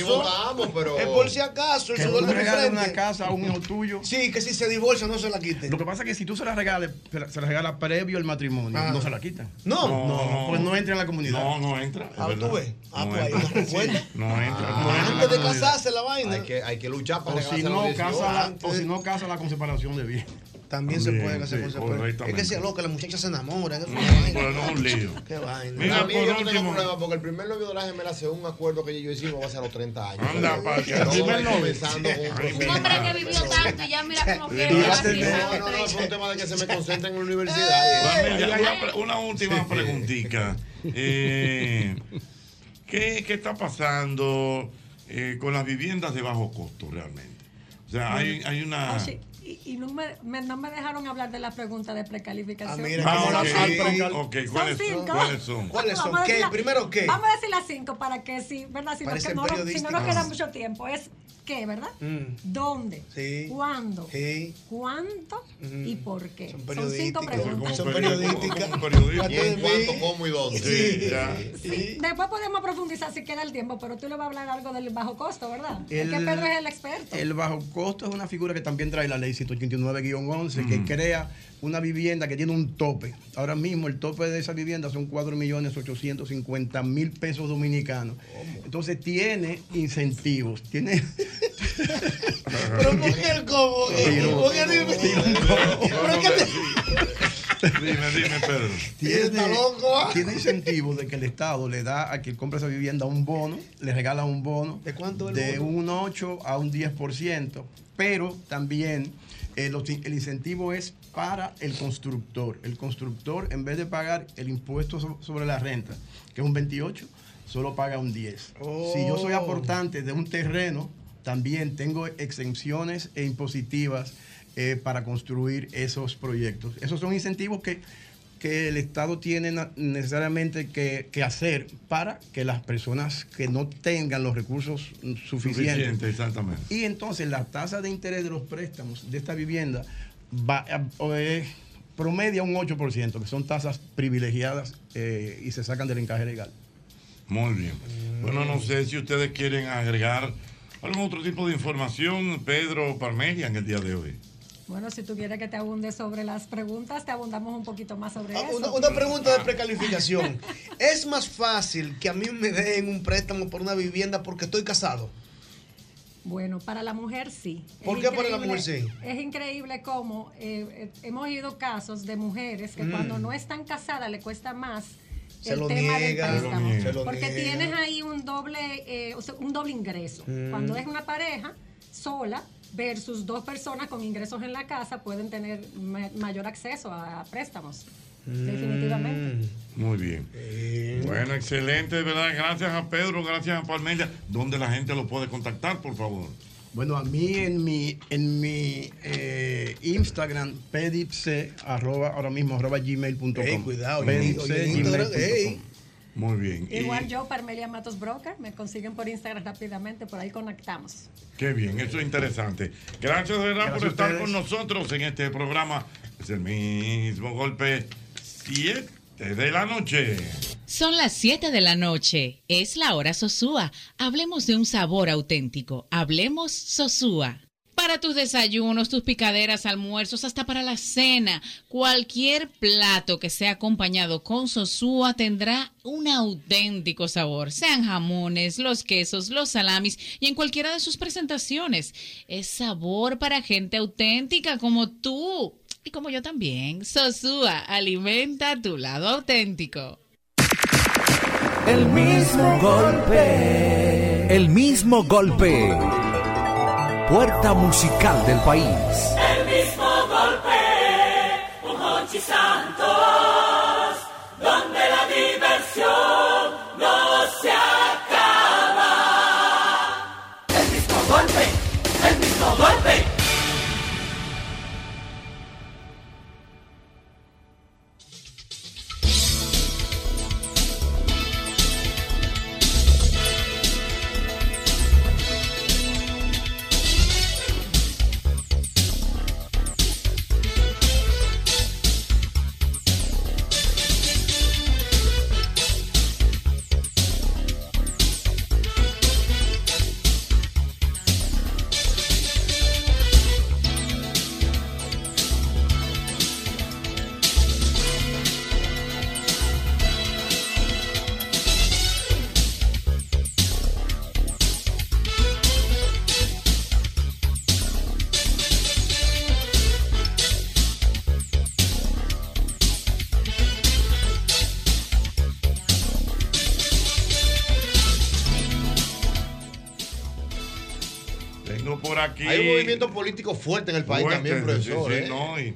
Es por si acaso. El
Que
sudor
tú
de mi
regales
frente.
una casa a un hijo tuyo.
Sí, que si se divorcian no se la quiten.
Lo que pasa es que si tú se la regales, se la, se la regala previo al matrimonio, no se la quitan.
Ah. No.
no, pues no entra en la comunidad.
No, no entra.
Ah, tú ves. Ah, No pues ahí entra. nos cuenta.
No entra. no entra.
Antes de
casarse la vaina.
Hay que, hay que luchar para
O si,
regalarse a
no,
los 18.
casa la, o si no, casa la con separación de bien.
También se puede hacer con Es que sea loca, la muchacha se enamora. Pero
no es un lío.
Qué vaina.
Mira, yo no tengo problema porque el primer novio de la gemela, según un acuerdo que yo hicimos, va a ser a los 30 años.
Anda, pa' que el
Todo
primer
es
novio.
comenzando con un proceso.
Hombre que vivió tanto y ya mira cómo quiere.
No,
que va
no, no, es un tema de que se me concentra en la universidad.
Eh. Familia, una, pre- una última preguntita. Eh, ¿qué, qué está pasando eh, con las viviendas de bajo costo realmente? O sea, hay, hay una...
Oye, y, y no, me, me- no me dejaron hablar de la pregunta de precalificación.
Ah, ok,
precal-
ok, ¿cuáles son?
cinco.
¿Cuáles son?
Vamos a decir la- Vamos a decir las cinco para que sí, ¿verdad? Si, no,
Parecen
que no, no- si no nos
periodísticas.
queda mucho tiempo. Es qué, ¿verdad?
Mm.
¿Dónde?
Sí.
¿Cuándo?
Sí.
¿Cuánto?
Mm.
¿Y por qué? Son, cinco
periodísticas.
preguntas.
Son periodísticas.
Y en cuánto, cómo y dónde.
Sí, ya.
Sí. Después podemos profundizar si queda el tiempo, pero tú le vas a hablar algo del bajo costo, ¿verdad?
El-
Es que Pedro es el experto.
El bajo costo es una figura que también trae la ley 189-11, que crea una vivienda que tiene un tope. Ahora mismo el tope de esa vivienda son 4.850.000 pesos dominicanos. Entonces tiene incentivos, tiene...
Pero mujer como. Mujer
Dime, dime, Pedro.
tiene, tiene incentivos de que el Estado le da a quien compra esa vivienda un bono, le regala un bono de,
cuánto
el un 8 a un 10%, pero también eh, los in- el incentivo es para el constructor. El constructor, en vez de pagar el impuesto so- sobre la renta, que es un 28, solo paga un 10. Si yo soy
Oh.
aportante de un terreno, también tengo exenciones e impositivas eh, para construir esos proyectos. Esos son incentivos que que el Estado tiene na- necesariamente que, que hacer para que las personas que no tengan los recursos mm, suficientes.
Suficiente, exactamente.
Y entonces la tasa de interés de los préstamos de esta vivienda va, a- o es- promedia un 8%, que son tasas privilegiadas eh, y se sacan del encaje legal.
Muy bien. Bueno, no sé si ustedes quieren agregar algún otro tipo de información, Pedro Parmelia, en el día de hoy.
Bueno, si tú quieres que te abunde sobre las preguntas, te abundamos un poquito más sobre eso.
Ah,
Ah.
Una, una pregunta de
[laughs]
precalificación. ¿Es más fácil que a mí me den un préstamo por una vivienda porque estoy casado?
Bueno, para la mujer sí.
¿Por
Es
qué para la
increíble-
mujer sí?
Es increíble cómo eh, eh, hemos oído casos de mujeres que
Mm.
cuando no están casadas le cuesta más
Se
el
lo
tema
niega,
del
se lo
préstamo.
niega. Se lo
porque
niega.
tienes ahí un doble, eh, o sea, un doble ingreso.
Mm.
Cuando es una pareja sola versus dos personas con ingresos en la casa pueden tener ma- mayor acceso a préstamos. Definitivamente. Eh.
Muy bien. Bueno, excelente, de verdad. Gracias a Pedro, gracias a Parmelia. ¿Dónde la gente lo puede contactar, por favor?
Bueno, a mí en mi, en mi eh, Instagram, pedipse, arroba, ahora mismo, arroba gmail.com.
Ey, cuidado, oye, oye, en Instagram, ey.
Muy bien. Y-
Igual yo, Parmelia Matos Broker, me consiguen por Instagram rápidamente, por ahí conectamos.
Qué bien, eso es interesante. Gracias de verdad
Gracias
por
a
estar
ustedes.
con nosotros en este programa. Es el mismo golpe, 7 de la noche.
Son las 7 de la noche. Es la hora Sosúa. Hablemos de un sabor auténtico. Hablemos Sosúa. Para tus desayunos, tus picaderas, almuerzos, hasta para la cena, cualquier plato que sea acompañado con Sosúa tendrá un auténtico sabor. Sean jamones, los quesos, los salamis y en cualquiera de sus presentaciones. Es sabor para gente auténtica como tú y como yo también. Sosúa, alimenta tu lado auténtico.
El mismo golpe. El mismo golpe. Puerta musical del país.
El mismo golpe, un Hochi Santos, donde la diversión no se acaba. El mismo golpe, el mismo golpe.
Tengo por aquí.
Hay un movimiento político fuerte en el país
Fuerte,
también, profesor.
sí, sí,
¿eh?
no, y,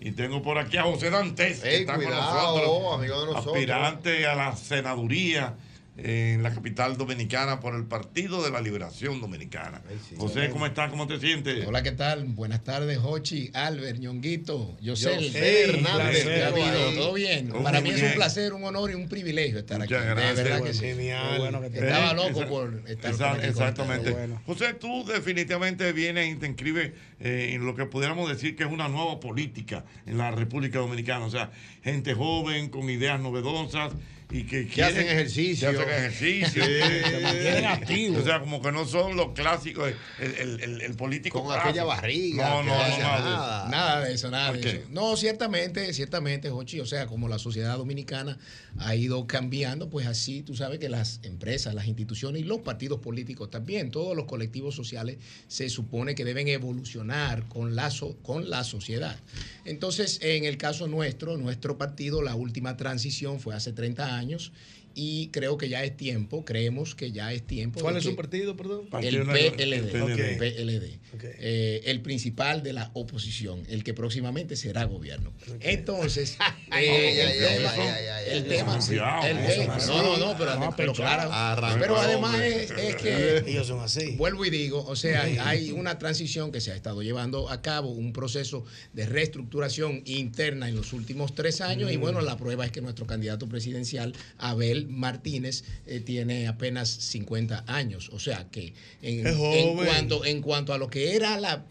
y tengo por aquí a José Dantes, que
Ey,
está
cuidado,
con nosotros,
amigo de nosotros.
aspirante a la senaduría eh, en la capital dominicana por el Partido de la Liberación Dominicana. José, ¿cómo estás? ¿Cómo te sientes?
Hola, ¿qué tal? Buenas tardes, Hochi, Albert, Ñonguito, José
Yosel Hernández,
David,
David.
todo bien.
Un
Para mí es un
muñeco.
placer, un honor y un privilegio estar
Muchas
aquí.
gracias.
de verdad que sí.
Genial.
Qué bueno que te- Estaba
Eh,
loco
esa-
por estar
esa-
por aquí
Exactamente.
contigo. Bueno.
José, tú definitivamente vienes y te inscribes eh, en lo que pudiéramos decir que es una nueva política en la República Dominicana. O sea, gente joven, con ideas novedosas y que, quieren-
hacen ejercicio.
Que hacen
[laughs]
ejercicio.
Sí. Se
[laughs]
mantienen activos.
O sea, como que no son los clásicos, el, el- el- el político.
Con
clásico.
aquella barriga,
No,
que
no,
no
no,
hace
nada.
Nada de eso, nada
¿Por
de
qué?
eso. No, ciertamente, ciertamente, Jochi, o sea, como la sociedad dominicana ha ido cambiando, pues así tú sabes que las empresas, las instituciones y los partidos políticos también, todos los colectivos sociales se supone que deben evolucionar con la, so- con la sociedad. Entonces, en el caso nuestro, nuestro partido, la última transición fue hace 30 años. Y creo que ya es tiempo, creemos que ya es tiempo. de
¿Cuál es
que-
su partido, perdón?
el PLD.
Ok.
el PLD. Eh, el principal de la oposición, el que próximamente será gobierno. Entonces,
Ay,
eh,
ay, ay,
el
ay,
tema-
ay, ay,
el
ay,
tema,
ay, ay,
el
ay,
tema-
ay, ay,
no, no, no, pero,
ay,
pero
ay,
claro,
arrancó,
pero además
hombre.
es, es que
ellos son así.
Vuelvo y digo, o sea, hay una transición que se ha estado llevando a cabo, un proceso de reestructuración interna en los últimos tres años
Mm.
y bueno, la prueba es que nuestro candidato presidencial, Abel Martínez, eh, tiene apenas 50 años, o sea que en,
Es
en
joven.
cuanto, en cuanto a lo que era la,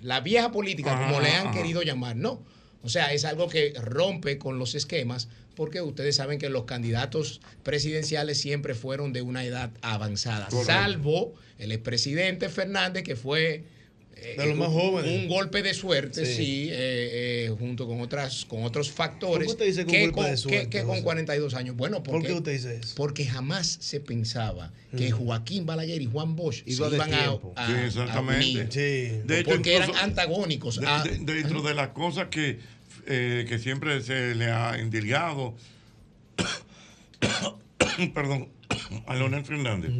la vieja política, como
Ajá,
le han
ajá.
querido llamar, no. O sea, es algo que rompe con los esquemas porque ustedes saben que los candidatos presidenciales siempre fueron de una edad avanzada,
Correcto.
salvo el expresidente Fernández que fue eh,
De los más
un-
jóvenes.
Un golpe de suerte, sí,
Sí.
eh, eh, junto con otras con otros factores.
¿Por qué usted dice que un golpe de suerte,
que con
José?
42 años. Bueno,
¿Por
porque
qué usted dice eso?
Porque jamás se pensaba que
Mm.
Joaquín Balaguer y Juan Bosch se
Iba a
iban a,
destiempo.
a-
Sí,
a
exactamente.
unir.
Sí. De hecho,
porque eran
incluso-
antagónicos.
De-
Ah,
de- dentro de las cosas que, eh, que siempre se le ha endilgado, [coughs] perdón, a Leonel Fernández,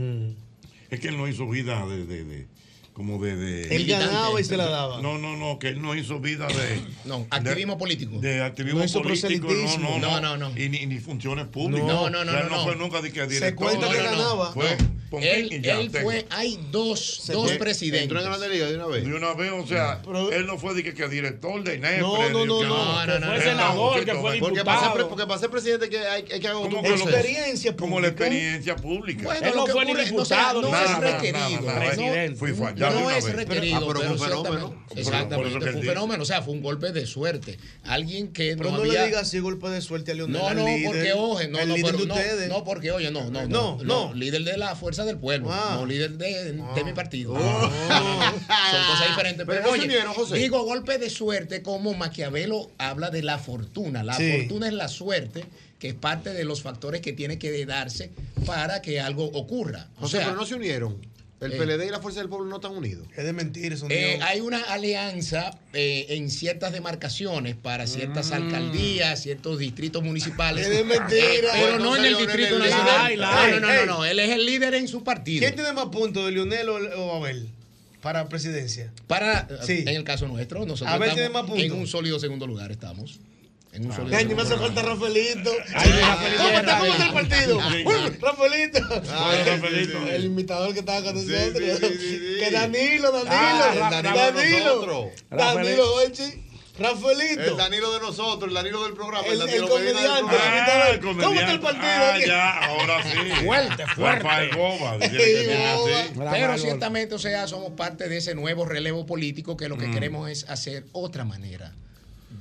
es que él no hizo vida de... de- de- como de, de-
Él ganaba y se la
daba.
No, no, no, que él no hizo vida de.
No, activismo político.
De activismo
No hizo
político, no,
proselitismo.
no, no.
No, no,
Y ni, ni funciones públicas.
No, no, no,
O sea, él
no, no.
fue nunca de que
Se
director.
cuenta que
No, no, no.
ganaba.
Fue Pompín y
él,
ya,
él
tengo.
fue, hay dos, dos presidentes.
de una vez. De una vez, o sea, él no fue de que, que director de
eh,
INEPRE.
No, no,
de-
no,
que-
no, no, no, no.
Él
senador,
un
que fue
chico,
Porque para ser, pre- porque para ser presidente que hay, hay que hago
Como que lo- Como la experiencia pública.
Bueno, Él no lo que fue ni ocurre- no diputado, sea, no es requerido.
Presidente.
No-
Fui fallado
No
una
es
vez. Ah,
requerido, pero,
Por-
exactamente,
por eso
exactamente,
que él
fue un
dice.
fenómeno, o sea, fue un golpe de suerte. Alguien que
Pero
no,
no,
había
le diga así golpe de suerte a Leonel.
No,
al
no,
líder,
porque oye, no,
al
no,
líder
pero
de
no,
ustedes.
no, porque oye, no, no,
No,
no,
no.
líder de la fuerza del pueblo,
Ah.
no líder de, de mi partido. Son cosas diferentes.
Pero
Pero,
no se
oye,
unieron, José.
digo golpe de suerte como Maquiavelo habla de la fortuna. La
Sí.
fortuna es la suerte que es parte de los factores que tiene que darse para que algo ocurra. O
José,
sea,
pero no se unieron. El
Eh.
PLD y la Fuerza del Pueblo no están unidos.
Es de mentir, son
eh, hay una alianza eh, en ciertas demarcaciones para ciertas alcaldías, ciertos distritos municipales.
Mm. [laughs] Es de mentira.
Eh, pero
Bueno,
no en el
Leonel
Distrito
Fernández.
Nacional.
Ay, la-
no, no, no, no, no, Él es el líder en su partido.
¿Quién tiene más puntos, de Leonel o, o Abel? Para presidencia.
Para,
Sí.
en el caso nuestro, nosotros
Abel tiene más
estamos
puntos.
en un sólido segundo lugar. Estamos. En un sólido
Ay, ni me
segundo
hace
lugar.
falta Rafaelito.
Rafaelito
¿Cómo
era
está jugando el
bien.
partido?
Sí.
Uh, Rafaelito.
Ay, Rafaelito.
El invitador que estaba con nosotros. Que Danilo, Ah, Danilo. Danilo. Danilo, oye. Rafaelito.
El Danilo de nosotros, el Danilo del programa.
El-
Danilo
el
Medina del
comediante.
programa.
Ah, el comediante. ¿Cómo está el partido?
Ah, ya, ahora sí.
Fuerte, fuerte.
Rafael Boba.
[laughs]
dice que tiene así.
Pero ciertamente, o sea, somos parte de ese nuevo relevo político que lo
Mm.
que queremos es hacer otra manera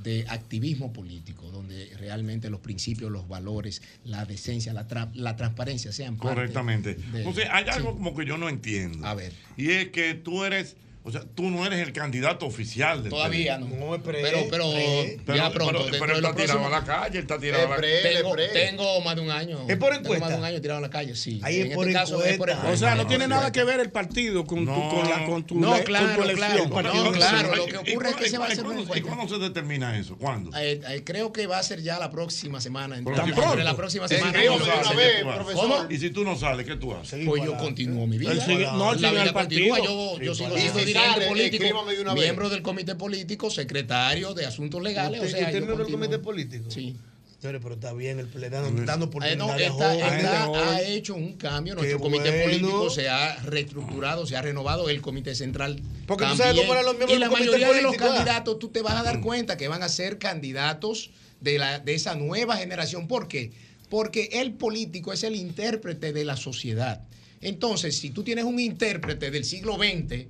de activismo político, donde realmente los principios, los valores, la decencia, la, tra- la transparencia sean parte.
Correctamente.
de-
Entonces, hay
Sí.
algo como que yo no entiendo.
A ver.
Y es que tú eres, O sea, tú no eres el candidato oficial del
Todavía
PLD.
no.
No, pre-
pero, pero,
pre-
ya
Pero-
pronto.
pero-
dentro
pero
de
él
lo
está tirado
próximo.
a la calle, él está tirado a la calle.
Tengo,
Pre-
tengo más de un año.
Es por
Tengo más
encuesta.
de un año tirado a la calle, sí.
Ahí es
En
por
este caso es por
encuesta.
O sea, no
encuesta.
tiene nada que ver el partido con tu, con la, con tu,
No,
le- con tu
claro,
elección.
claro.
Partido
No,
que
claro,
se-
lo que ocurre es que se va a hacer una
¿Y cuándo se determina eso? ¿Cuándo?
Eh, eh, creo que va a ser ya la próxima semana. entre-
Tan
entre
pronto.
La próxima
Sí,
semana.
creo que
Lo
una
hacen.
vez,
¿Cómo?
profesor. Y si tú no sales, ¿qué tú haces?
Pues yo continúo mi vida.
Él sigue- no, él
la
sigue
vida
al partido.
continúa. Yo, yo
Sí,
sigo
para-
siendo
Y si
dirigente
sale,
político,
escríbame de una vez.
miembro del comité político, secretario de asuntos legales.
¿Usted-
o sea,
usted
yo
miembro del
continúo.
comité político?
Sí.
Señores, pero está bien, el PLD dando, dando
Eh,
oportunidades
no,
a
está-
jóvenes.
está- ha hecho un cambio. Nuestro
Qué
comité
bueno.
político se ha reestructurado, se ha renovado. El comité central.
Porque tú
también.
sabes cómo eran los miembros
Y la
del comité
mayoría de los
político, ¿ah?
candidatos, tú te vas a dar cuenta que van a ser candidatos de, la, de esa nueva generación. ¿Por qué? Porque el político es el intérprete de la sociedad. Entonces, si tú tienes un intérprete del siglo XX,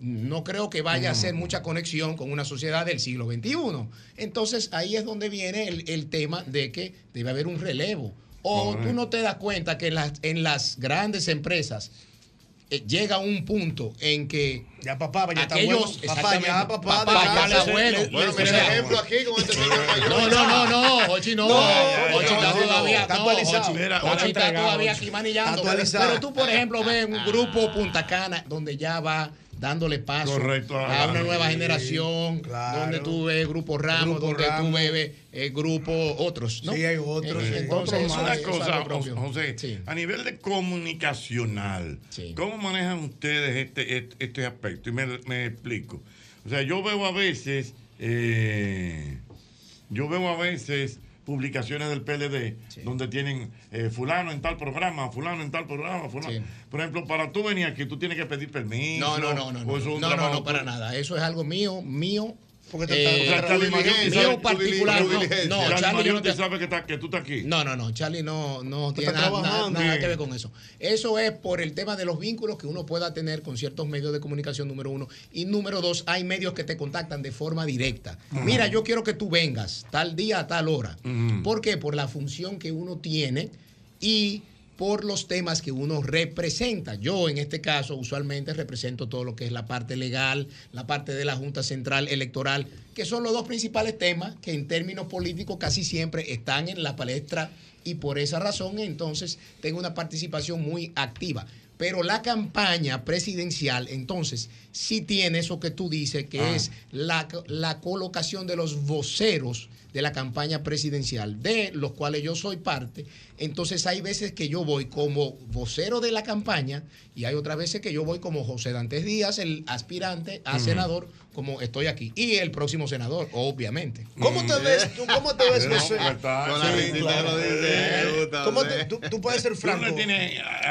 no creo que vaya a
Mm.
hacer mucha conexión con una sociedad del siglo XXI. Entonces ahí es donde viene el, el tema de que debe haber un relevo. O
eh.
Correcto.
tú no te das cuenta que en las, en las grandes empresas eh, llega un punto en que
ya papá,
ya
está
aquellos,
bueno. Papá,
exactamente,
ya, papá,
papá, ya
descansa.
el abuelo.
Le- le-
O
mira eh, el
sea,
ejemplo
aquí con este
no, no, no, no, Ochi no.
No,
Ochi
ya,
está
ya, ya,
todavía.
está
no,
actualizado.
Ochi-
Mira,
Ochi está
Ochi entregado,
todavía
Ochi.
aquí manillando.
Está actualizado.
Pero tú, por ejemplo, ves un grupo Punta Cana donde ya va dándole paso
Correcto,
a una
ah,
nueva
sí,
generación,
claro.
donde tú ves Grupo Ramos,
Grupo
donde tú
Ramos.
ves eh, Grupo otros. ¿no? Eh,
Sí, hay
otros.
Sí.
Entonces, eso
Eh, Otra
es- eso es
cosa,
algo propio.
José, a nivel de comunicacional, ¿cómo manejan ustedes este, este, este aspecto? Y me, me explico. O sea, yo veo a veces, eh, yo veo a veces publicaciones del PLD donde tienen eh, fulano en tal programa, fulano en tal programa, fulano. Por ejemplo, para tú venir aquí, tú tienes que pedir permiso.
No, no, no, no,
o eso es pues,
no,
un
no, no,
trabajo
no, para nada. Eso es algo mío, mío.
Porque
te está-
o sea,
tu
Charlie Mariotti
diligencia,
sabe-
tu particular,
tu
no,
diligencia.
no,
Charlie
Charlie,
Mariotti
no te-
sabe que, está- que tú estás aquí.
No, no, no, Charlie no, no tiene
está
nada, nada-
trabajando.
nada que ver con eso. Eso es por el tema de los vínculos que uno pueda tener con ciertos medios de comunicación, número uno. Y número dos, hay medios que te contactan de forma directa.
Ujú.
Mira, yo quiero que tú vengas tal día a tal hora.
Mm.
Ujú.
¿Por qué? Por la función que uno tiene y por los temas que uno representa. Yo en este caso usualmente represento todo lo que es la parte legal, la parte de la Junta Central Electoral, que son los dos principales temas que en términos políticos casi siempre están en la palestra y por esa razón entonces tengo una participación muy activa. Pero la campaña presidencial entonces sí tiene eso que tú dices, que
Ah.
es la, la colocación de los voceros de la campaña presidencial, de los cuales yo soy parte. Entonces hay veces que yo voy como vocero de la campaña y hay otras veces que yo voy como José Dantes Díaz, el aspirante a
Ujú.
senador, como estoy aquí. Y el próximo senador, obviamente.
¿Cómo te ves tú? ¿Cómo te ves,
No,
José?
pero está-
Sí,
con la risita
claro.
lo dice, puta,
¿Cómo
José.
te- tú, tú puedes ser franco.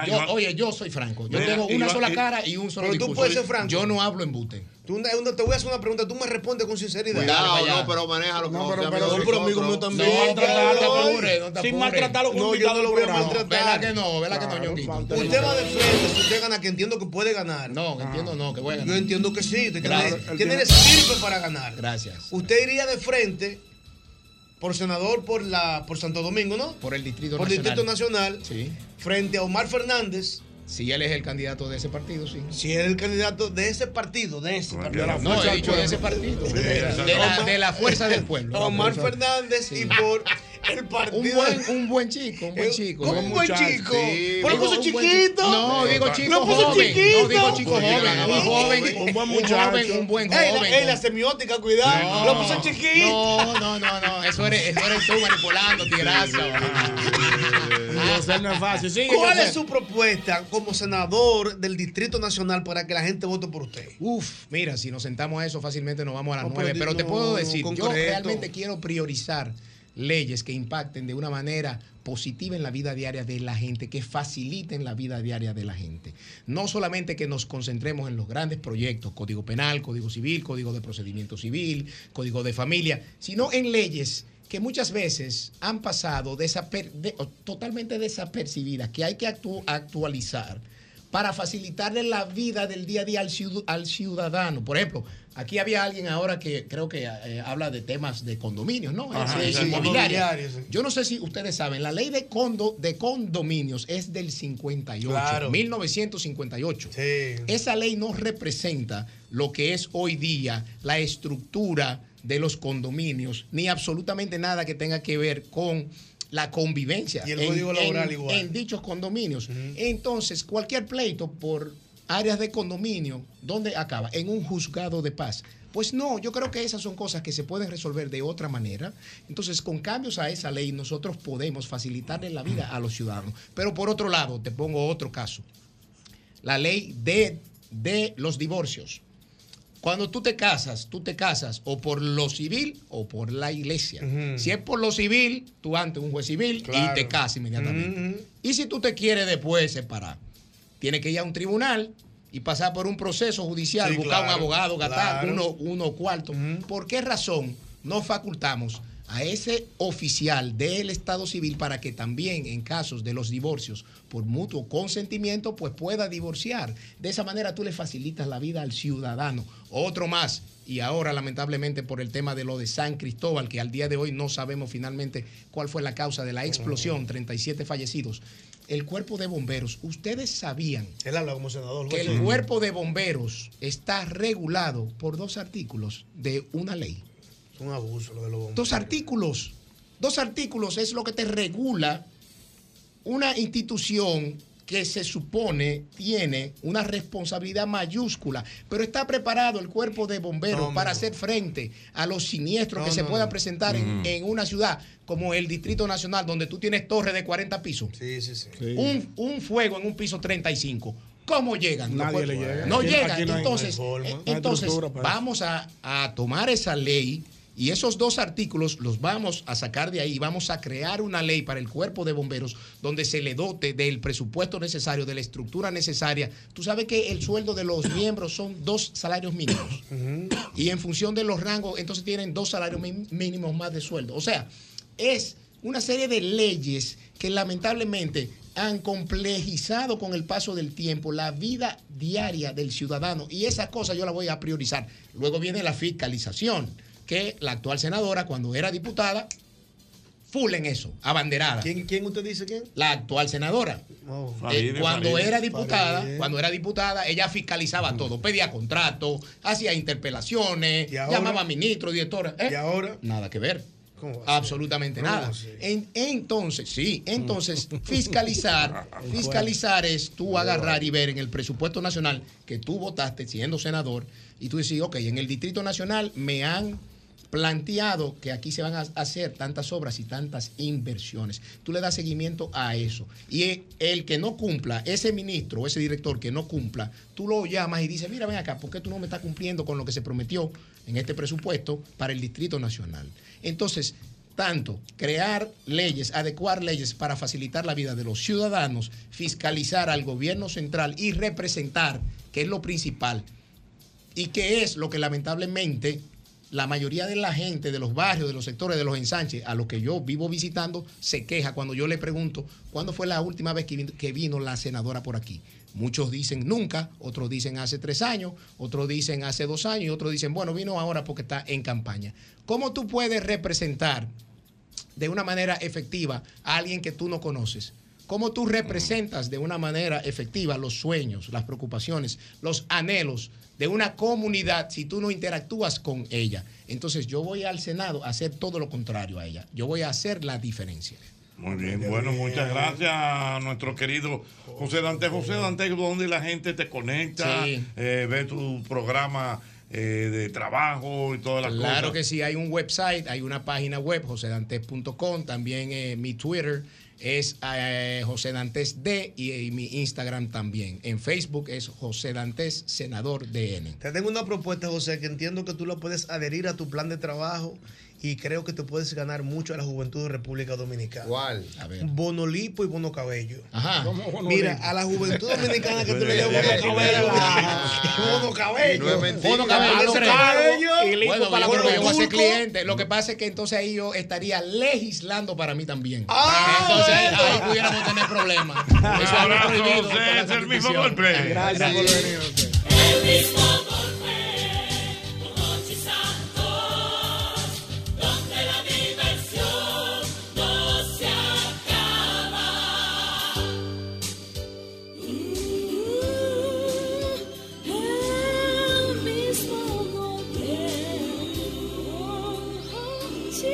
Yo- oye, yo soy franco. Pues Yo
Mira,
tengo una
Iván,
sola
y-
cara y un solo
Pero tú
discurso.
puedes ser franco.
Yo no hablo embute.
Tú, una- una- te voy a hacer una pregunta, tú me respondes con sinceridad.
Cuidado, Dale, vaya. no, pero manéjalo No, como pero- sea, pero- amigo de
pero amigo
nosotros.
mío también.
Sin maltratarlo,
Claro.
no te apures, no te apures.
No, yo no lo voy a maltratar.
Vela que no, vela que no, Ñonguito.
Usted va de frente, si usted gana, que entiendo que puede ganar.
No, que entiendo no, que voy a ganar.
Yo entiendo que sí, usted
Gracias.
tiene, tiene el espíritu para ganar.
Gracias.
Usted iría de frente por senador por la por Santo Domingo, ¿no?
Por el Distrito
Por
Nacional.
Distrito Nacional,
Sí.
frente a Omar Fernández.
Si él es el candidato de ese partido, sí.
Si él es el candidato de ese partido, de ese partido.
No, he dicho de ese partido. De la, de la fuerza del pueblo.
Omar Fernández y por el partido. Eh,
Un buen, un buen chico, un buen chico.
Un buen chico.
Sí, digo,
Pero puso
un buen
chiquito.
chi- No, digo
Lo
chico
puso
joven.
chiquito.
No, digo chico
Un
joven. Un joven.
Un buen
Un
muchacho.
joven, un buen
Ey, la-
joven.
ey, la semiótica,
No.
cuidado. Lo puso chiquito.
No, no, no, no. Eso eres, eso eres tú manipulando, tigraza.
no es fácil. Sigue,
¿Cuál
José.
es su propuesta como senador del Distrito Nacional para que la gente vote por usted?
Uf, mira, si nos sentamos a eso fácilmente nos vamos a las
No,
nueve.
pero
Pero te
no,
puedo decir, yo
concreto.
realmente quiero priorizar leyes que impacten de una manera positiva en la vida diaria de la gente, que faciliten la vida diaria de la gente. No solamente que nos concentremos en los grandes proyectos, Código Penal, Código Civil, Código de Procedimiento Civil, Código de Familia, sino en leyes que muchas veces han pasado desaper- de- o totalmente desapercibidas, que hay que actu- actualizar para facilitarle la vida del día a día al, ciud- al ciudadano. Por ejemplo, aquí había alguien ahora que creo que eh, habla de temas de condominios, ¿no?
Ajá,
Eh,
sí,
eh,
sí,
inmobiliaria.
inmobiliaria, sí.
Yo no sé si ustedes saben, la ley de, condo, de condominios es del 58,
Claro.
1958. Esa ley no representa lo que es hoy día la estructura de los condominios, ni absolutamente nada que tenga que ver con la convivencia
Y el código laboral igual.
en dichos condominios. Entonces, cualquier pleito por áreas de condominio, ¿dónde acaba? En un juzgado de paz. Pues no, yo creo que esas son cosas que se pueden resolver de otra manera. Entonces, con cambios a esa ley, nosotros podemos facilitarle la vida a los ciudadanos. Pero por otro lado, te pongo otro caso. La ley de, de los divorcios. Cuando tú te casas, tú te casas o por lo civil o por la iglesia. Si es por lo civil, tú antes un juez civil y
Claro.
te casas inmediatamente. Y si tú te quieres después separar, tienes que ir a un tribunal y pasar por un proceso judicial,
Sí,
buscar
claro,
un abogado, gastar
claro.
uno, uno cuarto. ¿Por qué razón no facultamos a ese oficial del Estado Civil para que también en casos de los divorcios por mutuo consentimiento, pues pueda divorciar? De esa manera tú le facilitas la vida al ciudadano. Otro más. Y ahora, lamentablemente, por el tema de lo de San Cristóbal, que al día de hoy no sabemos finalmente cuál fue la causa de la explosión, 37 fallecidos. El cuerpo de bomberos, ¿ustedes sabían
Él habla como senador.
que
juez.
el cuerpo de bomberos está regulado por dos artículos de una ley.
Es un abuso lo de los bomberos.
Dos artículos. Dos artículos es lo que te regula una institución que se supone tiene una responsabilidad mayúscula, pero está preparado el cuerpo de bomberos para hacer frente a los siniestros
No,
que se
no,
pueda
no.
presentar en,
Mm.
en una ciudad como el Distrito Nacional, donde tú tienes torres de 40 pisos.
Sí, sí, sí.
Un, un fuego en un piso 35. ¿Cómo llegan? los
Nadie
cuerpos?
le llega.
No
Aquí-
llegan.
aquí no hay-
entonces,
no hay forma.
eh,
No hay
entonces
estructura para
vamos a, a tomar esa ley y esos dos artículos los vamos a sacar de ahí. Vamos a crear una ley para el cuerpo de bomberos donde se le dote del presupuesto necesario, de la estructura necesaria. Tú sabes que el sueldo de los miembros son dos salarios mínimos. Y en función de los rangos, entonces tienen dos salarios mi- mínimos más de sueldo. O sea, es una serie de leyes que lamentablemente han complejizado con el paso del tiempo la vida diaria del ciudadano y esa cosa yo la voy a priorizar. Luego viene la fiscalización, que la actual senadora cuando era diputada, full en eso, abanderada.
¿Quién, ¿Quién usted dice quién?
La actual senadora.
Oh.
Eh, cuando era diputada,
Faride.
cuando era diputada, ella fiscalizaba todo, pedía contratos, hacía interpelaciones,
ahora?
llamaba a ministro, directora. ¿Y ahora? Nada que ver. Absolutamente
No,
nada.
sí.
En- entonces, sí, entonces fiscalizar, fiscalizar es tú agarrar y ver en el presupuesto nacional que tú votaste siendo senador y tú decís, ok, en el Distrito Nacional me han planteado que aquí se van a hacer tantas obras y tantas inversiones. Tú le das seguimiento a eso. Y e- el que no cumpla, ese ministro o ese director que no cumpla, tú lo llamas y dices, mira, ven acá, ¿por qué tú no me estás cumpliendo con lo que se prometió en este presupuesto para el Distrito Nacional? Entonces, tanto crear leyes, adecuar leyes para facilitar la vida de los ciudadanos, fiscalizar al gobierno central y representar, que es lo principal, y que es lo que lamentablemente la mayoría de la gente de los barrios, de los sectores, de los ensanches, a los que yo vivo visitando, se queja cuando yo le pregunto, ¿cuándo fue la última vez que vin- que vino la senadora por aquí? Muchos dicen nunca, otros dicen hace tres años, otros dicen hace dos años y otros dicen, bueno, vino ahora porque está en campaña. ¿Cómo tú puedes representar de una manera efectiva a alguien que tú no conoces? ¿Cómo tú representas de una manera efectiva los sueños, las preocupaciones, los anhelos de una comunidad si tú no interactúas con ella? Entonces yo voy al Senado a hacer todo lo contrario a ella. Yo voy a hacer la diferencia.
Muy bien, bueno, muchas gracias a nuestro querido José Dante. José Dante, donde la gente te conecta,
Sí.
eh, ve tu programa eh, de trabajo y todas las
Claro
cosas.
que sí, hay un website, hay una página web, josedantes.com, también eh, mi Twitter es eh, José Dantes D y, eh, mi Instagram también. En Facebook es José Dantes Senador DN.
Te tengo una propuesta, José, que entiendo que tú la puedes adherir a tu plan de trabajo y creo que te puedes ganar mucho a la juventud de República Dominicana.
¿Cuál?
A
ver. Bono lipo y bono cabello.
Ajá.
Mira, a la
[laughs]
juventud dominicana que tú le
Bono
llevas bono cabello.
cabello.
Bono cabello.
No es mentira.
A los cabellos.
y listo
Bueno,
para
yo creo que yo voy a ser
Acapulco.
cliente. Lo que pasa es que entonces ahí yo estaría legislando para mí también.
Ah,
entonces ahí,
bueno.
ahí pudiéramos tener
[laughs]
problemas. Eso es
Abrazo,
prohibido
José,
con las
es el mismo
instituciones.
golpe.
Gracias por venir.
El mismo golpe, con Hochi Santos, donde la diversión no se acaba. Mm, El mismo golpe, con Hochi.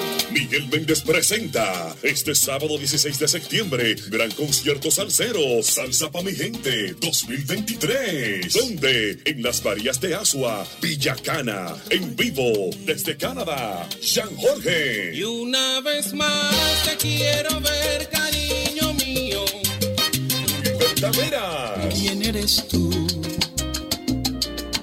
Miguel Méndez presenta este sábado 16 de septiembre gran concierto salsero Salsa pa mi gente 2023 donde en las varillas de Asua Villacana en vivo desde Canadá San Jorge
Y una vez más te quiero ver, cariño mío.
Taveras
¿Quién eres tú?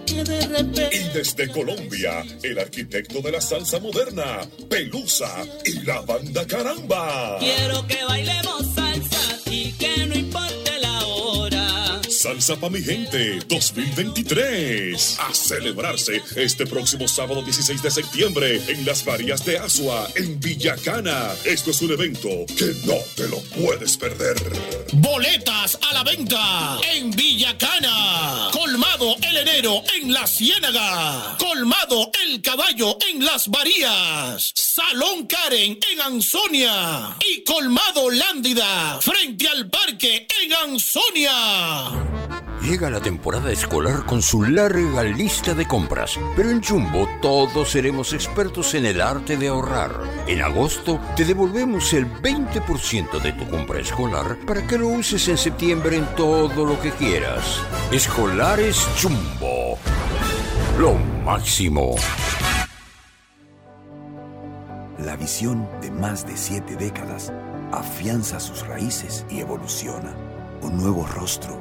Que de repente.
Y desde Colombia, el arquitecto de la salsa moderna, Pelusa y la banda Caramba.
Quiero que bailemos salsa y que no importe la hora.
Salsa pa' mi gente 2023. A celebrarse este próximo sábado 16 de septiembre en las Varías de Asua, en Villacana. Esto es un evento que no te lo puedes perder.
Boletas a la venta en Villacana. Colmado el enero en La Ciénaga. Colmado el caballo en Las Varías. Salón Karen en Ansonia. Y Colmado Lándida frente al parque en Ansonia.
Llega la temporada escolar con su larga lista de compras, pero en Jumbo todos seremos expertos en el arte de ahorrar. En agosto te devolvemos el 20% de tu compra escolar para que lo uses en septiembre en todo lo que quieras. Escolares Jumbo. Lo máximo.
La visión de más de siete décadas afianza sus raíces y evoluciona. Un nuevo rostro,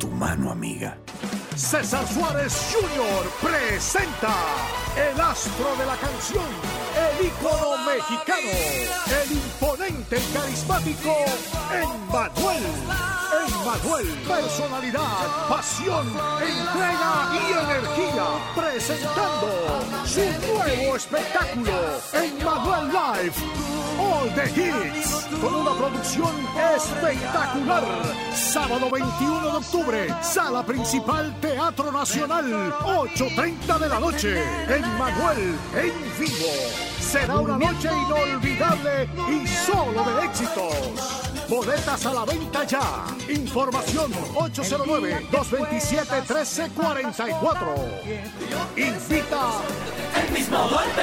tu mano amiga.
César Suárez Jr. presenta el astro de la canción, el ícono mexicano, el imponente y carismático Emmanuel. Emmanuel, personalidad, pasión, entrega y energía, presentando su nuevo espectáculo, Emmanuel Live, All the Hits, con una producción espectacular. Sábado 21 de octubre, sala principal Teatro Nacional, 8.30 de la noche. En Manuel, en vivo. Será una noche inolvidable y solo de éxitos. Boletas a la venta ya. Información 809-227-1344. Invita. El mismo golpe.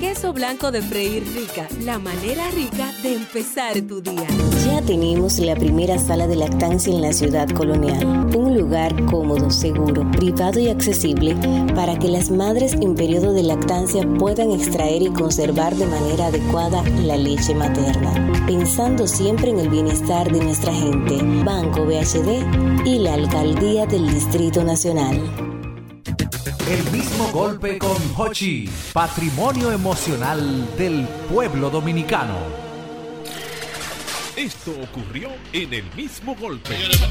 Queso blanco de freír rica, la manera rica de empezar tu día.
Ya tenemos la primera sala de lactancia en la ciudad colonial. Un lugar cómodo, seguro, privado y accesible para que las madres en periodo de lactancia puedan extraer y conservar de manera adecuada la leche materna. Pensando siempre en el bienestar de nuestra gente, Banco BHD y la Alcaldía del Distrito Nacional.
El mismo golpe con Hochi, patrimonio emocional del pueblo dominicano.
Esto ocurrió en el mismo golpe.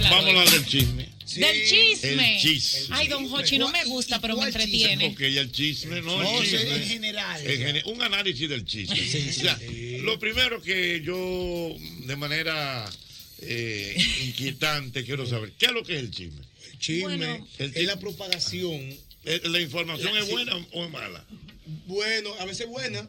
Vamos a hablar del chisme.
Del chisme.
El chisme.
Ay, don Hochi, no me gusta, pero me entretiene.
Ok, el chisme, no,
No,
el chisme.
en general.
En gene- un análisis del chisme.
Sí,
O sea, Lo primero que yo, de manera eh, inquietante, quiero saber, ¿qué es lo que es el chisme? El
chisme Bueno.
es la propagación. ¿La información
La-
es
sí.
buena o es mala?
Bueno, a veces buena,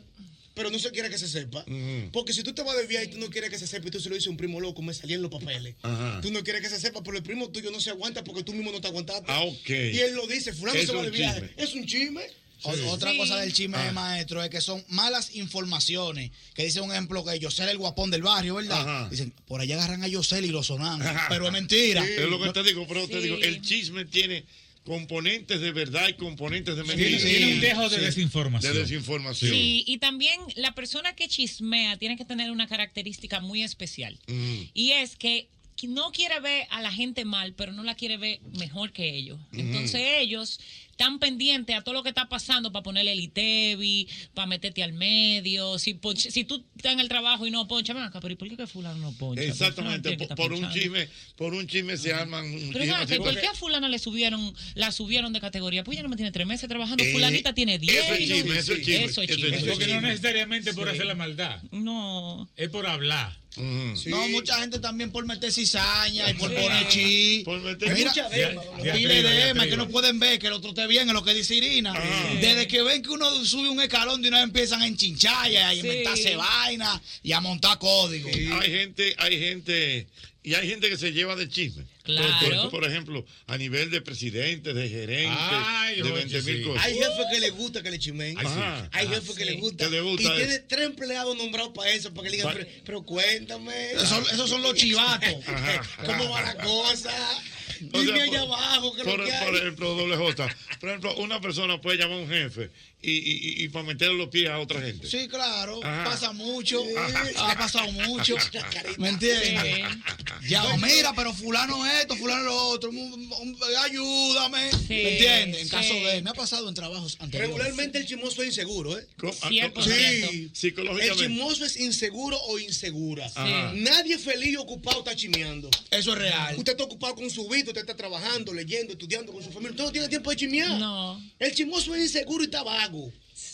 pero no se quiere que se sepa. Porque si tú te vas de viaje y tú no quieres que se sepa y tú se lo dices a un primo loco, me salían los papeles.
Ajá.
Tú no quieres que se sepa, pero el primo tuyo no se aguanta porque tú mismo no te aguantaste.
Ah, ok.
Y él lo dice, fulano
Es
se va
un
de viaje.
chisme.
Es un chisme.
O- Otra
Sí.
cosa del chisme,
Ah.
maestro, es que son malas informaciones. Que dice un ejemplo que Yosel el guapón del barrio, ¿verdad? Dicen, por allá agarran a Yosel y
[laughs]
lo sonan. Ah. pero es mentira.
Es lo que te digo, pero te
Sí.
digo, el chisme tiene componentes de verdad y componentes de mentira.
sí, tiene un dejo de desinformación.
De desinformación.
Sí, y también la persona que chismea tiene que tener una característica muy especial.
Mm.
Y es que no quiere ver a la gente mal, pero no la quiere ver mejor que ellos.
Ujú.
Entonces ellos están pendientes a todo lo que está pasando para ponerle el ITEVI, para meterte al medio. Si, ponche- si tú estás en el trabajo y no poncha, ven acá, pero ¿y por qué que fulano no poncha?
Exactamente,
Pero fulano tiene que
por,
estar
por un
ponchando.
chisme, por un chisme se arman un
Pero
pues
¿sabes qué? ¿por qué
chisme.
a fulana le subieron, la subieron de categoría? Pues ya no me tiene tres meses trabajando,
Eh,
fulanita tiene diez.
eso es chisme, eso es chisme,
Eso es
eso es
chisme.
chisme.
Porque no neces-
necesariamente
por hacer la
maldad.
No.
Es por hablar.
Mm.
No, mucha gente también por meter cizaña y por Sí. poner chi. meter- Mira, Mucha dema, y- ¿no? y pile arriba, de de dema que arriba. no pueden ver, que el otro esté bien, es lo que dice Irina. Desde que ven que uno sube un escalón, de una vez empiezan a enchinchar y a
Sí.
inventarse vainas y a montar códigos.
Hay gente, hay gente, y hay gente que se lleva de chisme.
Claro.
Por, por- por ejemplo, a nivel de presidentes, de gerentes,
Ay,
de
oye,
20 mil
sí.
cosas.
Hay jefes que les gusta que le chimen.
Ay, sí.
Hay
Ajá,
jefes que
sí.
les gusta.
Que le gusta
y tiene
eso.
tres empleados nombrados para eso, para que le digan,
Va-
pero, pero cuéntame.
Esos son- esos son los chivatos.
Ajá.
¿Cómo va la cosa?
O
Dime
sea, por-
allá abajo, que
por,
lo que hay.
por ejemplo, doble J. Por ejemplo, una persona puede llamar a un jefe y, y, y- y para meterle los pies a otra gente.
Sí, claro,
Ajá.
pasa mucho, ha pasado
[laughs]
mucho, ¿me entiendes? Ya,
No,
mira, pero fulano esto, fulano lo otro, un- un- ayúdame, ¿me entiendes? En
sí.
caso de, me ha pasado en trabajos anteriores.
Regularmente el chismoso es inseguro, ¿eh?
¿Cómo? Ah, ¿cómo?
Sí.
Psicológicamente.
El chismoso es inseguro o insegura.
Ajá.
Nadie feliz y ocupado está chimeando.
Eso es real.
Usted está ocupado con su vida, usted está trabajando, leyendo, estudiando con su familia. Usted no tiene tiempo de chimear. No. El chismoso es inseguro y está vago.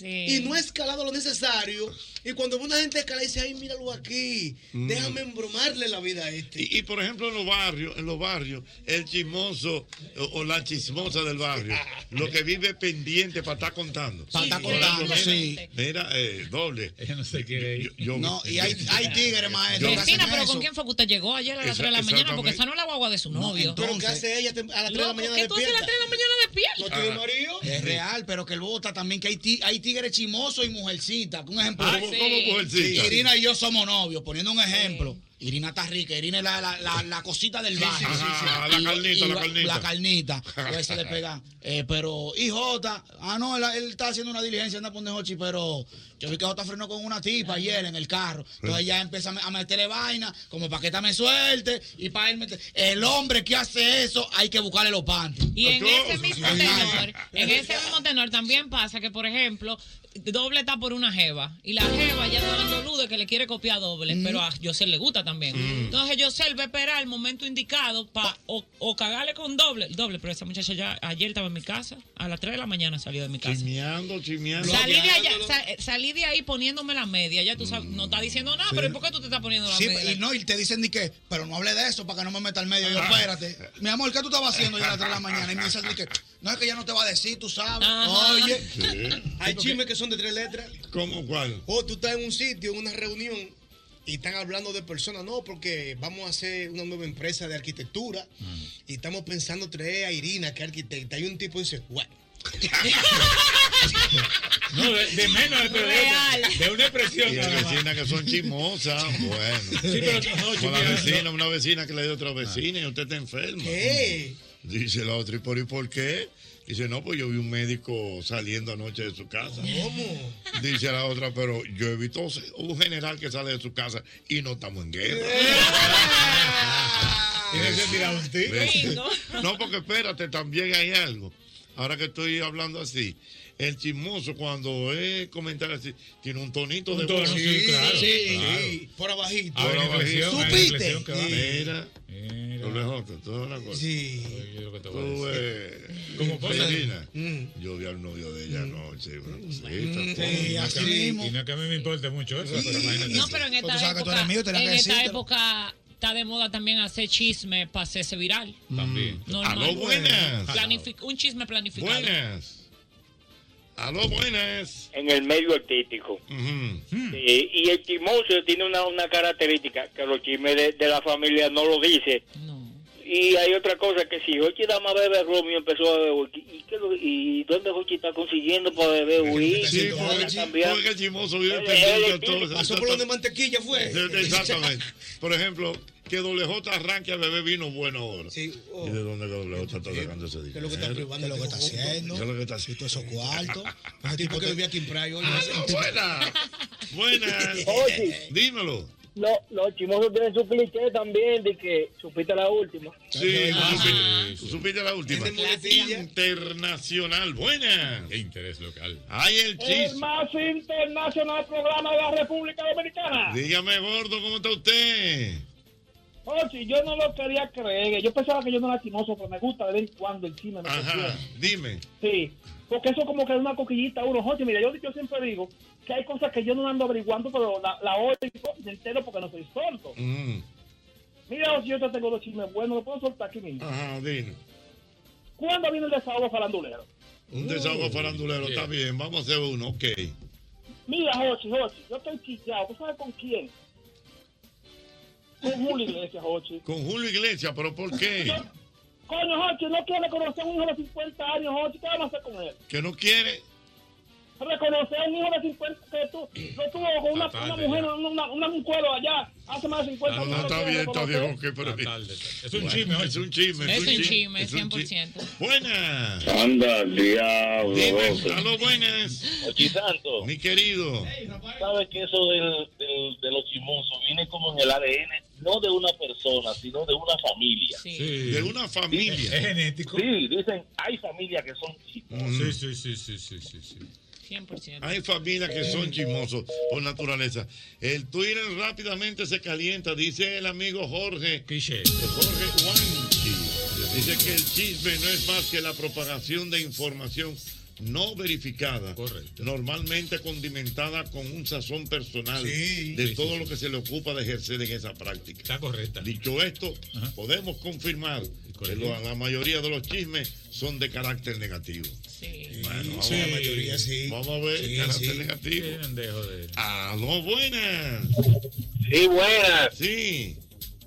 Y no ha escalado lo necesario. Y cuando ve una gente escala, dice, ay, míralo aquí.
Mm.
Déjame embromarle la vida a este.
Y, y, por ejemplo en los barrios, en los barrios, el chismoso o, o la chismosa del
[laughs]
barrio, lo que vive pendiente para estar contando.
Para estar
Por ejemplo,
contando, sí.
Mira, mira, eh, doble. Ella no se quiere ir.
No, y hay,
[laughs]
hay tigres, maestro. que
Cristina,
hacen
pero
eso.
¿con quién fue que usted llegó ayer a las
Esa-
3 de la mañana? Porque
exactamente.
esa no es la guagua de su
No,
novio.
entonces- Pero ¿qué hace
ella a las
tres de la mañana
¿Qué tú haces a las
despierta?
3 de la mañana despierta?
No tiene marido. Es real, pero que el bota también, que hay, ti- hay tigres chimosos y mujercitas. Un ejemplo.
Ah, ¿Cómo- sí. cómo mujercita?
Irina y yo somos novios, poniendo un ejemplo. Irina está rica, Irina es la, la, la, la cosita del barrio.
Ajá, la
Y-
carnita,
y
la
va-
carnita. [laughs]
La carnita. Y ahí se le pega. eh, pero, y Jota, ah, no, él, él está haciendo una diligencia, anda a poner Hochi, pero yo vi que Jota frenó con una tipa ayer en el carro. Entonces ya empieza a me- a meterle vaina, como para que esta me suelte, y para él meter. El hombre que hace eso, hay que buscarle los panties.
Y
Ah,
en ese mismo
Pues Sí.
tenor, en ese mismo tenor también pasa que, por ejemplo, doble está por una jeva. Y la jeva ya está dando luz de que le quiere copiar a doble, pero a Yosel le gusta también.
Mm.
Entonces Yosel va a esperar el momento indicado para o, o cagarle con doble. Doble, pero esa muchacha ya ayer estaba en mi casa, a las 3 de la mañana salió de mi casa.
Chimeando, chimeando.
Salí de, allá, sa- salí de ahí poniéndome la media, ya tú sabes, no está diciendo nada,
Sí.
pero ¿y por qué tú te estás poniendo la
Sí,
media?
y no, y te dicen ni qué, pero no hable de eso para que no me meta al medio. Y Yo, espérate, mi amor, ¿qué tú estabas haciendo ya a las 3 de la mañana? Y me dicen ni que, no es que ya no te va a decir, tú sabes.
Ah.
Oye,
Hay chismes que son de tres letras.
¿Cómo cuál?
O tú estás en un sitio, en una reunión, y están hablando de personas. No, porque vamos a hacer una nueva empresa de arquitectura y estamos pensando traer a Irina, que es arquitecta. Y un tipo dice, bueno. [laughs] No, de, de menos de, de-
Real.
de una expresión.
Y hay
nada más.
vecinas que son chismosas. Bueno.
Sí, pero no, no,
Como la
mira,
vecina, una vecina que le dio a otra vecina y usted está enferma.
¿Qué?
Dice la otra, ¿y por, y por qué? Dice, no, pues yo vi un médico saliendo anoche de su casa.
¿Cómo?
Dice la otra, pero yo he visto un general que sale de su casa y no estamos en guerra.
Tiene que
Eso.
tirar un tiro.
Eso.
Gringo.
No, porque espérate, también hay algo. Ahora que estoy hablando así, el chismoso cuando es comentar así, tiene un tonito
Un
de
tono,
voz.
sí, claro,
sí,
claro.
sí, por abajito.
Por
Hay
abajito.
reflexión, hay ¿Supiste? reflexión que va.
Mira, Doble J, tú es una cosa.
Sí.
Tú, eh,
Como cosa de-
Regina,
mm.
Yo vi al novio de ella anoche. una cosita,
Mm,
todo.
sí,
Una
así
ca-
mismo.
y no es que a mí me importe mucho eso, pero imagínate.
No, pero en
Pues tú
esta
sabes que tú
época,
eres mío, tenías
en
que
esta
decírtelo.
época está de moda también hacer chisme para hacerse viral.
También.
Normal.
Aló, buenas.
Ah, Planific- un chisme planificado.
Buenas. Aló, buenas.
En el medio artístico. Sí, y el chismoso tiene una, una característica, que los chismes de, de la familia no lo dice. Y hay otra cosa que si Jochi da más bebe Romeo empezó a beber, whisky, ¿y, qué lo- y dónde Jochi está consiguiendo para beber whisky?
Sí,
Para
porque,
cambiar.
porque el chismoso vive
Él-
pendiente
él-
de todo.
pasó por donde
mantequilla fue. Exactamente. Por ejemplo, que Doble J arranque a beber vino bueno ahora. ¿Y de dónde que Doble J está sacando ese dinero?
¿Qué es lo que está privando? ¿Qué es lo que está haciendo?
¿Qué es lo que está haciendo?
Todos esos
[laughs]
cuartos. Ese tipo que vivía aquí en Prayo.
Ah,
buena. Buenas.
Oye.
Dímelo.
No, los chismosos tienen su cliché también de que supiste la última.
Sí, supi- supiste la última. Internacional. Buenas.
interés local.
Hay el chis.
más internacional programa de la República Dominicana.
Dígame, gordo, ¿cómo está usted?
Oye, yo no lo quería creer. Yo pensaba que yo no era chimoso, pero me gusta de vez en cuando el chisme. Me
Ajá,
funciona.
dime.
Sí, porque eso como que es una coquillita a uno. Oye, mira, yo, yo siempre digo que hay cosas que yo no ando averiguando, pero la, la oigo me entero porque no soy tonto.
Mm,
Mira, Ochi, yo te tengo los chismes buenos, lo puedo soltar aquí mismo.
Ajá, dime.
¿Cuándo viene el desahogo farandulero?
Un desahogo farandulero, está bien, vamos a hacer uno, ok.
Mira, Jochi, Jochi, yo estoy quillado. ¿Tú sabes con quién? Con Julio Iglesias, Jochi.
Con Julio Iglesias, pero ¿por qué?
Coño, Jochi, no quiere conocer a un hijo de 50 años, Jochi. ¿Qué van a hacer con él?
Que no quiere.
Reconocer a un hijo de 50 que tú, yo tuve con una,
Está tarde
una mujer,
ya.
una, una, una mujer allá, hace más de
Pues
50
No,
años.
no, está bien, está bien, ok, pero.
pues. Es un chisme,
es un chisme.
Es un chisme,
es un
100%.
Buenas.
[laughs] Anda, diablo.
Dime,
loco.
a lo buenas.
Ochi Santo.
Mi querido.
Sabes que eso del, del- de los chismosos viene como en el ADN, no de una persona, sino de una familia.
De una familia.
Es genético. Sí, dicen, hay familias que son
Sí, sí, sí, sí, sí, sí, sí.
100%.
Mm. Hay familias que son chismosos por naturaleza. El Twitter rápidamente se calienta, dice el amigo Jorge. Jorge Wanchi. Dice que el chisme no es más que la propagación de información no verificada, normalmente condimentada con un sazón personal
Sí.
de
Sí,
todo
sí, sí.
lo que se le ocupa de ejercer en esa práctica. Está
correcta.
Dicho esto, podemos confirmar que lo- la mayoría de los chismes son de carácter negativo. Bueno, vamos,
Sí.
a- Vamos a ver,
Sí,
carácter
sí.
negativo.
Sí, pendejo de-
A dos buenas.
Sí, buenas.
Sí.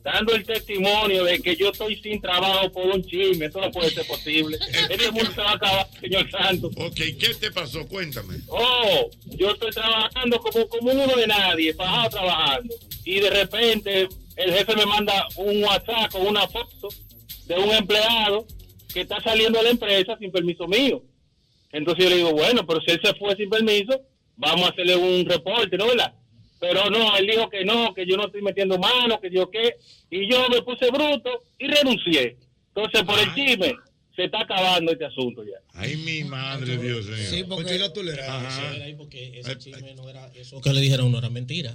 Dando el testimonio de que yo estoy sin trabajo por un chisme, eso no puede ser
[laughs]
posible. Este mundo se va a acabar, señor Santo.
Ok, ¿qué te pasó? Cuéntame.
Oh, yo estoy trabajando como, como uno de nadie, bajado trabajando. Y de repente el jefe me manda un WhatsApp con una foto de un empleado que está saliendo de la empresa sin permiso mío. Entonces yo le digo, bueno, pero si él se fue sin permiso, vamos a hacerle un reporte, ¿no? ¿Verdad? Pero no, él dijo que no, que yo no estoy metiendo mano, que yo qué. Y yo me puse bruto y renuncié. Entonces, por el chisme, se está acabando este asunto ya.
Ay, mi madre, Dios mío.
Sí,
porque la tolerancia
Ajá.
era ahí, porque ese chisme no era eso
que
que
le
le
dijeron
dijeron no era mentira.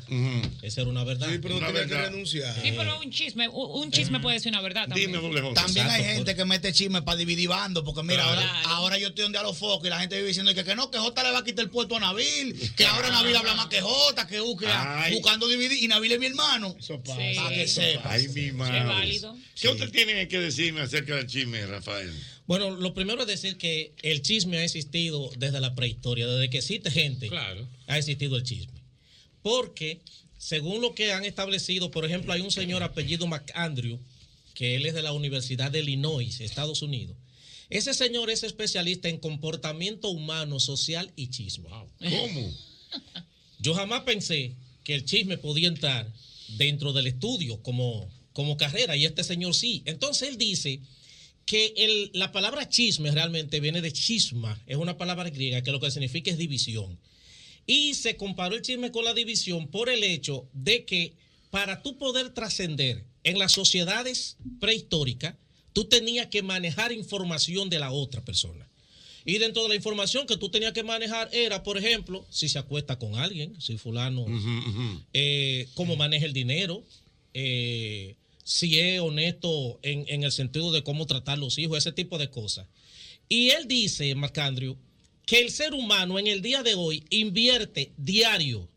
Esa era una verdad. Sí,
Una verdad.
Sí, pero un chisme, un un chisme puede ser una verdad también.
También hay gente que mete chisme para dividir bandos, porque mira,
Claro.
ahora, ahora yo estoy donde a los focos y la gente vive diciendo que, que no, que Jota le va a quitar el puesto a Nabil, que ahora Nabil habla más que Jota, que U, que A,
Ay.
buscando dividir, y Nabil es mi hermano. Para que sepa.
Ay, mi madre.
válido.
¿Qué usted tiene que decirme acerca del chisme, Rafael?
Bueno, lo primero es decir que el chisme ha existido desde la prehistoria, desde que existe gente, ha existido el chisme. Porque, según lo que han establecido, por ejemplo, hay un señor apellido McAndrew, que él es de la Universidad de Illinois, Estados Unidos, Ese señor es especialista en comportamiento humano, social y chisme.
¿Cómo?
Yo jamás pensé que el chisme podía entrar dentro del estudio como, como carrera y este señor sí. Entonces él dice que el- la palabra chisme realmente viene de chisma, es una palabra griega que lo que significa es división. Y se comparó el chisme con la división por el hecho de que para tú poder trascender en las sociedades prehistóricas, tú tenías que manejar información de la otra persona. Y dentro de la información que tú tenías que manejar era, por ejemplo, si se acuesta con alguien, si fulano, eh,
Mm.
cómo maneja el dinero, eh, si es honesto en, en el sentido de cómo tratar los hijos, ese tipo de cosas. Y él dice, Marcandrio, que el ser humano en el día de hoy invierte diario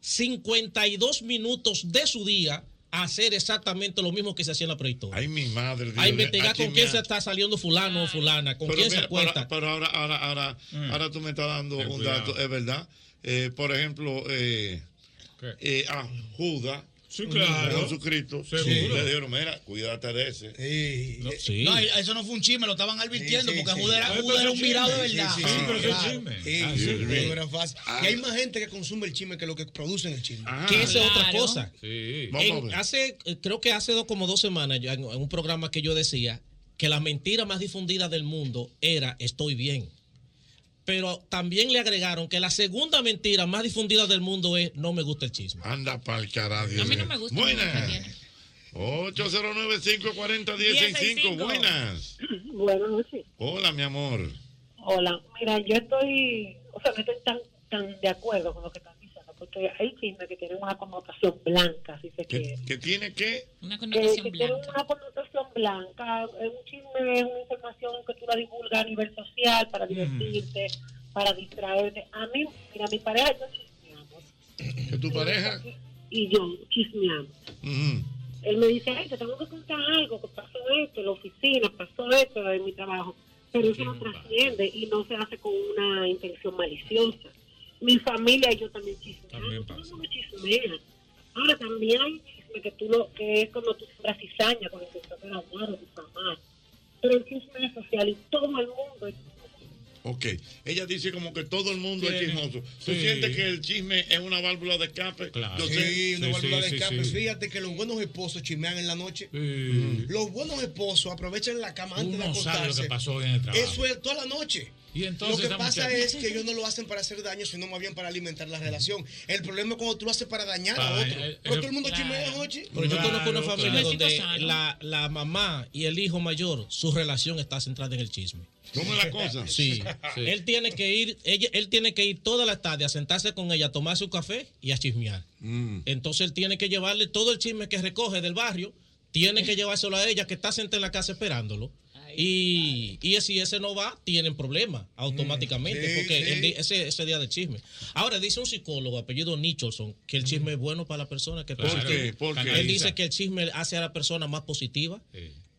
52 minutos de su día a hacer exactamente lo mismo que se hacía en la prehistoria. Ay,
mi madre.
A
Dios mío, a
investigar con quién
chismear.
se está saliendo fulano o fulana, con
Pero
quién se
mira,
acuesta.
Pero, pero ahora, ahora, ahora,
Mm.
ahora tú me estás dando un
cuidado.
dato, es verdad. Eh, por ejemplo, eh, eh, a Judas.
Sí, claro.
Jesucristo.
Seguro.
Le dijeron, mira, cuídate de ese.
No,
No, eso no fue un chisme, lo estaban advirtiendo
Sí, sí,
porque
sí.
Judas era-
Pero
Judas era
eso
un
es
mirado de
chisme, sí,
verdad.
sí, sí, pero eso es
Claro.
chisme.
Sí,
Ah,
sí,
Dios
sí, Ah.
mío.
no era fácil. Y hay más gente que consume el chisme que lo que producen el chisme.
Ah,
que eso es otra cosa.
Sí.
En- hace, eh, creo que hace dos, como dos semanas, yo en, en un programa que yo decía que la mentira más difundida del mundo era estoy bien. Pero también le agregaron que la segunda mentira más difundida del mundo es no me gusta el chisme.
Anda pa'l carajo. eh. A mí no me gusta Buenas. 809-540-165.
1065.
Buenas.
Bueno, sí.
Hola, mi amor.
Hola, mira, yo estoy, o sea, no estoy tan, tan de acuerdo con lo que están diciendo, porque hay chismes que tienen una connotación blanca, si se quiere.
¿Qué, qué tiene qué?
Una
connotación
que, tienen una connotación blanca. Eh, Un chisme es una información que tú la divulgas a nivel social para divertirte, para distraerte. A mí, mira, mi pareja y yo
¿Que tu pareja?
y yo chismeamos.
Ujú.
Él me dice, ay, te tengo que contar algo, que pasó esto en la oficina, pasó esto en mi trabajo. Pero eso no trasciende y no se hace con una intención maliciosa. Mi familia y yo también chismeamos. Todo el mundo chismea. Ahora también hay chisme que tú lo, que es cuando tú sembras cizaña con la intención de dañar o difamar. Pero el chisme es social y todo el mundo es
Ok. Ella dice como que todo el mundo es
Tiene-
chismoso. ¿Tú
Sí.
sientes que el chisme es una válvula de escape? Yo sé-
Sí, una válvula de escape. Fíjate que los buenos esposos chismean en la noche.
Mm.
Los buenos esposos aprovechan la cama antes
Uno
de
no
acostarse.
sabe lo que pasó hoy en el trabajo.
Eso es toda la noche.
Y entonces
lo que
esa
pasa
muchacha-
es que ellos no lo hacen para hacer daño, sino más bien para alimentar la relación. El problema es cuando tú lo haces para dañar a
Para-
otro.
eh,
Pero
eh,
todo el mundo
claro.
chismea, Jochi.
Pero yo conozco una familia
claro.
donde
Chismecito sano.
la, la mamá y el hijo mayor, su relación está centrada en el chisme.
¿Cómo es la cosa?
Sí.
[laughs] Sí.
Él tiene que ir, ella- él tiene que ir toda la tarde a sentarse con ella, a tomarse un café y a chismear.
Mm.
Entonces él tiene que llevarle todo el chisme que recoge del barrio, tiene que llevárselo a ella que está sentada en la casa esperándolo. Y, y si ese no va, tienen problemas automáticamente,
Mm,
Sí,
porque
sí.
el di- ese, ese día del chisme. Ahora dice un psicólogo, apellido Nicholson, que el chisme es bueno para la persona que
¿Por qué? ¿Por qué?
Él dice que el chisme hace a la persona más positiva.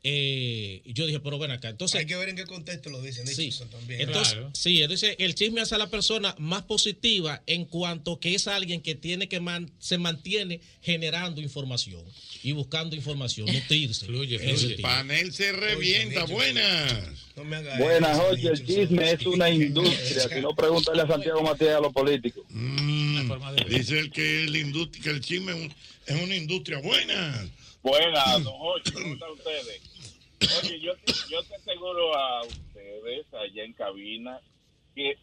Eh, y yo dije, pero ven acá. Entonces,
Hay que ver en qué contexto lo dicen. Nicholson también.
entonces, sí, entonces el chisme hace a la persona más positiva en cuanto que es alguien que tiene que man- se mantiene generando información y buscando información, nutrirse.
El panel se revienta. Buenas.
Buenas, Jorge. El chisme es una industria. Si no, pregúntale a Santiago Matías a los políticos.
Mm, Dice el que, la industria, que el chisme es, un- es una industria. Mm, Buenas.
Buenas, don Jorge, ¿cómo están ustedes? Oye, yo, te- yo te aseguro a ustedes allá en cabina que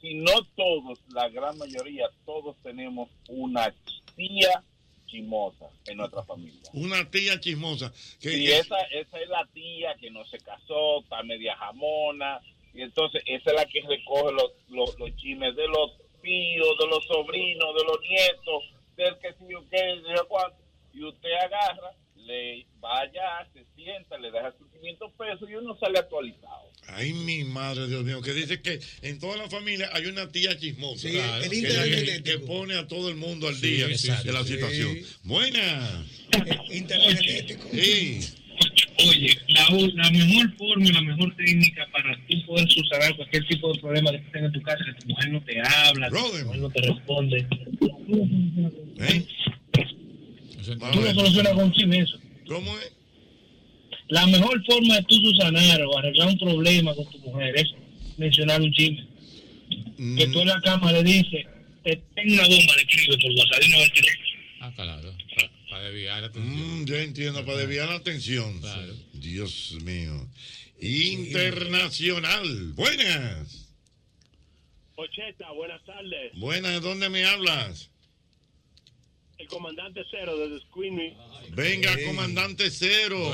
si no todos, la gran mayoría, todos tenemos una tía chimosa en nuestra familia.
Una tía chismosa. Que,
Y
que-
esa, esa es la tía que no se casó, está media jamona, y entonces esa es la que recoge los, los, los chismes de los tíos, de los sobrinos, de los nietos, del que sí, yo qué, de yo cuánto. Y usted agarra, le vaya, se sienta, le deja sus 500 pesos y uno sale actualizado.
Ay, mi madre, Dios mío, que dice que en toda la familia hay una tía chismosa.
Sí,
Claro.
el
que,
internet
que pone a todo el mundo al
Sí,
día
exacto.
de la
Sí.
situación. Buenas. Sí.
Oye, la, u- la mejor forma y la mejor técnica para tú poder subsanar cualquier tipo de problema que tengas en tu casa, que tu mujer no te habla, que tu mujer no te responde. Tú no solucionas con chisme eso.
¿Cómo es?
La mejor forma de tú subsanar o arreglar un problema con tu mujer es mencionar un chisme. Que tú en la cama le dices, te tengo una bomba, le escribe por WhatsApp, de una vez te lo-
Ah, claro. Para desviar la atención.
Mm, ya entiendo, para desviar la atención. Dios mío. Internacional. Buenas.
Ocheta, buenas tardes.
Buenas, ¿dónde me hablas?
El comandante Cero desde Squeeney.
Venga, comandante cero.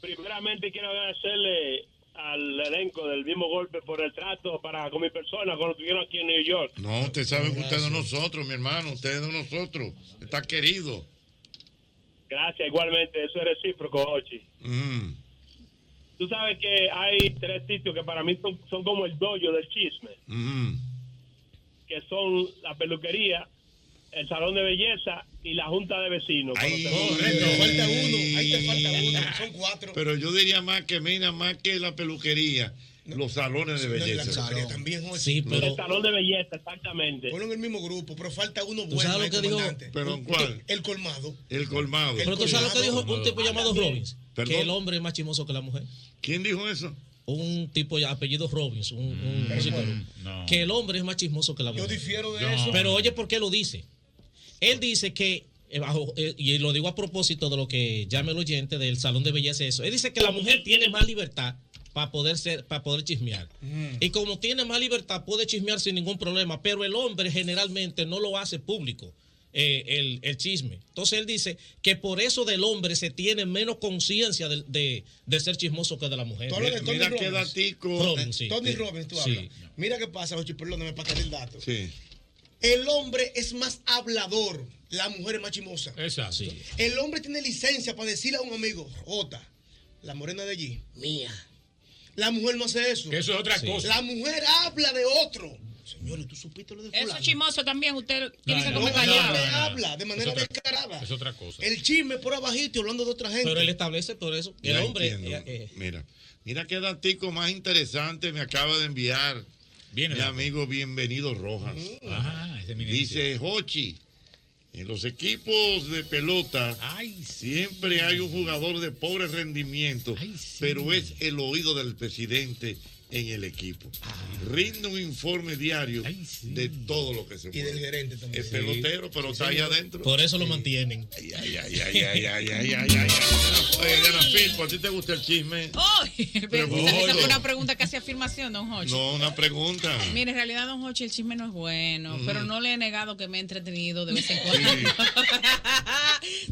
Primeramente quiero agradecerle al elenco del mismo golpe por el trato para con mi persona cuando estuvieron aquí en New York.
No, usted sabe que usted es de nosotros, mi hermano. Usted es de nosotros. Está querido.
Gracias, igualmente, eso es recíproco, Ochi.
Mm.
Tú sabes que hay tres sitios que para mí son, son como el dojo del chisme, que son la peluquería, el salón de belleza y la junta de vecinos. Correcto, falta uno, ahí te falta uno, son cuatro.
Pero yo diría más que, mira, más que la peluquería, los salones de
No, y la
belleza.
peluquería
No.
también, Jorge.
Sí, pero-
El salón de belleza, exactamente.
Ponlo en el mismo grupo, pero falta uno
¿Tú
bueno.
sabes lo
ahí,
que dijo?
comandante.
¿Pero
Un-
cuál?
El colmado.
El colmado.
Pero tú sabes lo que dijo un tipo llamado Robbins,
Perdón.
que el hombre es más chismoso que la mujer.
¿Quién dijo eso?
Un tipo ya- apellido Robbins, un,
Mm.
un musicólogo, que el hombre es más chismoso que la mujer.
difiero de
No.
eso.
Pero oye, ¿por qué lo dice? Él dice que, eh, bajo- eh, y lo digo a propósito de lo que llama el oyente del salón de belleza, eso. Él dice que la mujer tiene más libertad para poder ser, para poder chismear. Y como tiene más libertad, puede chismear sin ningún problema, pero el hombre generalmente no lo hace público. eh, el, el chisme. Entonces él dice que por eso del hombre se tiene menos conciencia de, de- de ser chismoso que de la mujer.
Tú hablas de Tony Robbins.
Robbins, sí.
Tony
Sí.
Robbins, tú
Sí.
hablas. Mira qué pasa, Jochi, perdóname para que el dato.
Sí.
El hombre es más hablador, la mujer es más chimosa.
Exacto. Sí.
El hombre tiene licencia para decirle a un amigo, Jota, la morena de allí, mía. La mujer no hace eso.
Que eso es otra Sí. cosa.
La mujer habla de otro. Señores, tú supiste lo de fulano.
Eso es chismoso también, usted tiene que
No,
comer
el
callado.
hombre habla de manera descarada.
Es otra cosa.
El chisme por abajito y hablando de otra gente.
Pero
[laughs]
él establece por eso que el
Ya
hombre.
entiendo.
eh, eh,
Mira, mira qué datico más interesante me acaba de enviar mi amigo Bienvenido Rojas.
Mm.
Ah, ese es mi
Dice Hochi, en los equipos de pelota siempre hay un jugador de pobre rendimiento, pero es el oído del presidente en el equipo.
Ah.
Rinde un informe diario de todo lo que se mueve. Y del
gerente también.
Es pelotero, pero está ahí adentro.
Por eso lo mantienen.
Ay, ay, ay, ay, ay, ay, ay, ay, ay. Oye, Diana Filpo, ¿a ti te gusta el chisme?
¡Ay!
Pero
esa
gordo.
fue una pregunta casi afirmación, don Jorge.
No, una pregunta.
Mire, en realidad, don Hochi, el chisme no es bueno,
Mm.
pero no le he negado que me he entretenido de vez en cuando.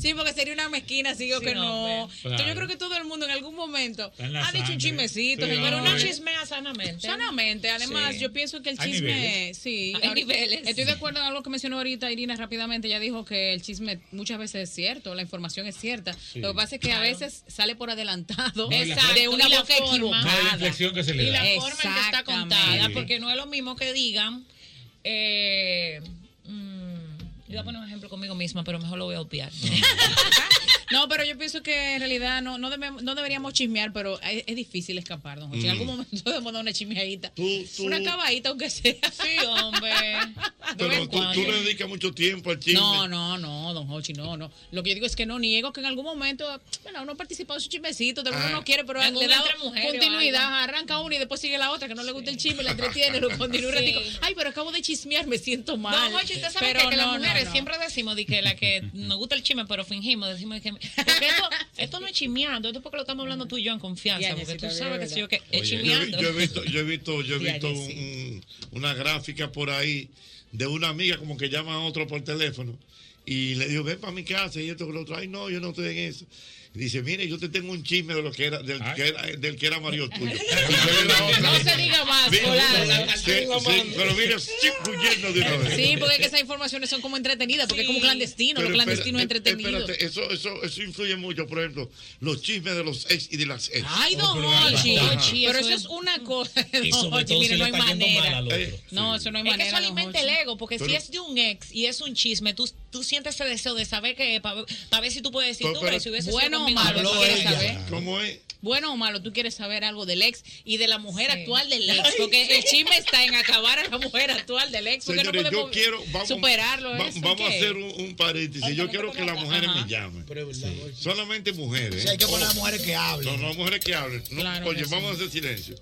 Sí, porque sería una mezquina, sigo
Sí,
que
no, pues,
no.
pero-
Entonces,
Claro.
yo creo que todo el mundo en algún momento
Está en la
ha dicho un
sangre.
chismecito,
Sí,
señora.
no,
Una
eh.
chisme- chismea sanamente. Sanamente, además
Sí.
yo pienso que el
Hay
chisme,
niveles.
sí,
Hay
ahora-
niveles.
estoy de acuerdo en algo que mencionó ahorita Irina rápidamente, ella dijo que el chisme muchas veces es cierto, la información es cierta,
Sí.
lo que pasa es que a veces sale por adelantado
No, y la-
de una
y la
boca
forma. No, y la
equivocada.
inflexión que se le
Y
da.
la forma en que está contada,
Sí.
porque no es lo mismo que digan, eh, mm, yo voy a poner un ejemplo conmigo misma, pero mejor lo voy a obviar. No, pero yo pienso que en realidad no, no, debem- no deberíamos chismear, pero es, es difícil escapar, don Jorge. En
Mm.
algún momento [laughs] debemos dar una chismeadita.
tú-
Una cabadita, aunque sea.
[laughs]
Sí, hombre.
Pero tú, tú le dedicas mucho tiempo al chisme.
No, no, no, don Hochi, no, no. Lo que yo digo es que no niego que en algún momento, bueno, uno ha participado en su chismecito, todo el mundo
Ah.
no quiere, pero
En
le
un
da
entre mujeres o algo.
continuidad. Arranca una y después sigue la otra, que no le gusta el chisme, la entretiene, lo continúa
[laughs]
un
Sí.
ratico. Ay, pero acabo de chismear, me siento mal.
Don Hochi, usted sabe
Pero
que- que las
no, no,
mujeres
no.
siempre
decimos de que la que nos gusta el chisme, pero fingimos, decimos [laughs] que
esto, esto no es chismeando, esto es porque lo estamos hablando tú y yo en confianza,
Ya,
porque tú
Necesita,
sabes que
¿verdad?
si yo que
Oye,
es
yo,
chismeando.
he- yo he visto, yo he visto, yo he
Ya,
visto
ya,
un-
sí.
un- una gráfica por ahí de una amiga como que llama a otro por teléfono y le dijo, ven para mi casa y esto que lo otro. Ay, no, yo no estoy en eso. Y dice, mire, yo te tengo un chisme de lo que era, del, que era, del que era marido tuyo. Y yo era otra.
No se diga más,
Mira,
Polanco.
¿eh? sí, sí, pero mira, sí, huyendo de una vez.
Sí, porque es que esas informaciones son como entretenidas, porque es como clandestino, lo
Pero
clandestino es
espera,
entretenido. [laughs]
espérate, eso, eso, eso influye mucho, por ejemplo, los chismes de los ex y de las ex.
Ay, don Hochi, pero eso es una
[laughs]
cosa.
Y
don
sobre
Hochi,
todo
mire,
si
no
le
hay
está yendo
manera.
mal al otro.
No, eso no hay
Es que
manera.
eso
don
alimenta
Hochi.
el ego, porque si
Pero-
es de un ex y es un chisme, tú, tú sientes ese deseo de saber que para ver si tú puedes decir
Pero-
tú,
pero-
pero si hubiese
Bueno o
sido conmigo,
malo,
no
eso
lo
quiere
quieres
saber.
saber.
¿Cómo es?
bueno o malo, tú quieres saber algo del ex y de la mujer actual del ex, porque el chisme está en acabar a la mujer actual del ex, porque
Señores,
no
yo
podemos
quiero. Vamos,
superarlo. ¿eh?
va-
eso,
vamos a
¿qué?
hacer un, un paréntesis. Yo quiero que las mujeres me llamen. Sí. Solamente mujeres.
Sí, hay que poner
Oh.
a mujeres que hablen.
No, no, mujeres que hablen. No,
Claro
oye,
que sí.
vamos a hacer silencio.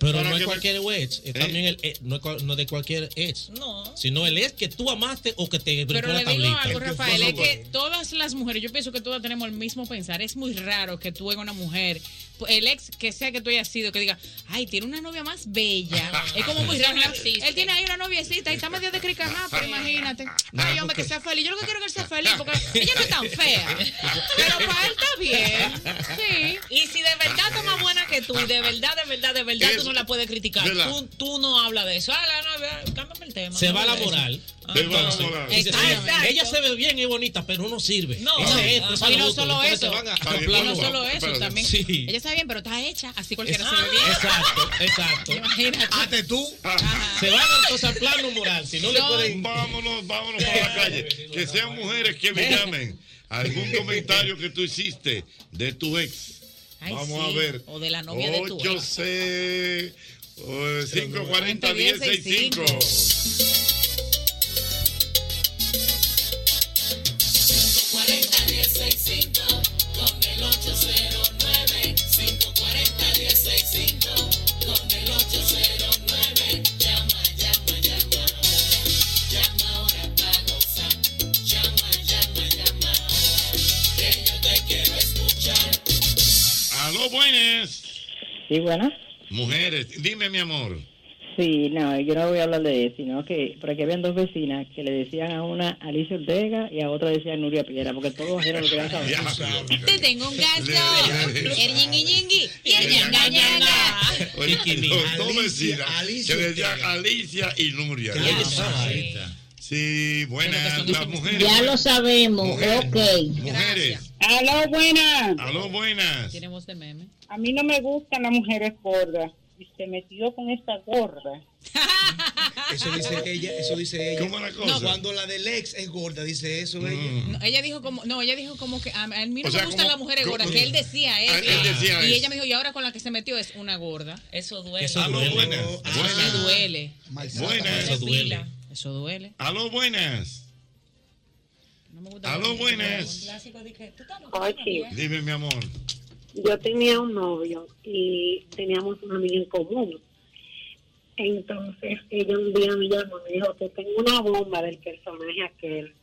Pero
Para
no es
que me-
cualquier ex, es
¿Eh?
también el, eh, no, es cual- no de cualquier ex,
No.
sino el ex que tú amaste o que te brincó
Pero
la
le digo
tablita.
algo, Rafael, es que todas las mujeres, yo pienso que todas tenemos el mismo pensar. Es muy raro que tú en una mujer, el ex que sea que tú hayas sido, que diga, ay, tiene una novia más bella. es como muy raro.
Eso no existe.
Él tiene ahí una noviecita y está medio de cricajá, pero imagínate.
No,
Ay, hombre,
porque-
que sea feliz. Yo lo que quiero es que él sea feliz, porque ella no es tan fea. Pero para él está bien.
[laughs]
Sí. Y si de verdad está más buena que tú, y de verdad, de verdad, de verdad, tú no la puedes criticar.
¿Verdad?
Tú, tú no hablas de eso. Ah, la novia, cámbiame el tema.
Se
No
va la
habla de eso.
moral.
Ah.
Entonces, dice,
Exacto.
"Señora, ella se ve bien y bonita, pero no sirve.
No,
Ese es,
no. Ah,
esa
y
es la
no
otra.
solo
Entonces
eso.
se van a-
Y
a
no
plan-
solo eso,
Espérate.
también.
Sí.
Ella está bien, pero está hecha. Así cualquiera se ve bien.
Exacto, exacto.
Imagínate.
Hazte tú.
Se van entonces al plano moral. Si no le
No.
pueden.
Vámonos, vámonos para la calle. Que sean mujeres que me llamen. Algún comentario que tú hiciste de tu ex.
Ay,
Vamos
sí,
a ver.
o de la novia de tu ex.
Yo sé. 540 1065.
con el 809 540 1065 con el 809 llama llama llama ahora llama ahora para gozar llama llama llama ahora que yo te quiero escuchar
Aló, buenas.
Sí, bueno.
Mujeres, dime, mi amor.
Sí, no, yo no voy a hablar de eso, sino que por aquí habían dos vecinas que le decían a una Alicia Ortega y a otra decían Nuria Piedra, porque todos eran lo que
[laughs]
eran
Ya,
Te tengo un
El
yingui yingui y el
ñanga,
ñanga.
Oye, los dos
Alicia,
vecinas
Alicia
que decían Alicia y Nuria.
Ya,
Oye,
sí.
Sí, buenas las mujeres.
Ya lo sabemos,
Mujeres.
ok.
Mujeres.
Aló, buenas.
Aló, buenas.
Tenemos de meme. A mí no me gustan las mujeres gordas. Y se metió con esta gorda.
Eso dice ella, eso dice ella.
¿Cómo la cosa?
No, cuando la del ex es gorda, dice eso ella.
No, ella dijo como, no, ella dijo como que a, a mí no me
O sea,
gustan
como-
las mujeres
como- Ah,
gordas, que él decía eso.
él decía
y
eso.
ella me dijo, y ahora con la que se metió es una gorda. Eso duele.
Eso
Ah,
Aló, duele. buenas. Buenas.
Eso duele.
Buenas. Eso duele.
Eso duele.
Aló, buenas. Aló, buenas.
Ochi,
Dime, mi amor.
yo tenía un novio y teníamos una amiga en común. Entonces ella un día me llamó y me dijo, te tengo una bomba del personaje aquel.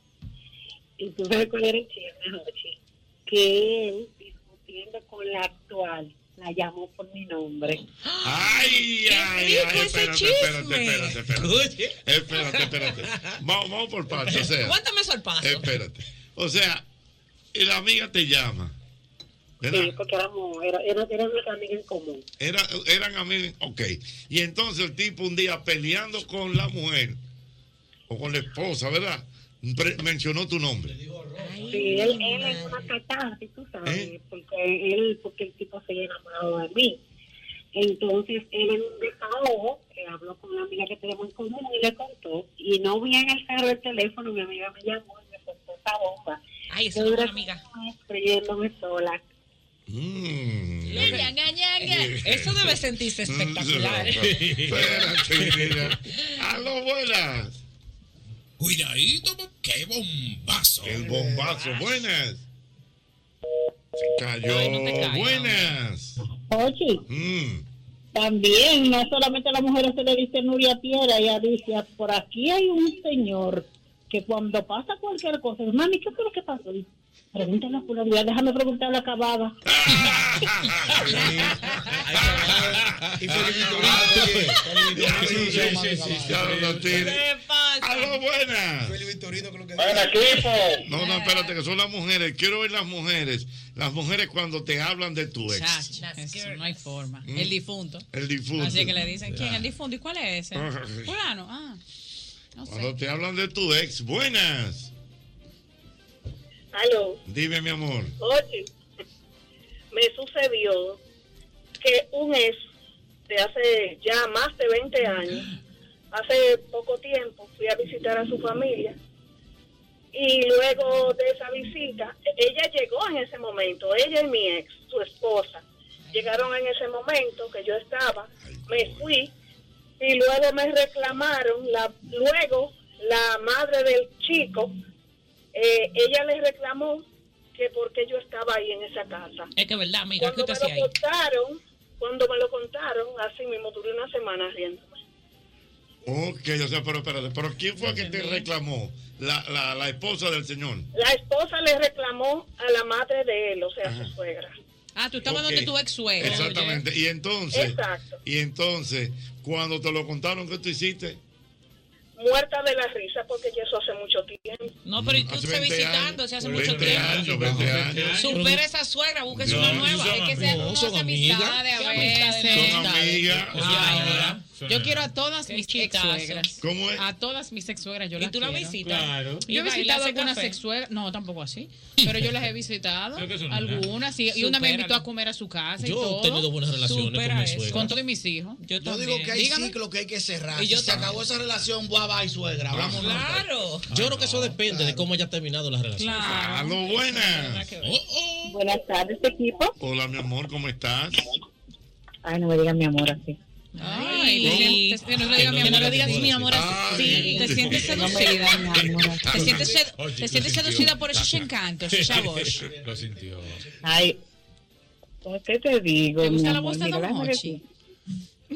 Y tú sabes cuál era el chisme, Ochi. Que él, discutiendo con la actual, la llamó por mi nombre.
Ay, ay, ay, espérate, espérate, espérate, espérate. Espérate, espérate. Vamos, vamos por partes. O sea,
Cuéntame eso al paso.
espérate. O sea, y la amiga te llama.
Sí,
¿Verdad?
porque éramos, era, era, era una amiga en común.
Era, eran amigos. Ok. Y entonces el tipo un día peleando con la mujer o con la esposa, ¿verdad? Pre- mencionó tu nombre.
Sí, él, él es una catarsis, tú sabes, porque él, porque el tipo se había enamorado de mí. Entonces, él en un desahogo, eh, habló con una amiga que tenemos en común y le contó, y no vi en el carro el teléfono, mi amiga me llamó y me contó esa bomba.
Ay, esa
Yo
es una
duré
amiga.
creyéndome sola.
Ñanga, ñanga. Eso debe sentirse
mm.
espectacular.
Espérate, mira. Aló, buenas.
cuidadito qué bombazo
El bombazo. Buenas. Se cayó.
Ay, no te caigas,
buenas.
Oye, también, no solamente a las mujeres se le dice Nuria Piedra y Alicia, por aquí hay un señor que cuando pasa cualquier cosa, mami, ¿qué fue lo que pasó? Y, Pregúntale a fulano, ya déjame preguntarle a Cabada.
Aló, buenas.
Buenas, equipo.
No, no, espérate, que son las mujeres. Quiero ver las mujeres. Las mujeres cuando te hablan de tu ex.
Chacha, eso no hay forma.
Mm.
El difunto.
El difunto.
Así que le dicen, ¿quién?
Ya.
El difunto. ¿Y cuál es ese?
Ajá.
[laughs]
Fulano. Ah, no sé.
Cuando te hablan de tu ex. Buenas.
Aló,
Dime, mi amor.
oye, me sucedió que un ex de hace ya más de 20 años, hace poco tiempo fui a visitar a su familia y luego de esa visita, ella llegó en ese momento, ella y mi ex, su esposa, llegaron en ese momento que yo estaba, me fui y luego me reclamaron, la, luego la madre del chico, eh, ella le reclamó que porque yo estaba ahí en esa casa.
Es que verdad, amiga, ¿qué
Cuando
usted
me
hacía
lo
ahí?
contaron, cuando me lo contaron, así mismo duré una semana riendo.
Ok, o sea, pero espérate, pero ¿quién fue que te reclamó? La, la, la esposa del señor.
La esposa le reclamó a la madre de él, o sea, a su suegra.
Ah, tú estabas
Ok.
donde tu ex suegra.
Exactamente. Y entonces,
Exacto.
y entonces, cuando te lo contaron, ¿qué tú hiciste?
Muerta de la risa porque ya eso hace mucho tiempo.
No, pero ¿y tú
Hace
estás
20
visitando? Se hace mucho
20 años,
tiempo.
20 años.
Supera esa suegra, búsquese una nueva.
son
Es que se
amigas.
hace
Son
amistades a
amigas.
veces.
Son amigas.
Ay,
Ay,
Yo quiero a todas mis ex
exitazo.
suegras.
¿Cómo es?
A todas mis ex suegras yo
¿Y
las
tú la
quiero.
visitas? Claro.
Yo he
¿Y bailas
visitado
ese
algunas
café?
ex suegras, no, tampoco así, pero yo las he visitado,
Creo que eso no es nada.
algunas, sí, y una me
Supéralo.
invitó a comer a su casa y
Yo he
todo.
tenido buenas relaciones con
Supera
mis
eso.
suegras.
Con todo y mis hijos.
Yo digo que hay ciclos que hay que cerrar.
Y yo
si se
también.
acabó esa relación, va bye, suegra. Vamos.
Claro. Yo creo que eso depende de cómo haya terminado la relación. Oh.
Claro. Aló, buenas.
Oh,
Buenas tardes, este equipo.
Hola, mi amor, ¿cómo estás?
Ay, no me digas mi amor así.
Ay, te- que no le digas mi amor, le digas mi amor. así. Sí, te sientes seducida. Te sientes, sed-
Oye,
te
lo
sientes
sintió.
seducida por esos encantos, esa voz.
[laughs] Lo sintió.
Ay, ¿por ¿qué te digo?
¿Te gusta
mi
la
amor?
voz de
Mira,
Don
déjame
Hochi?
decir-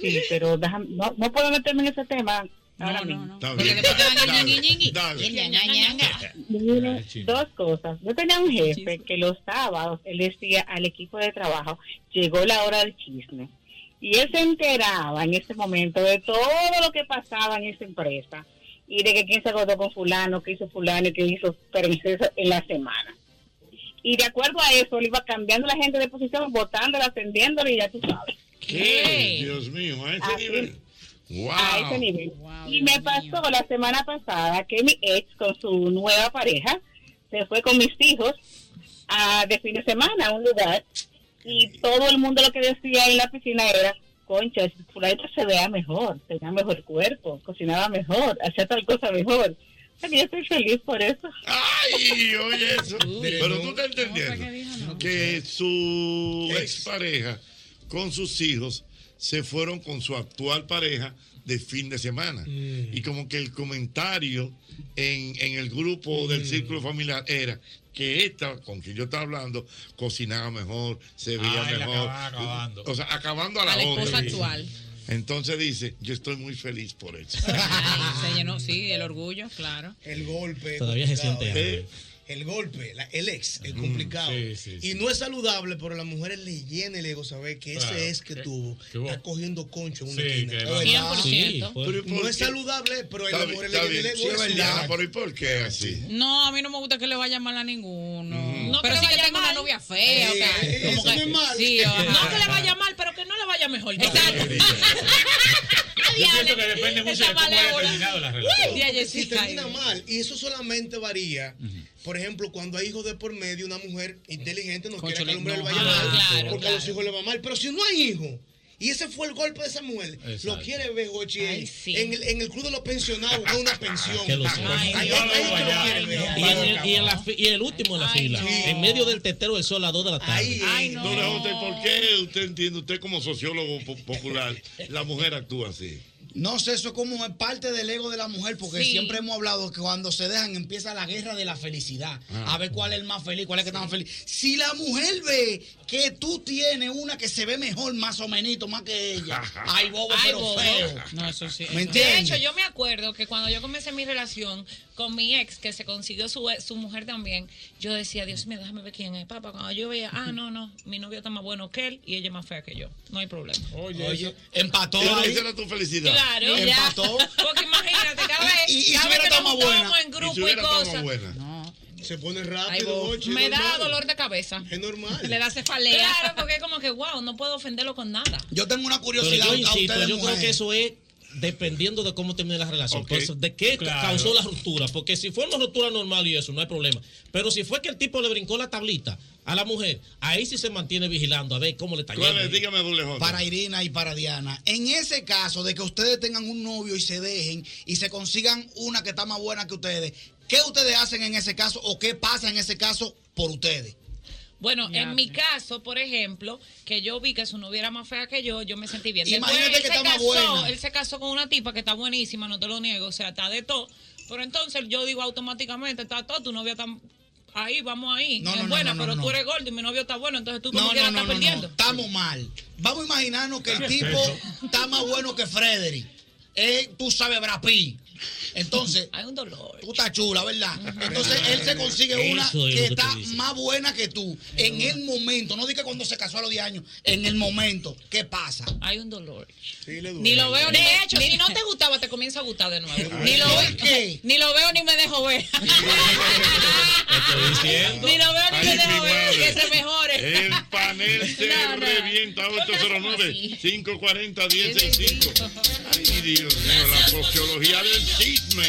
Sí, pero déjame, no, no puedo meterme en ese tema. Ahora mismo.
Está
Porque
bien.
después te van a
Dale,
ñiñiñi.
dale.
Mira, dos cosas. Yo tenía un jefe que los sábados él decía al equipo de trabajo, llegó la hora del chisme. Y él se enteraba en ese momento de todo lo que pasaba en esa empresa y de que quién se acordó con fulano, qué hizo fulano y qué hizo princesa en la semana. Y de acuerdo a eso, él iba cambiando la gente de posición, votándola, ascendiéndola y ya tú sabes.
¿Qué? Dios mío, a ese nivel. Wow.
A ese nivel. y me pasó la semana pasada que mi ex con su nueva pareja se fue con mis hijos a, de fin de semana a un lugar
[laughs]
y todo el mundo lo que decía en la piscina era, concha, si fulanito se vea mejor, tenía mejor cuerpo, cocinaba mejor, hacía tal cosa mejor. O sea, que yo estoy feliz por eso.
Ay, oye eso. Pero tú te entendiendo que su expareja con sus hijos se fueron con su actual pareja de fin de semana.
Mm.
Y como que el comentario en, en el grupo
Mm.
del círculo familiar era que esta con quien yo estaba hablando cocinaba mejor, se veía
Ay, la
mejor.
acababa acabando.
O sea, acabando a la,
A la
otra.
esposa actual.
Entonces dice, yo estoy muy feliz por eso.
Se llenó, sí, el orgullo, claro.
El golpe.
Todavía se siente
complicado,
algo.
¿eh? El golpe, la- el ex, es
Mm,
complicado.
sí, sí,
y
sí.
no es saludable, pero a las mujeres les llena el ego saber que
Claro, Eh,
ese es que
que-
tuvo está cogiendo concho en una
Sí,
esquina.
que
Es
va.
verdad.
100%.
Pero no es saludable, pero a las
Está
mujeres
bien,
les llena
está bien. Sí,
el ego. es
es verdad,
verdad.
pero ¿y por qué así?
No, a mí no me gusta que le vaya mal a ninguno.
No
pero
que
sí
le
que
vaya
tengo una novia fea. o sea,
Eh,
como
eso
que-
no es malo.
sí,
[laughs]
ajá. no que le
vaya
vaya mal, pero que no le vaya mejor. Exacto.
Yo siento que depende mucho de cómo haya terminado la relación.
Si termina mal, y eso solamente varía. Por ejemplo, cuando hay hijos de por medio, una mujer inteligente no quiere que
Cónchale,
al hombre
no.
le vaya
Ah,
mal,
claro,
porque a los hijos le va mal. Pero si no hay hijo, y ese fue el golpe de esa mujer, lo
Exacto.
quiere ver, Jochi, en, el, en el club de los pensionados, con una pensión.
Que lo sepa.
Ahí- ahí- ahí lo quiere ver.
Y en el- y en la fi- y el último en la fila. En medio del tetero del sol a las 2 de la tarde.
Don Raúl, ¿usted ¿por qué usted entiende, usted como sociólogo po- popular, la mujer actúa así?
No sé, eso es como es parte del ego de la mujer, porque
Sí.
siempre hemos hablado que cuando se dejan empieza la guerra de la felicidad.
Ah.
A ver cuál es el más feliz, cuál es el que está más feliz. Si la mujer ve que tú tienes una que se ve mejor, más o menos, más que [laughs] ella, ay, bobo,
Ay,
pero
bobo.
feo.
No, eso sí.
¿Me
De
entiendes?
hecho, yo me acuerdo que cuando yo comencé mi relación con mi ex, que se consiguió su, su mujer también, yo decía, Dios mío, déjame ver quién es, papá. Cuando yo veía, ah, no, no, mi novio está más bueno que él y ella es más fea que yo. No hay problema.
Oye, empató.
Esa-
ahí.
esa era tu felicidad.
Claro, ya.
Empató.
[laughs] Porque imagínate, cada vez,
Y- y- y si
cada vez
hubiera
que
estado
nos
más buena.
juntamos en
Y si
grupo y,
hubiera estado más
cosas.
buena. Se pone
Ay,
rápido,
vos,
Jochi,
me da
normal.
dolor de cabeza.
Es normal.
Le da cefalea. Claro, porque es como que, wow, no puedo ofenderlo con nada.
Yo tengo una
curiosidad
Pero yo
a
insisto,
ustedes,
yo
mujeres.
creo que eso es dependiendo de cómo termine la relación.
Ok.
Entonces, de qué
Claro.
causó la ruptura. Porque si fue una ruptura normal y eso, no hay problema. Pero si fue que el tipo le brincó la tablita a la mujer, ahí sí se mantiene vigilando a ver cómo le está
¿Cuál es?
yendo.
Dígame, doble J.
Para Irina y para Diana. En ese caso de que ustedes tengan un novio y se dejen y se consigan una que está más buena que ustedes, ¿qué ustedes hacen en ese caso o qué pasa en ese caso por ustedes?
Bueno, en mi caso, por ejemplo, que yo vi que su novia era más fea que yo, yo me sentí bien.
Imagínate
él se
que está más
casó,
buena.
Él se casó con una tipa que está buenísima, no te lo niego, o sea, está de todo. Pero entonces yo digo automáticamente, está todo, tu novia está ahí, vamos ahí.
No,
es
no, no,
buena,
no, no,
pero
no.
tú eres gordo y mi novio está bueno, entonces tú como
No, no,
quieras
no,
estás
no, no,
perdiendo.
estamos mal. Vamos a imaginarnos que el
¿Qué es
tipo
eso?
está más bueno que Frederick. Eh, tú sabes, Brapi. Entonces,
[laughs] hay un dolor.
Tú estás chula, ¿verdad? Entonces él se consigue
Eso
una
es lo
que
que te
está
dice.
más buena que tú en el momento. No diga cuando se casó a los 10 años, en el momento. ¿Qué pasa?
Hay un dolor.
duele.
Ni lo veo ni
De
me-
hecho,
ni-
sí.
si no te gustaba, te comienza a gustar de nuevo.
Ay,
Ni lo,
¿por
veo, ni lo veo ni me dejo ver. [laughs] Ni lo veo ni me dejo ver. Que se mejore.
El panel se
No, no.
revienta 809-540-1065. Ay, Dios mío, la sociología del chisme.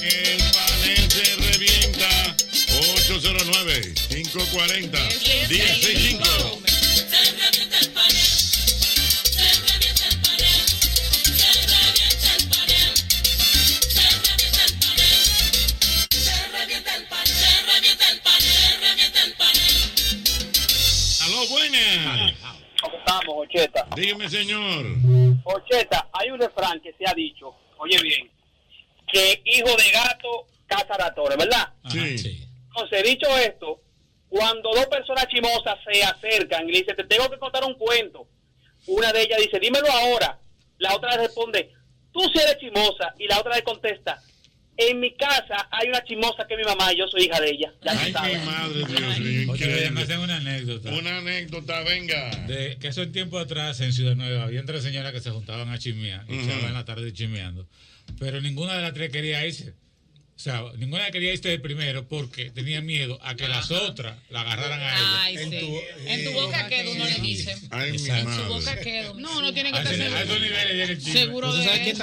El panel se revienta 809-540-1065. Aló, buenas.
¿Cómo estamos, Ocheta?
Dígame, señor.
Ocheta, hay un refrán que se ha dicho, oye bien, que hijo de gato caza ratones, ¿verdad?
Sí.
Entonces, dicho esto, cuando dos personas chimosas se acercan y le dicen, te tengo que contar un cuento, una de ellas dice, dímelo ahora. La otra le responde, tú sí eres chimosa. Y la otra le contesta, en mi casa hay una chimosa que es mi mamá y yo soy hija de ella. Ya tú sabes.
Madre Dios mío,
Oye,
increíble.
déjame hacer una anécdota.
Una anécdota, venga.
De que hace un tiempo atrás en Ciudad Nueva había tres señoras que se juntaban a chismear y
Ujú.
se iban en la tarde chismeando. Pero ninguna de las tres quería irse. O sea, ninguna quería irse de primero porque tenía miedo a que las otras la agarraran a ella.
Ay, sí. En tu eh, boca quedo, no le dice.
Ay, mi
En su
madre.
boca quedo. No, no tiene que
A
estar
ese- a
seguro.
esos niveles llega el chisme.
Seguro
Entonces,
de
¿sabes qué?
eso,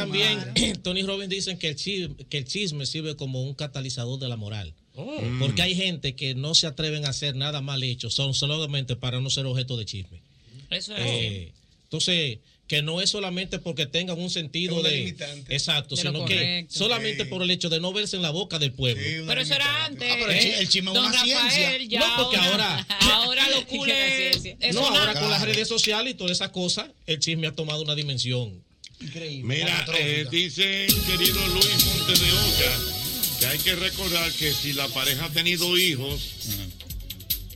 también [clears throat] Tony Robbins dicen que el, chisme, que el chisme sirve como un catalizador de la moral.
Oh.
Porque hay gente que no se atreven a hacer nada mal hecho, son solamente para no ser objeto de chisme.
Eso es así.
Eh, entonces, que no es solamente porque tengan un sentido
Es una
de.
limitante.
Exacto,
De lo
sino que
correcto.
solamente
Sí.
por el hecho de no verse en la boca del pueblo.
Pero eso era antes.
Ah, pero el chi- el chisme es
Don
una
Rafael,
ciencia.
Ya
No, porque
ahora. [laughs] Ahora lo cool es. es
no,
una-
ahora con las
[laughs]
redes sociales y todas esas cosas, el chisme ha tomado una dimensión. Increíble.
Mira, eh, dice el querido Luis Monte de Oca que hay que recordar que si la pareja ha tenido hijos,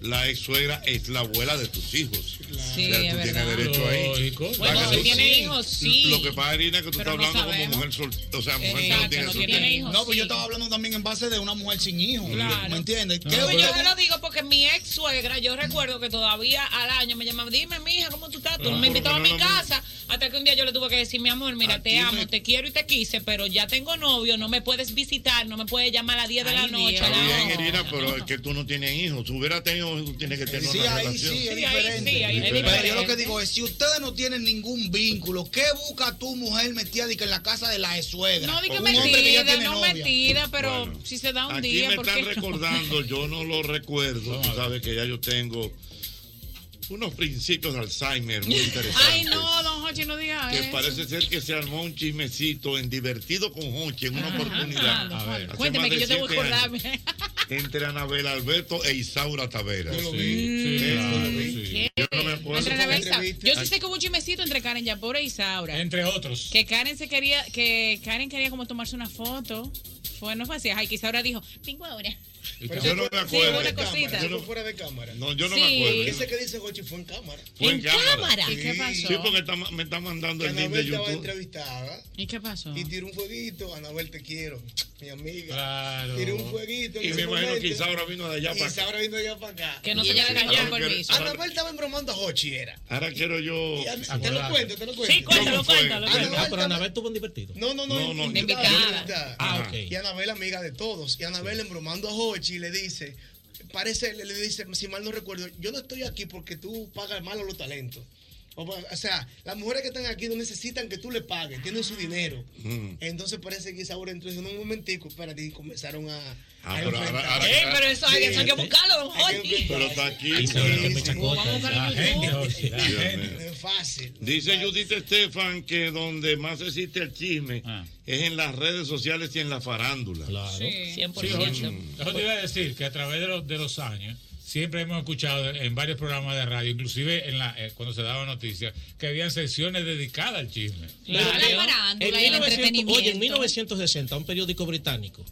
la ex suegra es la abuela de tus hijos.
Sí,
o sea,
es
tú tienes
verdad.
derecho ahí.
Lógico.
O sea,
Bueno,
que
si
tú-
tiene hijos, sí.
Lo que pasa, Irina, que tú
Pero
estás
no
hablando como
sabemos.
mujer soltera. O sea,
Pues
mujer que Eh, no tiene soltera.
No, pues yo estaba hablando también en base de una mujer sin hijos.
Claro.
¿Me entiendes?
No,
¿Qué-
Pues yo te lo digo porque mi ex suegra, yo recuerdo que todavía al año me llamaba, dime, mija, ¿cómo tú estás? Tú
Claro,
me invitaba a
pero
mi
no lo
casa. Hasta que un día yo le tuve que decir, mi amor, mira, te amo, te quiero y te quise, pero ya tengo novio, no me puedes visitar, no me puedes llamar a las 10 de la noche.
Está
a la
bien,
hora".
Irina, pero es que tú no tienes hijos. Si hubieras tenido hijos, tú tienes que tener
Sí,
una
ahí
relación.
sí, es
Sí, ahí
diferente.
sí, ahí es
Pero
diferente.
yo lo que digo es, si ustedes no tienen ningún vínculo, ¿qué busca tu mujer metida di que en la casa de la suegra?
No, dije
Con un hombre que ya
metida,
tiene
no
novia.
metida, pero si se da un
Aquí
día,
me
¿por
están
qué no?
recordando, yo no lo recuerdo. Tú sabes que ya yo tengo unos principios de Alzheimer muy interesantes.
[laughs] Ay, no, don Jochi, no diga
Que
eso.
parece ser que se armó un chismecito en divertido con Jonchi en una oportunidad.
Ajá,
A ver, hace
Ah, Cuénteme
más
que
de
yo te voy a
siete años,
acordar.
Entre Anabel Alberto e Isaura Taveras. Sí, sí, sí. Yo no me acuerdo.
Entre Anabel Sa- Yo sí
Ay,
sé que hubo un chimecito entre Karen Yapora y Isaura.
Entre otros.
Que Karen se quería, que Karen quería como tomarse una foto. Fue, no fue así. Ay, que Isaura dijo, tengo ahora.
Yo no me acuerdo.
Sí, una cosita.
Yo no-
fuera de cámara.
No, yo no me acuerdo.
Ese que dice Gochi fue en cámara.
Fue en cámara.
Sí.
Sí, porque está ma- me está mandando el link
Anabel
de
estaba
YouTube.
entrevistada.
¿Y qué pasó?
¿ah? Y tiró un fueguito. Anabel, te quiero. Mi amiga.
Claro.
Tiró un fueguito. en
Y
ese
me imagino que
momento.
Isaura vino de allá
Y
para acá.
Isaura vino de allá para acá.
Que no se Sí, lleve sí. engañado, Ahora quiero- permiso.
Anabel estaba embromando a Hochi, era.
Ahora quiero yo.
Y a- Te lo cuento, te lo cuento.
¿Cómo fue?
Ah, pero Anabel estuvo en divertido.
No, no, no.
No, no,
invitada,
invitada.
invitada.
Ah,
Ajá.
ok.
Y Anabel, amiga de todos. Y Anabel embromando a Hochi le dice, parece, le, le dice, si mal no recuerdo, yo no estoy aquí porque tú pagas mal a los talentos. O, o sea, las mujeres que están aquí no necesitan que tú le pagues, tienen su dinero. Entonces parece que esa hora entonces en un momentico, espérate, y comenzaron a...
Ah,
a
pero ahora-
enfrentar.
ahora- Eh, pero eso hay- eso hay que
buscarlo, don
Hay que
Jorge. Pero está aquí.
Ay,
pero-
sí, sí.
Vamos a buscarlo en
Gente,
YouTube.
Jorge, la
Dios
gente.
mío.
No es fácil.
Dice Judith Estefan que donde más existe el chisme es en las redes sociales y en la farándula. Claro.
Sí. 100%.
Sí, Jorge. Yo te iba a decir que a través de los, de los años siempre hemos escuchado en varios programas de radio, inclusive en la, eh, cuando se daba noticias, que habían secciones dedicadas al chisme.
Pero,
farándula
en
y el
1900
entretenimiento.
Oye, en 1960 un periódico británico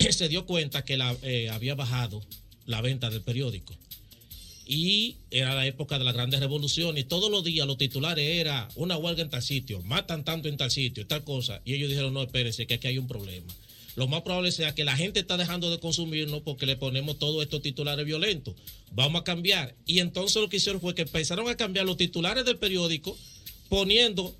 eh, se dio cuenta que la, eh, había bajado la venta del periódico. Y era la época de las grandes revoluciones. Y todos los días los titulares era una huelga en tal sitio, matan tanto en tal sitio, tal cosa. Y ellos dijeron, no, espérense, que aquí hay un problema. Lo más probable sea que la gente está dejando de consumirnos porque le ponemos todos estos titulares violentos. Vamos a cambiar. Y entonces lo que hicieron fue que empezaron a cambiar los titulares del periódico poniendo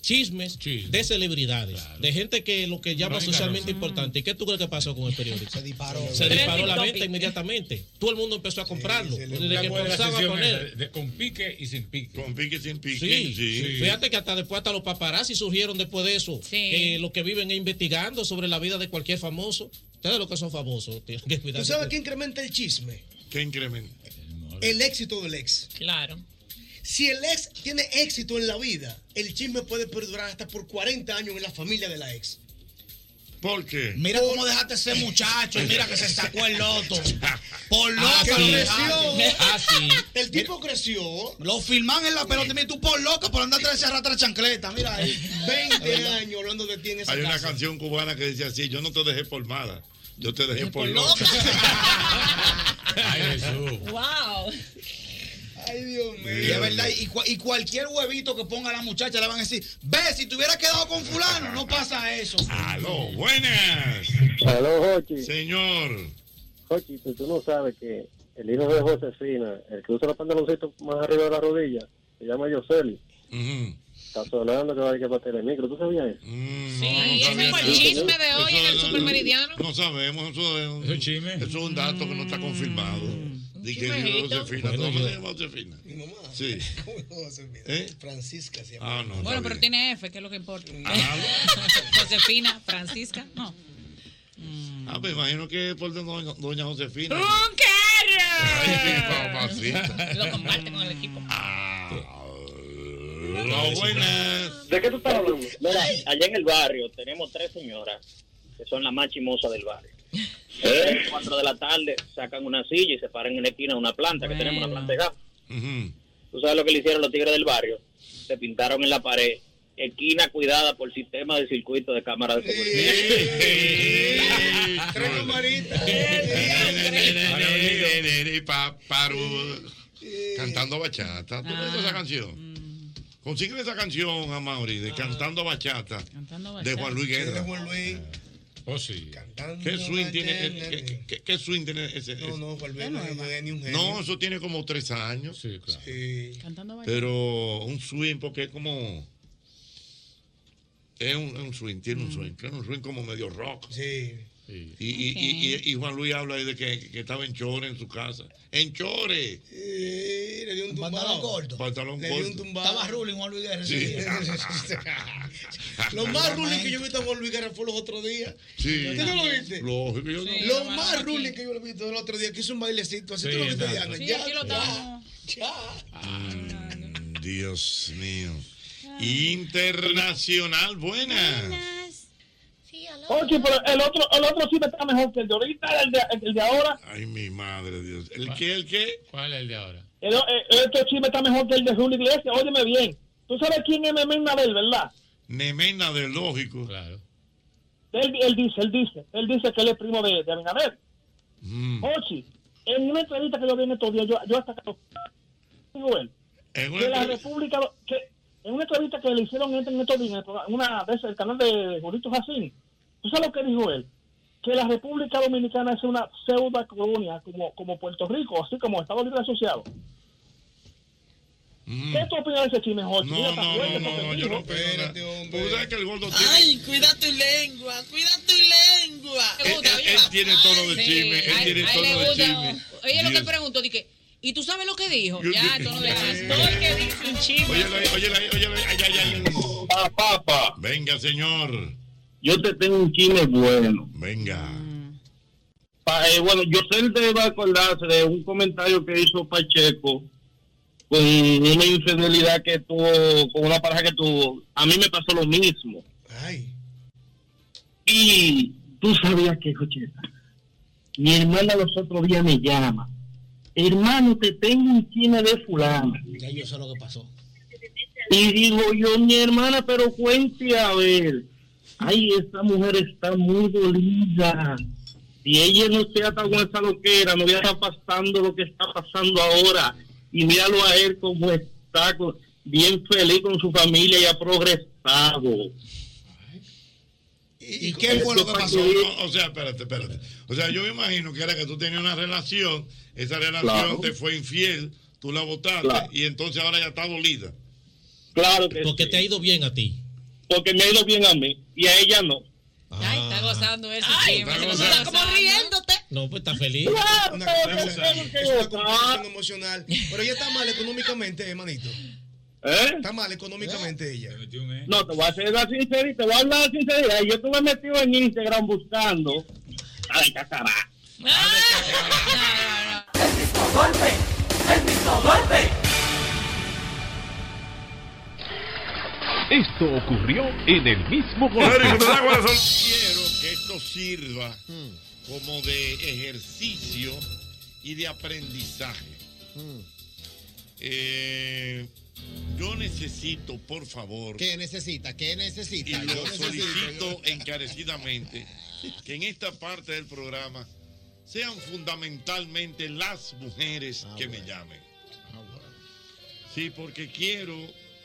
chismes de celebridades, de gente que lo que llama
Lógica,
socialmente importante. ¿Y qué tú crees que pasó con el periódico? Se disparó. Se
Trending
disparó la
topic.
venta inmediatamente. Todo el mundo empezó a comprarlo. desde
¿Te
que
acuerdas de la
empezaba a
sección
poner.
esa de- de- con pique y sin pique.
Con pique y sin pique.
Sí,
sí.
fíjate que hasta después hasta los paparazzi surgieron después de eso. Eh, los que viven investigando sobre la vida de cualquier famoso. Ustedes los que son famosos tienen que
¿Tú
cuidarse.
sabes qué incrementa el chisme?
¿Qué incrementa?
El éxito del ex.
Claro.
Si el ex tiene éxito en la vida, el chisme puede perdurar hasta por 40 años en la familia de la ex.
¿Por qué?
Mira cómo dejaste ese muchacho, y mira que se sacó
[laughs]
el loto. Por loco.
Ah,
lo
sí.
dejaste.
Ah, sí.
[laughs] El tipo
creció.
Lo filman en la pelota. Mira, tú por loco, por andar atrás de la chancleta. Mira ahí.
20 años hablando de ti en esa
Hay una
casa.
canción cubana que dice así, yo no te dejé por mala, yo te dejé por,
por
loca. [laughs] Ay, Jesús.
Wow.
Ay, Dios mío. Y es verdad, y, cua- y cualquier huevito que ponga la muchacha le van a decir, ve, si te hubieras quedado con fulano, no pasa eso.
Aló, buenas.
Aló, Jochi.
Señor.
Jochi, pues tú no sabes que el hijo de Josefina, el que usa los pantaloncitos más arriba de la rodilla, se llama Yoseli. Está sonando que va a ir que para Telemicro. ¿Tú sabías eso?
Sí, ese fue el
eso-
chisme de hoy en el supermeridiano.
No sabemos, eso es un, eso es un dato que no está confirmado.
Mm.
Di que dijo
chismejito.
Josefina, ¿tú
Bueno,
me
yo-
llamas Josefina?
Mi mamá.
Sí.
[laughs] ¿Cómo se mira?
¿Eh?
Francisca se llama.
Ah, no.
Bueno,
está
pero
bien.
tiene F, que es lo que importa. [laughs] Josefina, Francisca, no.
Ah, pues imagino que es por do- doña, Josefina.
¡Un carro!
Ay, sí, papacita.
Lo comparte con el equipo.
Ah.
Aló, buenas.
¿De qué tú estás hablando? Mira, allá en el barrio tenemos tres señoras que son las más chimosas del barrio. A
¿Eh?
las cuatro de la tarde sacan una silla y se paran en la esquina de una planta que tenemos, una planta de gas. ¿Tú sabes lo que le hicieron los tigres del barrio? Se pintaron en la pared, esquina cuidada por sistema de circuito de cámara de seguridad.
Y pa- paro
Eh,
cantando bachata. ¿Tú conoces esa canción? Consigue esa canción, Amaury, de Ah. Cantando Bachata, de Juan Luis Guerra.
Juan Luis.
Oh, sí. ¿Qué swing tiene, este? qué- qué- qué- qué swing tiene ese? ese?
No, no, Juan Luis no es ni un genio.
No, eso tiene como tres años. Sí, claro. Pero un swing, porque es como. Es un, un swing, tiene un swing. Tiene un swing como medio rock.
Sí.
Y, y- y- y- y Juan Luis habla ahí de que, que estaba en chore en su casa. ¡En chore!
Eh, le dio un tumbado.
Pantalón corto.
Pantalón
Le dio un
corto.
tumbado. Estaba
ruling Juan Luis Guerra.
Sí. [laughs]
Lo más ruling que yo he visto a Juan Luis Guerra fue los otros días.
Ah, Sí.
¿Tú no lo viste?
Lógico, yo no.
lo más ruling que yo le he visto el otro día, que hizo un bailecito así.
Sí,
¿Tú lo viste,
exacto.
Diana?
Sí,
ya,
aquí lo
ya, ya.
Mm, Dios mío. Internacional, buena.
Oye, pero el otro, el otro sí me está mejor que el de ahorita, el de, el de ahora.
Ay, mi madre, Dios. ¿El qué, el qué? ¿Cuál es el de ahora?
El, eh, este chisme está mejor que el de Julio Iglesias. Óyeme bien. Tú sabes quién es Memín Nadel, ¿verdad?
Nemena de lógico. Claro.
Él, él dice, él dice, él dice que él es primo de, de Abinader. Ochi, en una entrevista que yo vi en estos días, yo, yo hasta que dijo él,
En
que la República, que en una entrevista que le hicieron en estos días, en el programa- una vez el canal de Eh, Julito Jacín, ¿tú sabes lo que dijo él? Que la República Dominicana es una pseudo colonia como, como Puerto Rico, así como Estados Unidos asociado. ¿Qué tú opinas de ese chisme, Jorge? Mira,
Mm. No,
está
no,
fuerte
no, no,
porque
no,
dijo-
yo no opino. Porque tú sabes que el gordo tiene.
Ay, cuida tu lengua, cuida tu lengua.
Él, él- él tiene todo de
Sí,
chisme, él
a él-
tiene
a él
todo
le
de
gusta.
chisme.
Oye, lo que
Dios.
pregunto, dije, ¿Y tú sabes lo que dijo?
Yo-
ya, tú no dejas. Porque dice un chisme.
Óyelo ahí, óyelo ahí, óyelo ahí. Ay, ay, ay.
Ah, Papá.
Venga, señor.
Yo te tengo un chisme bueno.
Venga.
Pa- eh, bueno, yo sé que te va a acordarse de un comentario que hizo Pacheco con una infidelidad que tuvo, con una pareja que tuvo. A mí me pasó lo mismo. Y tú sabías que, Jocheta, mi hermana los otros días me llama. Hermano, te tengo un chisme de fulano.
Ya yo sé lo que pasó.
Y digo yo, mi hermana, pero cuente a ver. Ay, esta mujer está muy dolida. Si ella no se ata con esa loquera, no voy a estar pasando lo que está pasando ahora. Y míralo a él como está, con- bien feliz con su familia y ha progresado.
¿Y,
qué fue lo que pasó?
O, o sea, espérate, espérate. O sea, yo me imagino que era que tú tenías una relación, esa relación
Claro.
te fue infiel, tú la votaste
Claro.
y entonces ahora ya está dolida.
Claro que
Porque te ha ido bien a ti.
Porque me ha ido bien a mí y a ella no.
Ay, está gozando eso.
Ay,
chisme,
está
se
gozando.
está como riéndote.
No, pues está feliz.
Una confusión, es una confusión emocional. Pero ella está mal económicamente, hermanito.
¿Eh?
Está mal económicamente ella.
No, te voy a ser la sinceridad, te voy a hablar la sinceridad. Yo estuve metido en Instagram buscando. Ay, cacará.
golpe, el mismo golpe.
Esto ocurrió en el mismo
Eric,
golpe.
te da corazón. Quiero que esto sirva como de ejercicio y de aprendizaje. Eh, yo necesito, por favor,
¿Qué necesita? ¿Qué
y
necesita?
lo
Yo necesito.
solicito encarecidamente, que en esta parte del programa sean fundamentalmente las mujeres
Ah,
que me llamen. Sí, porque quiero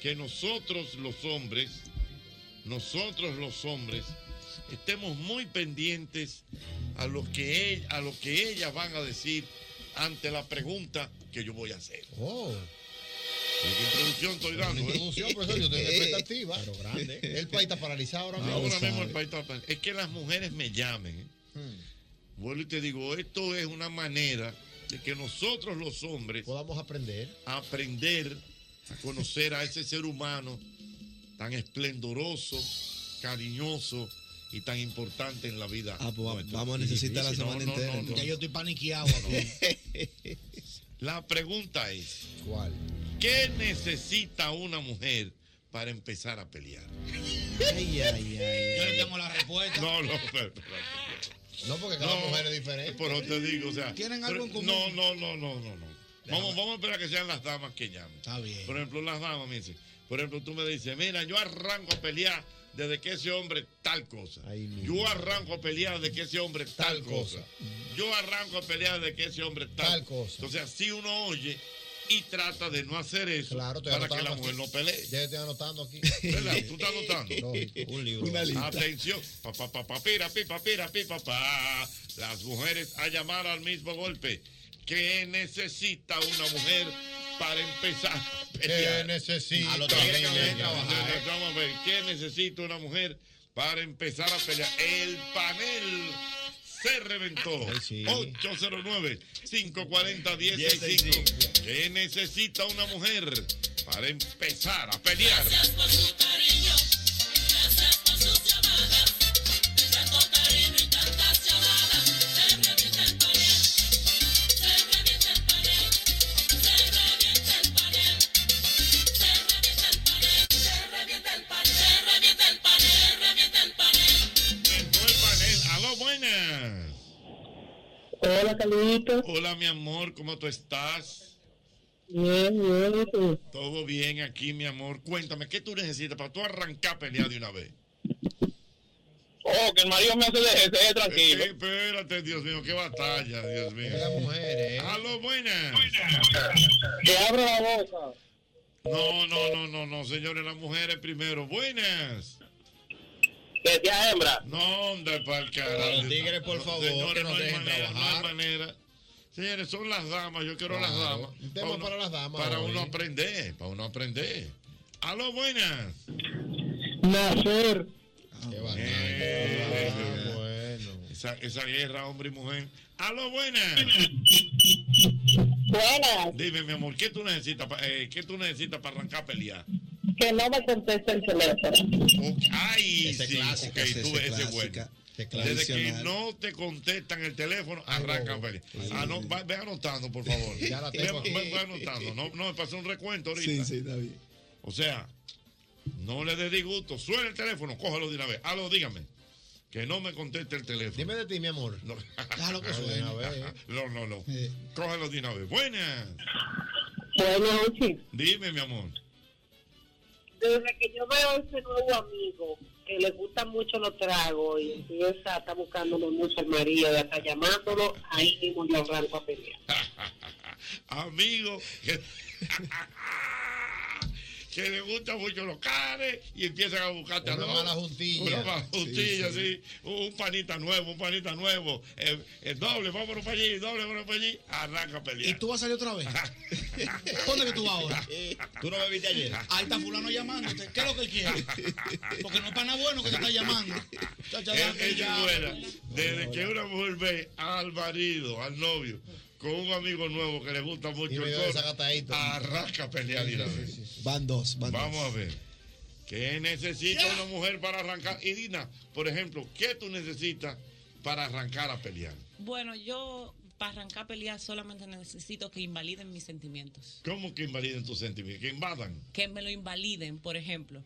que nosotros los hombres, nosotros los hombres, estemos muy pendientes a lo que, el- a lo que ellas van a decir ante la pregunta que yo voy a hacer. Sí, ¿Qué introducción estoy dando? eh?
Oh, Introducción, profesor, yo estoy expectativa. Pero grande. El país está paralizado ahora mismo. Hmm.
Ahora mismo el país está pan- Es que las mujeres me llamen. ¿eh? Vuelvo y te digo, esto es una manera de que nosotros los hombres podamos aprender. Aprender a conocer a ese ser humano tan esplendoroso, cariñoso y tan importante en la vida.
Ah, pues,
nuestra.
vamos a necesitar la
Y difícil.
semana
No, no,
entera,
no,
entonces.
no.
Ya yo estoy paniqueado.
La pregunta es, ¿cuál? ¿Qué necesita una mujer para empezar a pelear?
Ay, ay, ay.
Yo le tengo la respuesta.
No, no, pero- pero-
No, porque cada mujer es diferente.
Eh, Por eso te digo, o sea.
¿Tienen
pero-
algo en común?
No, no, no, no, no. no. Vamos, vamos a esperar que sean las damas que llamen. Está bien. Por ejemplo, las damas me dicen. Por ejemplo, tú me dices, mira, yo arranco a pelear desde que ese hombre tal cosa. yo arranco a pelear desde que ese hombre tal, cosa. Yo arranco a pelear desde que ese hombre tal, cosa. Entonces, así uno oye y trata de no hacer eso
estoy
para que la
anotando
mujer
aquí.
no pelee.
Ya estoy
[laughs]
anotando aquí.
¿Verdad? ¿Tú estás notando?
[laughs] Lógico, un libro. Una lista.
Atención. Pa, pa, pa, pa, pira, pi, pa, pira, pi, pa, pa. Las mujeres a llamar al mismo golpe. ¿Qué necesita una mujer para empezar a
¿Qué
pelear?
necesita?
A lo que
Tiene Eh, que
venga,
venga,
venga,
bajar.
venga. Vamos a ver. ¿Qué necesita una mujer para empezar a pelear? El panel se reventó. 809-540-165. ¿Qué necesita una mujer para empezar a pelear?
por su cariño, gracias por sus llamadas. De tanto cariño y tantas llamadas, se revienta el panel. Se revienta el panel. Se revienta el panel. Se revienta el panel. Se revienta el panel. Se revienta el panel. Se revienta el panel.
Reventó el panel. Aló, buenas.
Hola, Carlitos.
Hola, mi amor, ¿cómo tú estás?
Bien, bien, ¿y tú?
Todo bien aquí, mi amor. Cuéntame, ¿qué tú necesitas para tú arrancar a pelear de una vez?
Oh, que el marido me hace de ese, eh, tranquilo.
Eh, espérate, Dios mío, qué batalla, Dios mío. Las mujeres. ¿eh? Aló, buenas.
Que abra la boca.
No, no, no, no, no, señores, las mujeres primero. Buenas.
Que sea hembra.
No, hombre, para el carajo.
Los tigres, por
No,
favor,
señores,
que nos
no hay
dejen
manera,
trabajar.
No hay manera. Señores, son las damas, yo quiero las
Claro,
damas.
un tema para las damas
Para
hoy.
uno aprender, para uno aprender. Aló, buenas.
Nacer.
Eh, Esa, esa guerra, hombre y mujer. A lo buena. Buenas. Dime, mi amor, ¿qué tú necesitas, pa- eh, ¿qué tú necesitas para arrancar a pelear?
Que no me conteste el teléfono.
Ay,
Ese
sí,
clásico,
ok,
ese,
tú
ese
ves ese bueno.
clásica, que
Desde que
tradicional.
no te contestan el teléfono, arranca a pelear. Ah, no, va- ve anotando, por favor.
Ya la
Ve-
tengo aquí.
ve, ve anotando. No, no, me pasó un recuento ahorita.
Sí, sí, está bien.
O sea, no le des disgusto. Suena el teléfono, cógelo de una vez. Aló, dígame. Que no me conteste el teléfono. Dime de ti, mi amor. No, [laughs]
Déjalo que suene.
No, no, no. no. Cógelo de una vez. Buenas.
Buenas noches.
Dime, mi amor.
Desde que yo veo ese nuevo amigo que le gusta mucho los tragos y empieza, está buscándome mucho el marido, y hasta llamándolo, ahí mismo yo arranco a pelear.
Amigo que, [laughs] que le gustan mucho los canes y empiezan a buscarte
Una
a los-
mala juntilla.
Una mala
Sí,
juntilla, sí.
sí.
Un panita nuevo, un panita nuevo. Eh, El, doble, vámonos para allí, doble, vámonos para allí. Arranca a pelear.
¿Y tú vas a salir otra
[laughs]
vez? ¿Dónde que tú vas ahora?
¿Tú no bebiste ayer?
Ahí está fulano llamándote. ¿Qué es lo que él quiere? Porque no es pana bueno que te está llamando. Chacha,
Es-
deja que
es
llame.
Eh, buena. Desde que una mujer ve al marido, al novio, con un amigo nuevo que le gusta mucho el coro, arranca a pelear y la vez.
Van dos, van
Vamos
dos.
a ver. ¿Qué necesita una mujer para arrancar? Y Dina, por ejemplo, ¿qué tú necesitas para arrancar a pelear?
Bueno, yo para arrancar a pelear solamente necesito que invaliden mis sentimientos.
¿Cómo que invaliden tus sentimientos? Que invadan.
Que me lo invaliden, por ejemplo.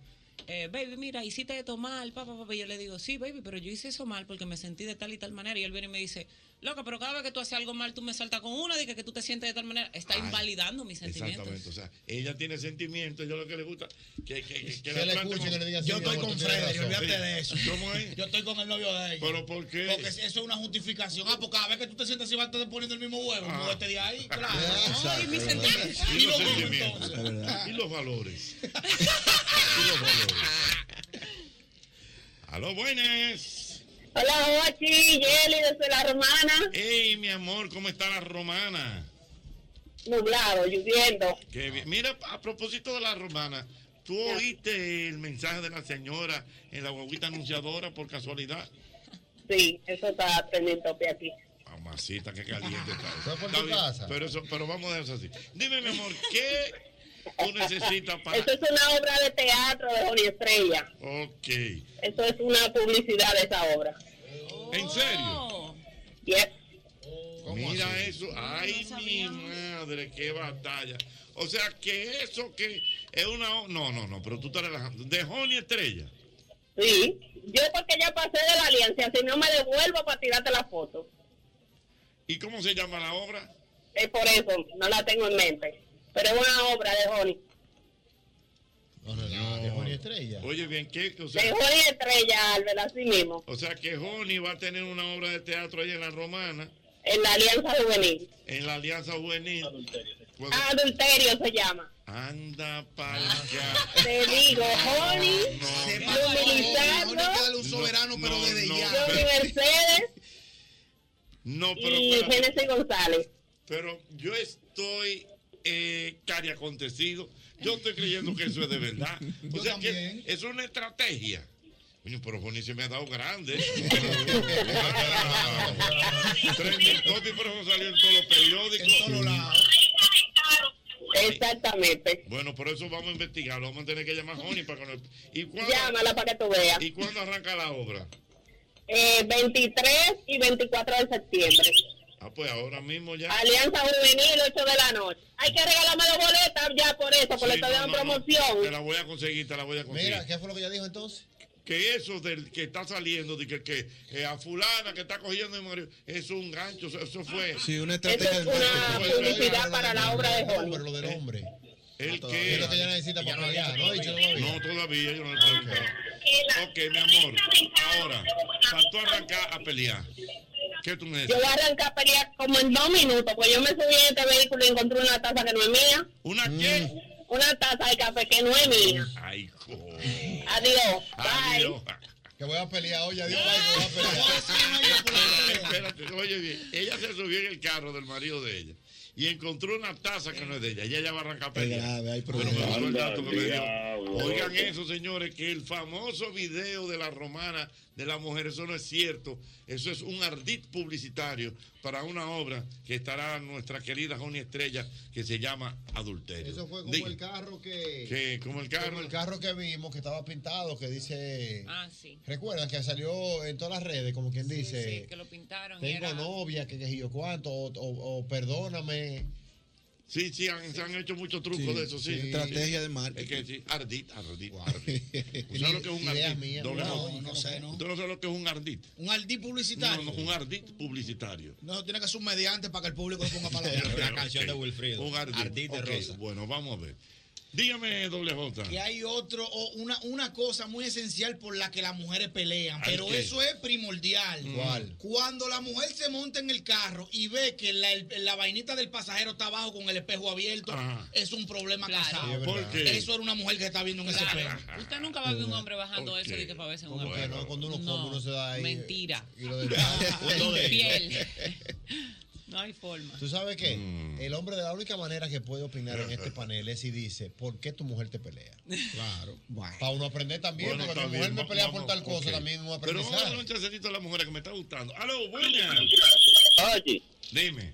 Eh, baby, mira, hiciste esto mal, papá, papá. Yo le digo, sí, baby, pero yo hice eso mal porque me sentí de tal y tal manera. Y él viene y me dice, loca, pero cada vez que tú haces algo mal, tú me saltas con una, de que tú te sientes de tal manera. Está
Ay,
invalidando mis sentimientos.
Exactamente. O sea, ella tiene sentimientos, ella lo que le gusta. Que, que, que,
Que le escuche, que le diga, Yo "Sí, mi estoy amor, con tú tienes Freddy, razón". olvídate de eso.
¿Cómo es?
Yo estoy con el novio de ella.
¿Pero por qué?
Porque eso es una justificación. Ah, porque cada vez que tú te sientes así vas a estar poniendo el mismo huevo.
Ah.
Múdete de ahí, claro.
Exacto,
Ay, mi
es verdad.
sentimiento.
Y los
Y lo-
sentimientos. Y los valores. y los valores. A los buenas.
Hola, Ochi, Yeli, desde la romana.
Ey, mi amor, ¿cómo está la romana?
Nublado, lloviendo.
Qué bien. Mira, a propósito de la romana, ¿tú oíste el mensaje de la señora en la guaguita anunciadora por casualidad?
Sí, eso está pendiente de aquí.
Mamacita, qué caliente está eso.
por
Está
tu
bien,
casa.
Pero, eso, pero vamos a dejar eso así. Dime, mi amor, ¿qué tú necesitas para...?
Eso es una obra de teatro de Joni Estrella.
Ok.
Eso es una publicidad de esa obra.
¿En serio?
Oh. Yes.
Mira
así?
eso. Ay, mi madre, qué batalla. O sea, que eso que es una... o- No, no, no, pero tú estás relajando. De Joni Estrella.
Sí. Yo porque ya pasé de la alianza, si no me devuelvo para tirarte la foto.
¿Y cómo se llama la obra?
Es por eso, no la tengo en mente. Pero es una obra de Joni.
de Joni Estrella. Oye, bien, ¿qué? O sea,
De Joni Estrella, Álvaro, así mismo.
O sea que Joni va a tener una obra de teatro ahí en la Romana.
En la Alianza Juvenil.
En la Alianza Juvenil. Cuando-
Adulterio se llama.
Anda para allá.
Te digo, Joni, Luminisardo,
un soberano, pero desde ya.
Johnny Mercedes
No, pero,
y
espérate.
Génesis González.
pero yo estoy eh, cari acontecido. Yo estoy creyendo que eso es de verdad. O sea que es una estrategia. Coño, pero Joni se me ha dado grande. Ah, Trending topic, pero eso salió en todos los periódicos.
Exactamente.
Bueno, por eso vamos a investigarlo. Vamos a tener que llamar a Joni para que nos... ¿Y cuándo-
Llámala para que tú veas.
¿Y cuándo arranca la obra?
Eh, 23 y 24 de septiembre.
Ah, pues ahora mismo ya.
Alianza Juvenil, 8 de la noche. Hay que regalarme las boletas ya por eso, porque le
Sí,
estoy
no, no,
dando
no.
promoción.
Te la voy a conseguir, te la voy a conseguir.
Mira, ¿qué fue lo que ella dijo entonces?
que eso del que está saliendo, de que, que eh, a fulana que está cogiendo el marido, es un gancho, eso, eso fue.
Ah, Sí, una estrategia Eso es del una marketing. publicidad para la obra de Hollywood.
Pero lo del hombre. El
Ah, todavía.
que.
Es lo que ella necesita para pelear, ¿no? Dicho todavía.
No, todavía yo no le puedo creer. Ok, mi amor. Ahora, para tú arrancar a pelear, ¿qué tú
Yo voy a
necesitas?
arrancar a pelear como en dos minutos, pues yo me subí en este vehículo y encontré una taza que no es mía.
¿Una qué?
Una taza de café que no es mía.
Mm.
Ay, co-
Adiós.
Adiós.
Que voy a pelear hoy, adiós,
Ah.
bye, voy a pelear.
Espérate, espérate, oye bien. Ella se subió en el carro del marido de ella y encontró una taza que no es de ella. Ella ya va a arrancar
Es
pelea.
grave, hay
Bueno, me
problemas.
gustó el dato que me dio.
Diablo.
Oigan eso, señores, que el famoso video de la romana de la mujer, eso no es cierto. Eso es un ardid publicitario para una obra que estará nuestra querida Joni Estrella, que se llama Adulterio.
Eso fue como
Diga,
el carro que.
que como el carro.
Como el carro que vimos que estaba pintado, que dice.
Ah, sí.
Recuerdan que salió en todas las redes, como quien dice.
Sí, que lo pintaron. y
Tengo
era-
novia, que qué sé yo cuánto, o, o- o perdóname.
Sí, sí, han, se han hecho muchos trucos
Sí,
de eso, sí.
sí. Estrategia de marketing.
Es que sí, ardid, ardid,
[laughs]
ardid. ¿Usted sabe lo que es un
Ideas
ardid?
mías.
Doble
No,
voz.
no sé, no.
¿Usted no sabe lo que es un ardid?
Un ardid publicitario.
No, no, un ardid
[laughs]
publicitario.
No, tiene que ser un mediante para que el público
[laughs]
le ponga palabras.
Una canción de Wilfrido. Un ardid.
de
Ok,
rosa.
Bueno, vamos a ver. Dígame, doble J.
Que hay otro, o una, una cosa muy esencial por la que las mujeres pelean,
Ay,
pero
¿qué? Mm.
eso es primordial.
¿Cuál?
Cuando la mujer se monta en el carro y ve que la, el- la vainita del pasajero está abajo con el espejo abierto,
Ajá.
es un problema
Sí, es
casado.
¿Por verdad. qué?
Eso era una mujer que está viendo en ese
Claro.
espejo.
Usted nunca va a ver un hombre bajando
Ok.
eso de que para verse en un
Como que no,
arco.
cuando uno come, uno se da ahí.
Mentira.
[laughs]
Y lo del-
Uno
[laughs]
de- Piel.
[laughs] No hay forma.
¿Tú sabes qué?
Mm.
El hombre de la única manera que puede opinar en
[laughs]
este panel es si dice, ¿por qué tu mujer te pelea? Claro. Para uno aprender también,
Bueno,
porque
está
mi
bien,
mujer me
va-
pelea
vamos,
por tal cosa,
ok.
también uno
Pero vamos a darle
aprendizaje.
un chancecito a la mujer que me está gustando. ¡Aló, buenas!
Oye.
Dime.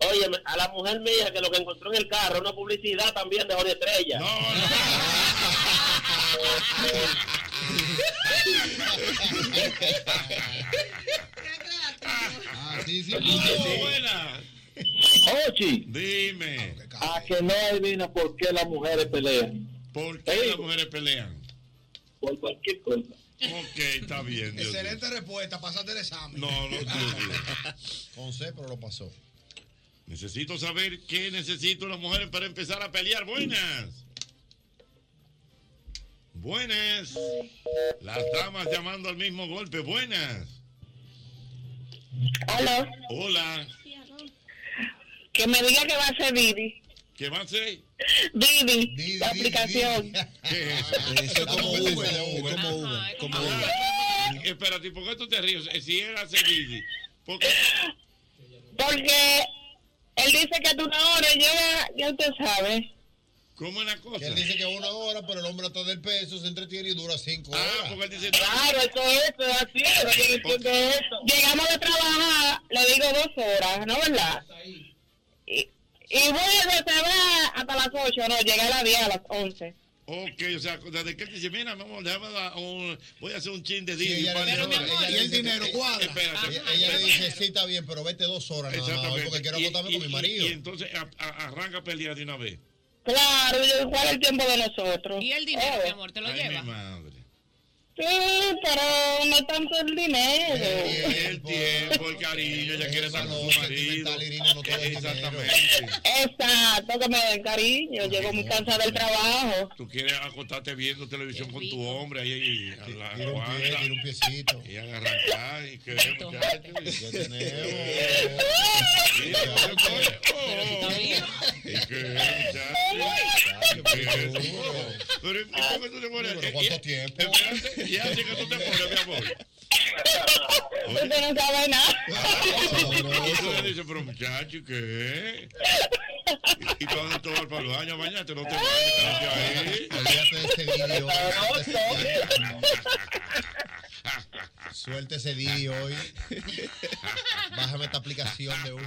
Oye, a la mujer mía que lo que encontró en el carro, una publicidad también de Jorge Estrella. No,
Ah,
¡Aló, buenas!
Ochi,
Dime.
Ah,
a que no adivina por qué las mujeres pelean.
¿Por qué las mujeres pelean?
Por cualquier cosa.
Ok, está bien. Dios mío.
Excelente respuesta, pasaste el examen.
No, no, Dios mío.
Con C, pero lo pasó.
Necesito saber qué necesito las mujeres para empezar a pelear. Buenas. Buenas. Las damas llamando al mismo golpe. Buenas.
Hola,
Hola.
que me diga que va a ser Didi.
¿Qué va a ser?
Didi, la aplicación.
¿Qué es eso?
Eh, es como Uber, es como
Uber. Eh, Espérate, ¿por qué tú te ríes? Eh, Si era Sevilla. Porque
Porque él dice que a una hora llega, ya usted sabe.
¿Cómo es la cosa?
él dice que es una hora, pero el hombre está del peso, se entretiene y dura cinco horas. Ah, porque
él dice...
Claro, eso es, eso es así, pero yo no entiendo eso. Llegamos de trabajar, Ah, le digo dos horas, ¿no verdad? Y, y vuelve, se va hasta las ocho, no, llega a las diez, a las once.
Ok, o sea, desde que él dice, mira, vamos, déjame dar un, voy a hacer un chin de Didi.
ella
para-
le dijo, Pero, mi amor,
Ella
y el
dice,
dinero
eh,
cuadra.
Espérate.
Ajá, Ella le dice, sí, está bien, pero vete dos horas nada más, hoy, porque quiero
Y-
acostarme
y-
con mi
y-
marido.
Y, entonces a- a- arranca a pelear de una vez.
Claro, yo- ¿cuál es el tiempo de nosotros?
Y el dinero,
Oh.
mi amor, te lo
Ay,
lleva.
mi madre.
Sí, pero no es tanto el dinero.
El tiempo, el cariño, ella quiere estar con su marido. Eh, Exactamente.
Exacto, que me den cariño, llego muy cansada del trabajo.
Tú quieres acostarte viendo televisión con tu hombre ahí, ahí a la
Tira un pie,
guarda,
tira un piecito.
y arrancar y que muchachos. y-
[laughs]
Mira, ¿Y qué, muchacho? ¿Qué es eso? Pero ¿y por qué tú te pones?
Pero ¿cuánto tiempo?
Espérate, ¿y así que tú te pones, mi amor?
Usted no sabe nada.
Entonces le dice, pero muchacho, ¿y ¿qué? ¿Y y cuando tú vas para el baño, bañate, no te bañes, quédate ahí.
este Suelte ese día hoy. Bájame esta aplicación de Uber.